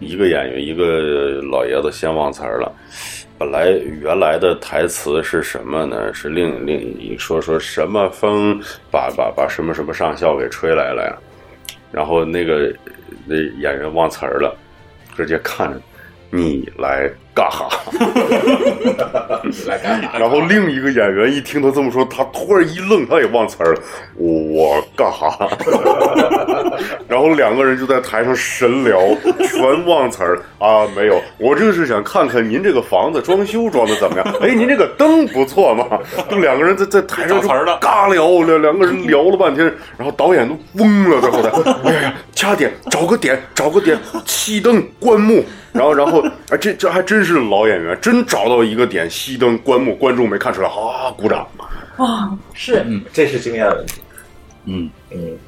E: 一个演员一个老爷子先忘词儿了。本来原来的台词是什么呢？是另另一说说什么风把把把什么什么上校给吹来了呀？然后那个那演员忘词儿了，直接看着你来干哈？
D: 来干啥？
E: 然后另一个演员一听他这么说，他突然一愣，他也忘词儿了，我干哈？然后两个人就在台上 神聊，全忘词儿啊，没有，我就是想看看您这个房子装修装的怎么 样？哎，您这个灯不错嘛。就两个人在在台上就
C: 找词儿了
E: 尬聊，两两个人聊了半天，然后导演都懵了，在 后台，哎呀呀，掐点，找个点，找个点，熄灯关幕。然后，然后，哎，这这还真是老演员，真找到一个点，熄灯关幕，观众没看出来，啊，鼓掌。
G: 哦
D: 是，这是经验问题，
C: 嗯，
D: 嗯，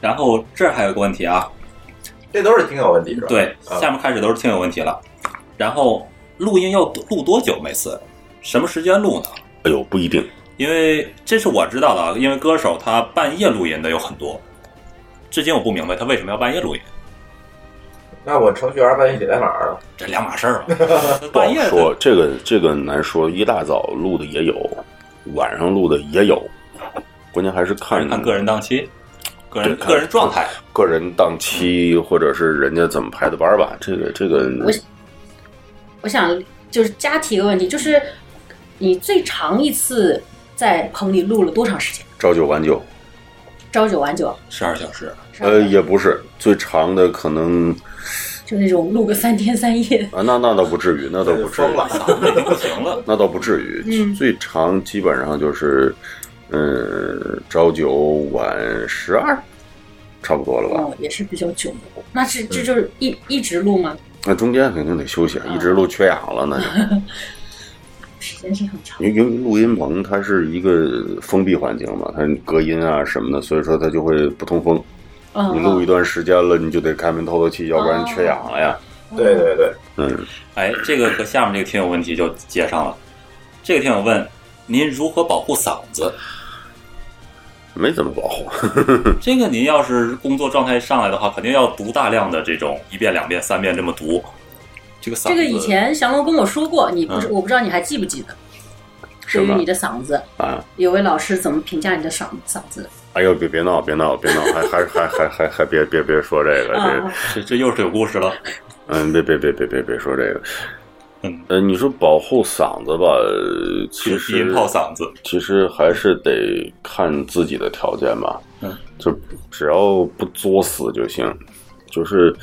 C: 然后这儿还有一个问题啊，
D: 这都是经验问题是吧？
C: 对，
D: 啊
C: 下面开始都是听友问题了。然后录音要多录多久？每次什么时间录呢？
E: 哎呦，不一定，
C: 因为这是我知道的，啊，因为歌手他半夜录音的有很多，至今我不明白他为什么要半夜录音，
D: 那我程序员半夜起来哪儿啊了？
C: 这两码事 儿嘛。
E: 不好
C: 半夜
E: 说，呃这个这个难说。一大早录的也有，晚上录的也有，关键还是看
C: 看个人档期，个人
E: 对看
C: 个人状态。
E: 个人档期，或者是人家怎么排的班儿吧。这个这个，
G: 我我想就是加提一个问题，就是你最长一次在棚里录了多长时间？
E: 朝九晚九，
G: 朝九晚九，
C: 十二小时，
G: 是吧
E: 呃，也不是最长的，可能
G: 就那种录个三天三夜。
E: 啊，那那倒不至于，那倒不至
D: 疯
E: 于，
D: 了，
C: 那就不行了。
E: 那倒不至于。
G: 嗯
E: 最长基本上就是，嗯，朝九晚十二，差不多了吧？
C: 嗯
G: 哦，也是比较久，那是这就是一一直录吗？
E: 那中间肯定得休息，啊，一
G: 哦
E: 直录缺氧了那就。
G: 时间是很长。
E: 因为因为录音棚它是一个封闭环境嘛，它隔音啊什么的，所以说它就会不通风。
G: 嗯，
E: 你录一段时间了，你就得开门透透气，要不然缺氧了呀。
D: 对对对，
E: 嗯，
C: 哎，这个和下面这个听友问题就接上了。这个听友问：您如何保护嗓子？
E: 没怎么保护。
C: 这个您要是工作状态上来的话，肯定要读大量的这种一遍、两遍、三遍这么读。这个嗓子，
G: 这个以前祥龙跟我说过，你不是、
C: 嗯
G: 我不知道你还记不记得？
E: 什
G: 对于
E: 么
G: 你的嗓子
E: 啊，
G: 有位老师怎么评价你的嗓嗓子？
E: 哎呦，别别闹，别闹，别闹，还还还还还还别别别说这个，
G: 啊
E: 这，
C: 这这又是有故事 了。
E: 嗯，别别别别别别说这个。
C: 嗯，
E: 呃，你说保护嗓子吧，呃其
C: 是
E: 实
C: 音泡嗓子，
E: 其实还是得看自己的条件吧。
C: 嗯，
E: 就只要不作死就行。就是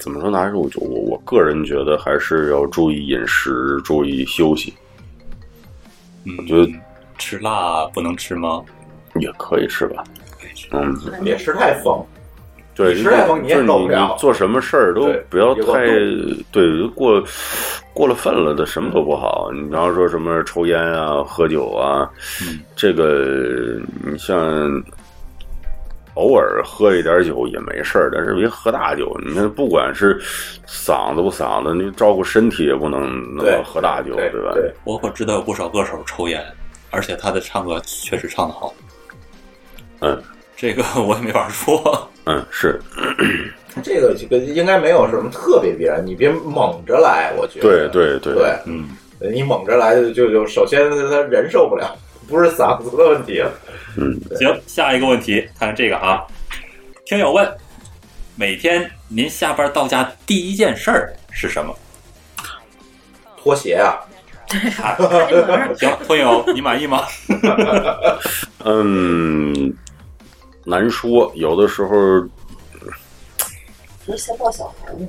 E: 怎么说呢？还是我就我我个人觉得还是要注意饮食，注意休息，
C: 嗯，
E: 觉得
C: 吃辣不能吃吗？
E: 也可以吃吧。嗯，
G: 啊
D: 别吃太疯，
E: 对，
D: 你吃太疯
E: 就
D: 你
E: 是
D: 也
E: 就是
D: 受不
E: 你
D: 了
E: 做什么事儿都
D: 对
E: 不要
D: 别过
E: 太对过过了分了的，什么都不好。你比方说什么抽烟啊、喝酒啊，
D: 嗯
E: 这个你像偶尔喝一点酒也没事儿，但是别喝大酒。你看，不管是嗓子不嗓子，你照顾身体也不能那
D: 对
E: 么喝大酒，
D: 对
E: 吧？
D: 对，
C: 我可知道有不少歌手抽烟，而且他的唱歌确实唱得好。
E: 嗯，
C: 这个我也没法 说。
E: 嗯，是
D: 这个这个应该没有什么特别必然，你别猛着来，我觉
E: 对
D: 得
E: 对对
D: 对
C: 嗯，
D: 你猛着来就就就首先他人受不了，不是嗓子的问题啊了。
G: 嗯
C: 行，下一个问题，看看这个啊。听友问：每天您下班到家第一件事儿是什么？嗯
D: 拖鞋啊，
G: 开门儿，
C: 行，朋友，你满意吗？
E: 嗯，难说，有的时候
F: 我先抱小孩呢。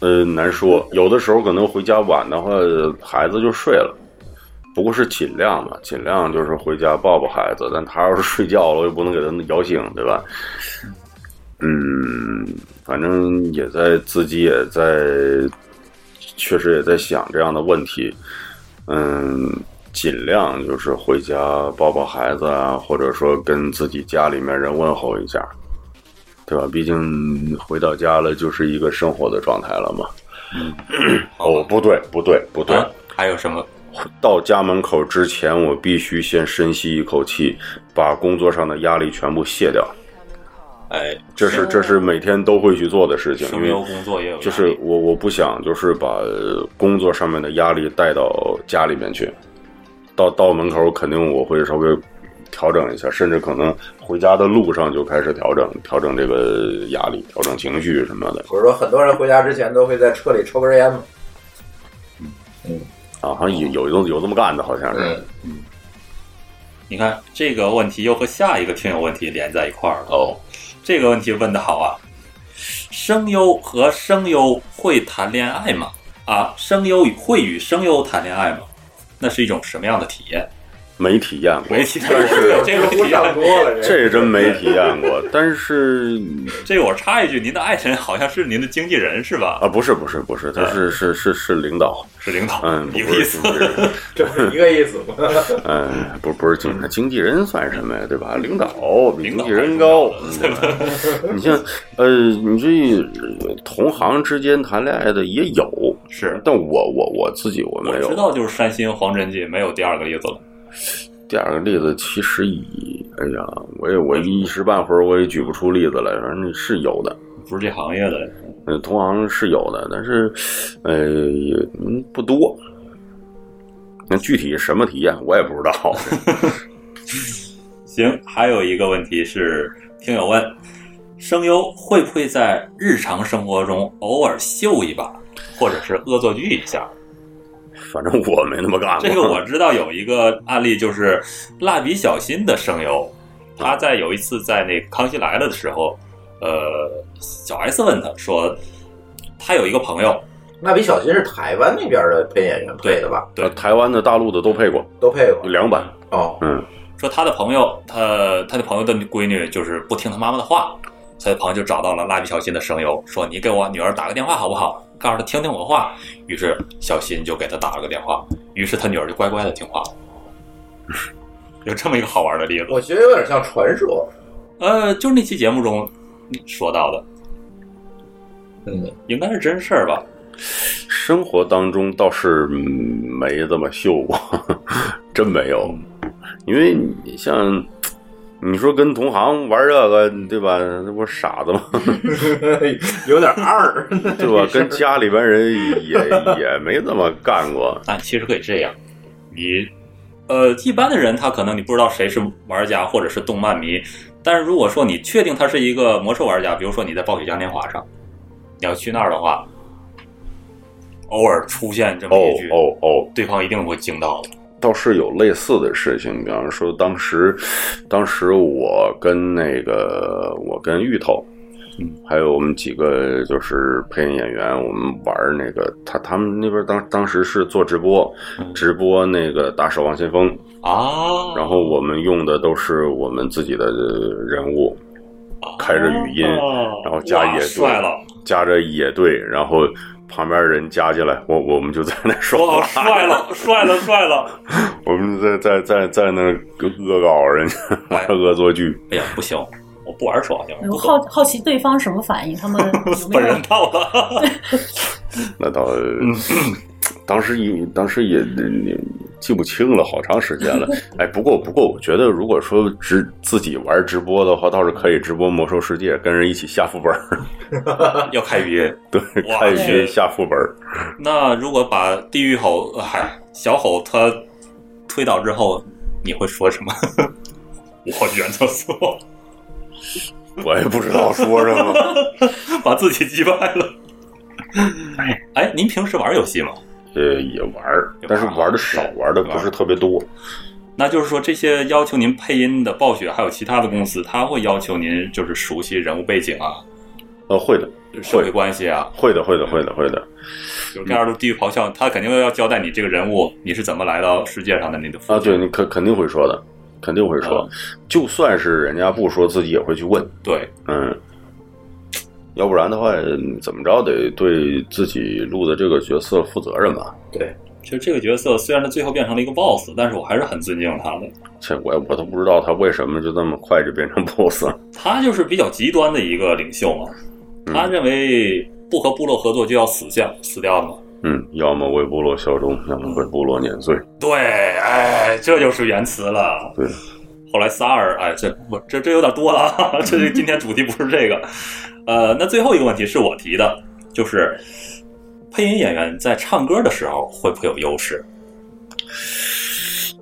E: 呃，难说。有的时候可能回家晚的话，孩子就睡了。不过是尽量吧，尽量就是回家抱抱孩子。但他要是睡觉了，我也不能给他摇醒，对吧？嗯，反正也在自己也在，确实也在想这样的问题。嗯，尽量就是回家抱抱孩子啊，或者说跟自己家里面人问候一下。对吧？毕竟回到家了，就是一个生活的状态了嘛。哦，不对，不对，不对！
C: 啊
G: 嗯
C: 还有什么？
E: 到家门口之前，我必须先深吸一口气，把工作上的压力全部卸掉。
C: 哎，
E: 这是这是每天都会去做的事情，因
C: 声优
E: 为
C: 工作也有压力，
E: 就是我我不想就是把呃工作上面的压力带到家里面去，到到门口肯定我会稍微调整一下，甚至可能回家的路上就开始调整调整这个压力，调整情绪什么的
D: 我是说很多人回家之前都会在车里抽根烟嘛。
E: 啊，好像有有有有这么干的，好像是。
D: 嗯，
C: 你看这个问题又和下一个听友问题连在一块儿了。
E: 哦，
C: 这个问题问的好啊！声优和声优会谈恋爱吗？啊，声优与会与声优谈恋爱吗？那是一种什么样的体验？
E: 没体验过，
C: 没体验
E: 但 是
C: 这个问
D: 鼓
C: 题
D: 掌多了，
E: 这真没体验过。 但是
C: 这个我插一句，您的爱神好像是您的经纪人是吧？
E: 啊，不是不是不是，他是是是是领导，
C: 是领导，
E: 嗯，不
C: 一哎个意
E: 是
C: 思。
E: 不是。
D: 这不是一个意思吗？
E: 嗯，不不是经理，经纪人算什么呀？对吧？领导比
C: 领
E: 经
C: 导
E: 纪人高
C: 还，
E: 对吧？ 你像呃，你这同行之间谈恋爱的也有，
C: 是
E: 但我我我自己我
C: 我
E: 没
C: 知道，
E: 有。
C: 就是山新黄真纪没有第二个例子了。
E: 第二个例子其实以，哎呀，我也我一时半会儿我也举不出例子来，反正是有的。
C: 不是这行业的，
E: 呃，同行是有的，但是，呃，也嗯不多。那具体什么体验我也不知道。
C: 行，还有一个问题是，听友问，声优会不会在日常生活中偶尔秀一把，或者是恶作剧一下？
E: 反正我没那么干过。
C: 这个我知道有一个案例，就是蜡笔小新的声优，他在有一次在那《康熙来了》的时候，呃，小 S 问他说，他有一个朋友，
D: 蜡笔小新是台湾那边的配演员配的吧？
C: 对
E: 呃台湾的、大陆的都配过，
D: 都配过
E: 有两版。
D: 哦。
E: 嗯，
C: 说他的朋友，他他的朋友的闺女就是不听他妈妈的话，所以朋友就找到了蜡笔小新的声优，说你给我女儿打个电话好不好？告诉她听听我的话。于是小新就给他打了个电话，于是他女儿就乖乖的听话了。有这么一个好玩的例子，
D: 我觉得有点像传说，
C: 呃，就是那期节目中说到的，
D: 嗯，
C: 应该是真事儿吧？
E: 生活当中倒是嗯没这么秀过， 真没有。因为你像你说跟同行玩这个，对吧？那不是傻子吗？
D: 有点 二，
E: 对吧？跟家里边人也也没这么干过。
C: 但啊其实可以这样，你，呃，一般的人他可能你不知道谁是玩家或者是动漫迷，但是如果说你确定他是一个魔兽玩家，比如说你在暴雪嘉年华上，你要去那儿的话，偶尔出现这么
E: 哦
C: 一句，
E: 哦哦，
C: 对方一定会惊到的。
E: 倒是有类似的事情，比方说当时，当时我跟那个我跟芋头，
C: 嗯
E: 还有我们几个就是配音演员，我们玩那个他他们那边当当时是做直播，直播那个打手王先锋，
C: 啊，
E: 嗯然后我们用的都是我们自己的呃人物，开着语音，
C: 哦
E: 然后加
C: 哇
E: 野队
C: 帅了，，
E: 加着野队，然后旁边人加进来，我我们就在那说
C: 哇，
E: 话
C: 帅了，帅了，帅了！
E: 我们在在在在那儿恶搞人家，
C: 哎
E: 恶作剧。
C: 哎呀，不行，我不玩手游，
G: 哎
C: 行
H: 我好好奇对方什么反应，他们有没
C: 本
H: 有
C: 人到了，
E: 那倒， 当时也当时也也记不清了，好长时间了。哎，不过不过，我觉得如果说直自己玩直播的话，倒是可以直播《魔兽世界》，跟人一起下副本儿，
C: 要开语音。
E: 对，
C: 哇
E: 看谁下副本儿。
C: 那如果把地狱吼，呃嗨、小吼他推倒之后，你会说什么？ 我原则错，
E: 我也不知道说什 么。
C: 把自己击败了。哎，您平时玩游戏吗？
E: 呃，也玩儿，但是玩的少，玩的不是特别多。
C: 那就是说，这些要求您配音的暴雪还有其他的公司，他会要求您就是熟悉人物背景啊、
E: 呃，会的，
C: 社会嗯
E: 会
C: 关系啊，
E: 会的，会的，会的，会的。
C: 有这样的地域咆哮，他肯定要交代你这个人物你是怎么来到世界上的，你的父
E: 啊，对
C: 亲
E: 你肯肯定会说的，肯定会说。就算是人家不说，自己也会去问。
C: 啊对，
E: 嗯，要不然的话，嗯怎么着得对自己录的这个角色负责任吧？
C: 其实这个角色虽然他最后变成了一个 boss，但是我还是很尊敬他的。
E: 这我也我都不知道他为什么就那么快就变成 BOSS 了。
C: 他就是比较极端的一个领袖嘛，他认为不和部落合作就要死掉，死掉嘛。
E: 嗯，要么为部落效忠，要么为部落碾碎。
C: 对，哎，这就是原词了。
E: 对，
C: 后来撒尔，哎，这我这这有点多了 啊，这这今天主题不是这个。呃，那最后一个问题是我提的，就是配音演员在唱歌的时候会不会有优势？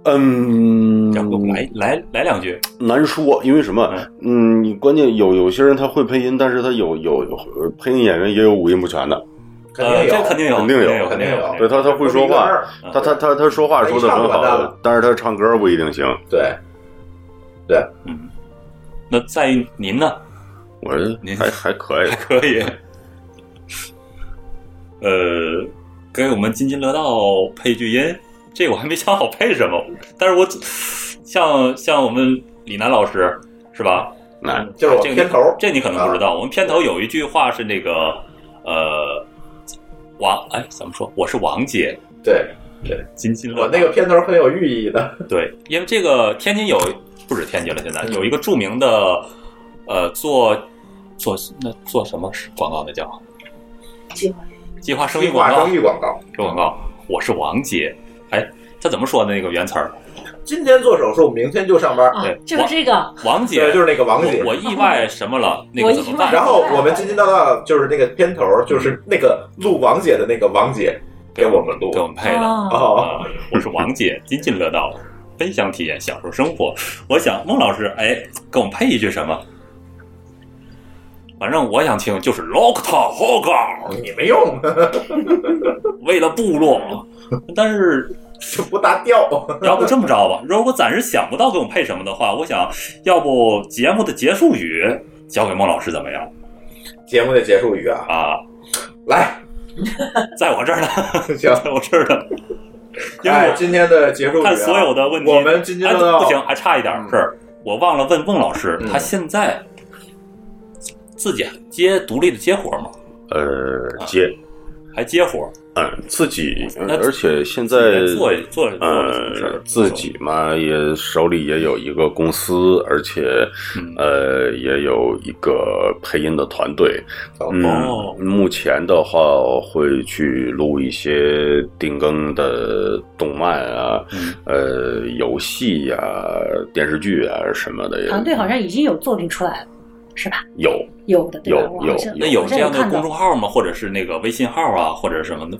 E: 嗯，
C: 要不来来来两句，
E: 难说，因为什么？嗯，你关键有有些人他会配音，但是他有有有配音演员也有五音不全的，
D: 肯
C: 呃，
D: 定
C: 这
D: 有，
C: 肯定有，
E: 肯定有
C: 有，
D: 肯
C: 定
D: 定有
C: 有。
E: 对他他会说话，
C: 嗯
E: 他他他他说话
D: 他一
E: 说的
D: 唱
E: 很
D: 就完蛋
E: 好
D: 了，
E: 但是他唱歌不一定行。
D: 对，
C: 那在于您呢？
E: 我觉
C: 您
E: 得还还可 以
C: 还，可以。呃，给我们津津乐道配句音，这个我还没想好配什么，但是我像像我们李楠老师是吧？
E: 那
D: 就是我
C: 这个你
D: 哦片头啊
C: 这你可能不知道，我们片头有一句话是那个呃王哎怎么说？我是王姐，
D: 对
C: 津津乐道。
D: 我那个片头很有寓意的，
C: 对，因为这个天津有不止天津了，现
D: 嗯
C: 在有一个著名的呃做做那做什么广告那叫
F: 计划
C: 计划生育
D: 计
C: 广
D: 划
C: 告
D: 生。育广告。
C: 说广告，我是王姐。哎，他怎么说的那个原词儿？
D: 今天做手术，明天就上
G: 哦
D: 班。
H: 啊
C: 对，
H: 就是这个，
C: 王姐
D: 对，就是那个王姐
C: 我。我意外什么了？那个怎么办
D: 然？后我们津津乐道就是那个片头，就是那个录王姐的那个王姐给我们录
C: 给。我们配的啊、
H: 啊，
D: 哦，
C: 我是王姐，津津乐道，分享体验，享受生活。我想孟老师，哎，给我们配一句什么？反正我想听就是 “lock t o g
D: 你没用，
C: 为了部落。但是
D: 就不搭调。
C: 要不这么着吧，如果暂时想不到给我们配什么的话，我想要不节目的结束语交给孟老师怎么样
D: 节目的结束语啊，
C: 啊？
D: 来，
C: 在我这儿呢，
D: 行。
C: 在我这儿呢，因为
D: 哎，
C: 我
D: 今天的结束语啊
C: 看所有的问题，
D: 我们津津
C: 哎
D: 乐道
C: 不行，还差一点儿
D: 嗯
C: 事儿，我忘了问孟老师，
D: 嗯
C: 他现在自己接独立的接活吗？
E: 呃接
C: 还接活？
E: 嗯自己，
C: 那
E: 而且现在
C: 做做做了什么事
E: 呃
C: 儿？
E: 自己嘛也手里也有一个公司，而且
C: 嗯
E: 呃也有一个配音的团队。
C: 哦
E: 嗯，目前的话会去录一些定更的动漫啊，
C: 嗯
E: 呃游戏呀、电视剧啊什么的也
G: 团队好像已经有作品出来了，是吧？
E: 有。
G: 有的，对吧？
E: 有
G: 我好像
E: 有
C: 那有这样的
G: 我
C: 公
G: 好像有看到
C: 众号吗？或者是那个微信号啊，或者什么的？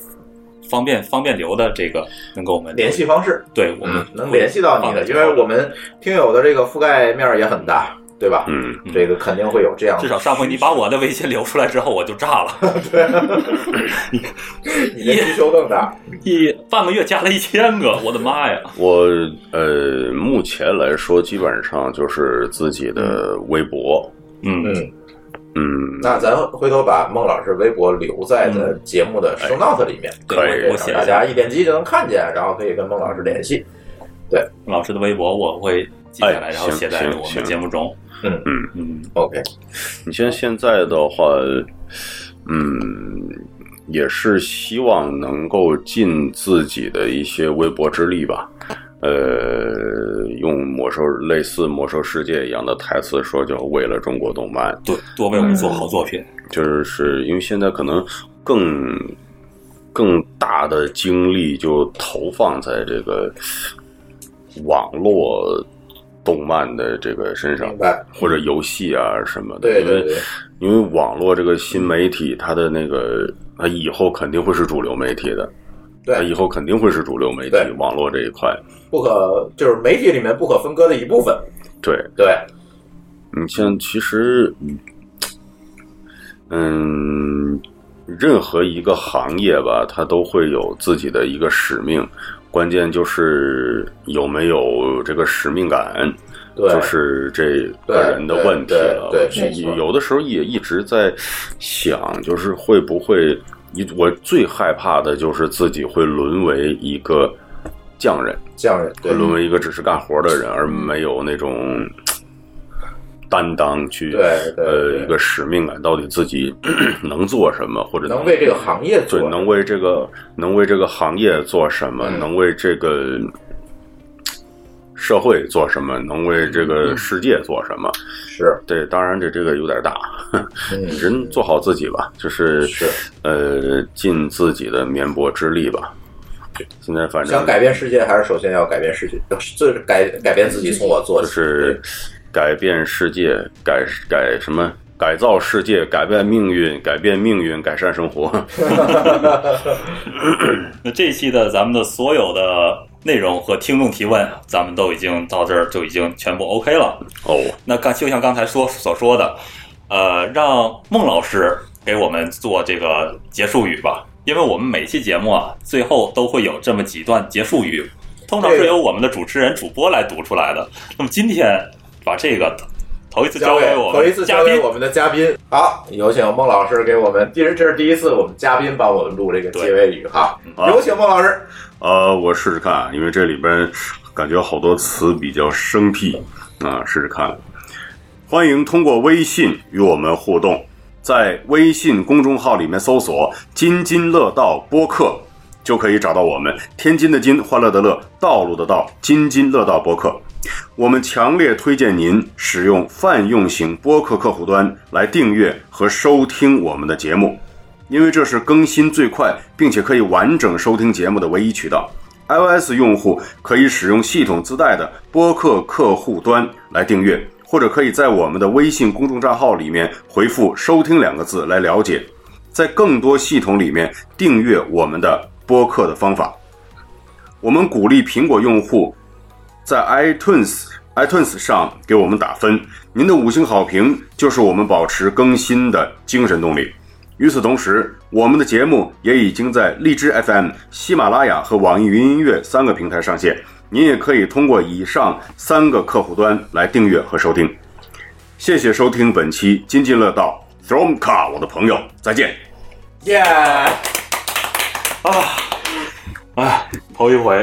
C: 方便方便留的这个能给我们
D: 联系，方式，
C: 对我们
D: 嗯，能联系到你的，因为我们听友的这个覆盖面也很大，对吧？
E: 嗯，
D: 这个肯定会有这样的。
C: 至少上回你把我的微信留出来之后，我就炸了。
D: 你的需求更大。
C: 一半个月加了一千个，我的妈呀！
E: 我呃，目前来说，基本上就是自己的微博，
C: 嗯，
D: 嗯，
E: 嗯，
D: 那咱回头把孟老师微博留在的节目的
E: 哎
D: show note 里面，
C: 对
E: 可以
C: 我我写
D: 大
C: 一
D: 家
C: 下
D: 一点击就能看见，然后可以跟孟老师联系。
C: 老师的微博，我会记下来，
E: 哎
C: 然后写在
E: 行
C: 我们
E: 行
C: 节目中。
D: 嗯
E: 嗯
C: 嗯，
D: OK，
E: 你像现在的话，嗯，也是希望能够尽自己的一些微薄之力吧。呃，用魔兽类似《魔兽世界》一样的台词说，叫为了中国动漫，
C: 对，多为我
G: 嗯
C: 们做好作品。
E: 就是因为现在可能更更大的精力就投放在这个网络动漫的这个身上
D: 明，白。
E: 或者游戏啊什么的。
D: 对对
E: 因
D: 对
E: 为因为网络这个新媒体，它的那个它以后肯定会是主流媒体的。
D: 对
E: 它以后肯定会是主流媒体
D: 对、
E: 网络这一块。
D: 不可就是媒体里面不可分割的一部分。
E: 对，
D: 对，
E: 你像其实，嗯嗯，任何一个行业吧，它都会有自己的一个使命，关键就是有没有这个使命感。
D: 对
E: 就是这个人的问题了。
D: 对对
E: 我觉得
D: 没错
E: 有的时候也一直在想，就是会不会一我最害怕的就是自己会沦为一个匠人，
D: 匠人对
E: 会沦为一个只是干活的人，而没有那种担当去
D: 对对
E: 呃
D: 对
E: 一个使命感，到底自己 能做什么，或者
D: 能为这个行业做
E: 对，能为这个能为这个行业做什么，
D: 嗯
E: 能为这个社会做什么，能为这
D: 嗯
E: 个世界做什么。
D: 是
E: 对，当然这这个有点大，
D: 嗯
E: 人做好自己吧，就是
D: 是
E: 呃尽自己的绵薄之力吧。现在反正
D: 想改变世界，还是首先要改变世界，这是改改变自己，从我做
E: 就
D: 起。
E: 是改变世界，改改什么？改造世界，改变命运，改变命运，改善生活。
C: 那这一期的咱们的所有的内容和听众提问，咱们都已经到这儿就已经全部 OK 了。
E: 哦，
C: 那刚就像刚才说所说的，呃，让孟老师给我们做这个结束语吧，因为我们每期节目啊，最后都会有这么几段结束语，通常
D: 这
C: 是
D: 个
C: 由我们的主持人、主播来读出来的。那么今天把这个头一次 交给我
D: 头一
C: 们
D: 次
C: 嘉
D: 交
C: 宾
D: 给，我们的嘉宾。好，有啊请孟老师给我们，第这是第一次我们嘉宾帮我们录这个结尾语哈。
E: 好
D: 有请孟老师。
E: 呃，我试试看啊，因为这里边感觉好多词比较生僻啊，试试看。欢迎通过微信与我们互动，在微信公众号里面搜索“津津乐道播客”，就可以找到我们。天津的津，欢乐的乐，道路的道，津津乐道播客。我们强烈推荐您使用泛用型播客客户端来订阅和收听我们的节目。因为这是更新最快，并且可以完整收听节目的唯一渠道。iOS 用户可以使用系统自带的播客客户端来订阅，或者可以在我们的微信公众账号里面回复“收听”两个字来了解，在更多系统里面订阅我们的播客的方法。我们鼓励苹果用户在 iTunes iTunes 上给我们打分，您的五星好评就是我们保持更新的精神动力。与此同时，我们的节目也已经在荔枝 FM、喜马拉雅和网易云音乐三个平台上线，您也可以通过以上三个客户端来订阅和收听。谢谢收听本期津津乐道 From Car，我的朋友，再见。
D: 耶、
C: 哎，头一回，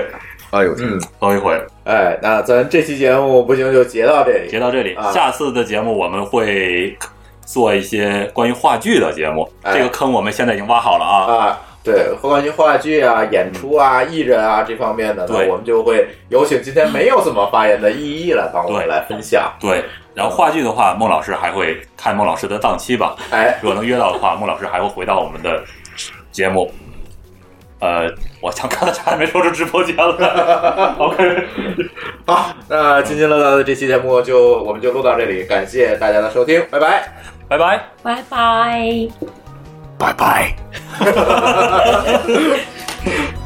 E: 哎呦，
D: 嗯，
C: 头一回，
D: 哎，那咱这期节目不行就截到这里
C: 截。到这里
D: 啊，
C: 下次的节目我们会做一些关于话剧的节目，
D: 哎
C: 这个坑我们现在已经挖好了啊。
D: 啊，对，关于话剧啊、演出啊、艺人啊这方面的呢，
C: 对
D: 我们就会有请今天没有怎么发言的意义来帮我们
C: 对
D: 来分享。
C: 对，然后话剧的话，孟老师还会看孟老师的档期吧。
D: 哎，
C: 如果能约到的话，孟老师还会回到我们的节目。呃，我想刚才差点没说出直播间 了。OK，
D: 好，那津津乐道的这期节目就我们就录到这里，感谢大家的收听，拜拜。
C: 拜拜。
H: 拜拜。
E: 拜拜。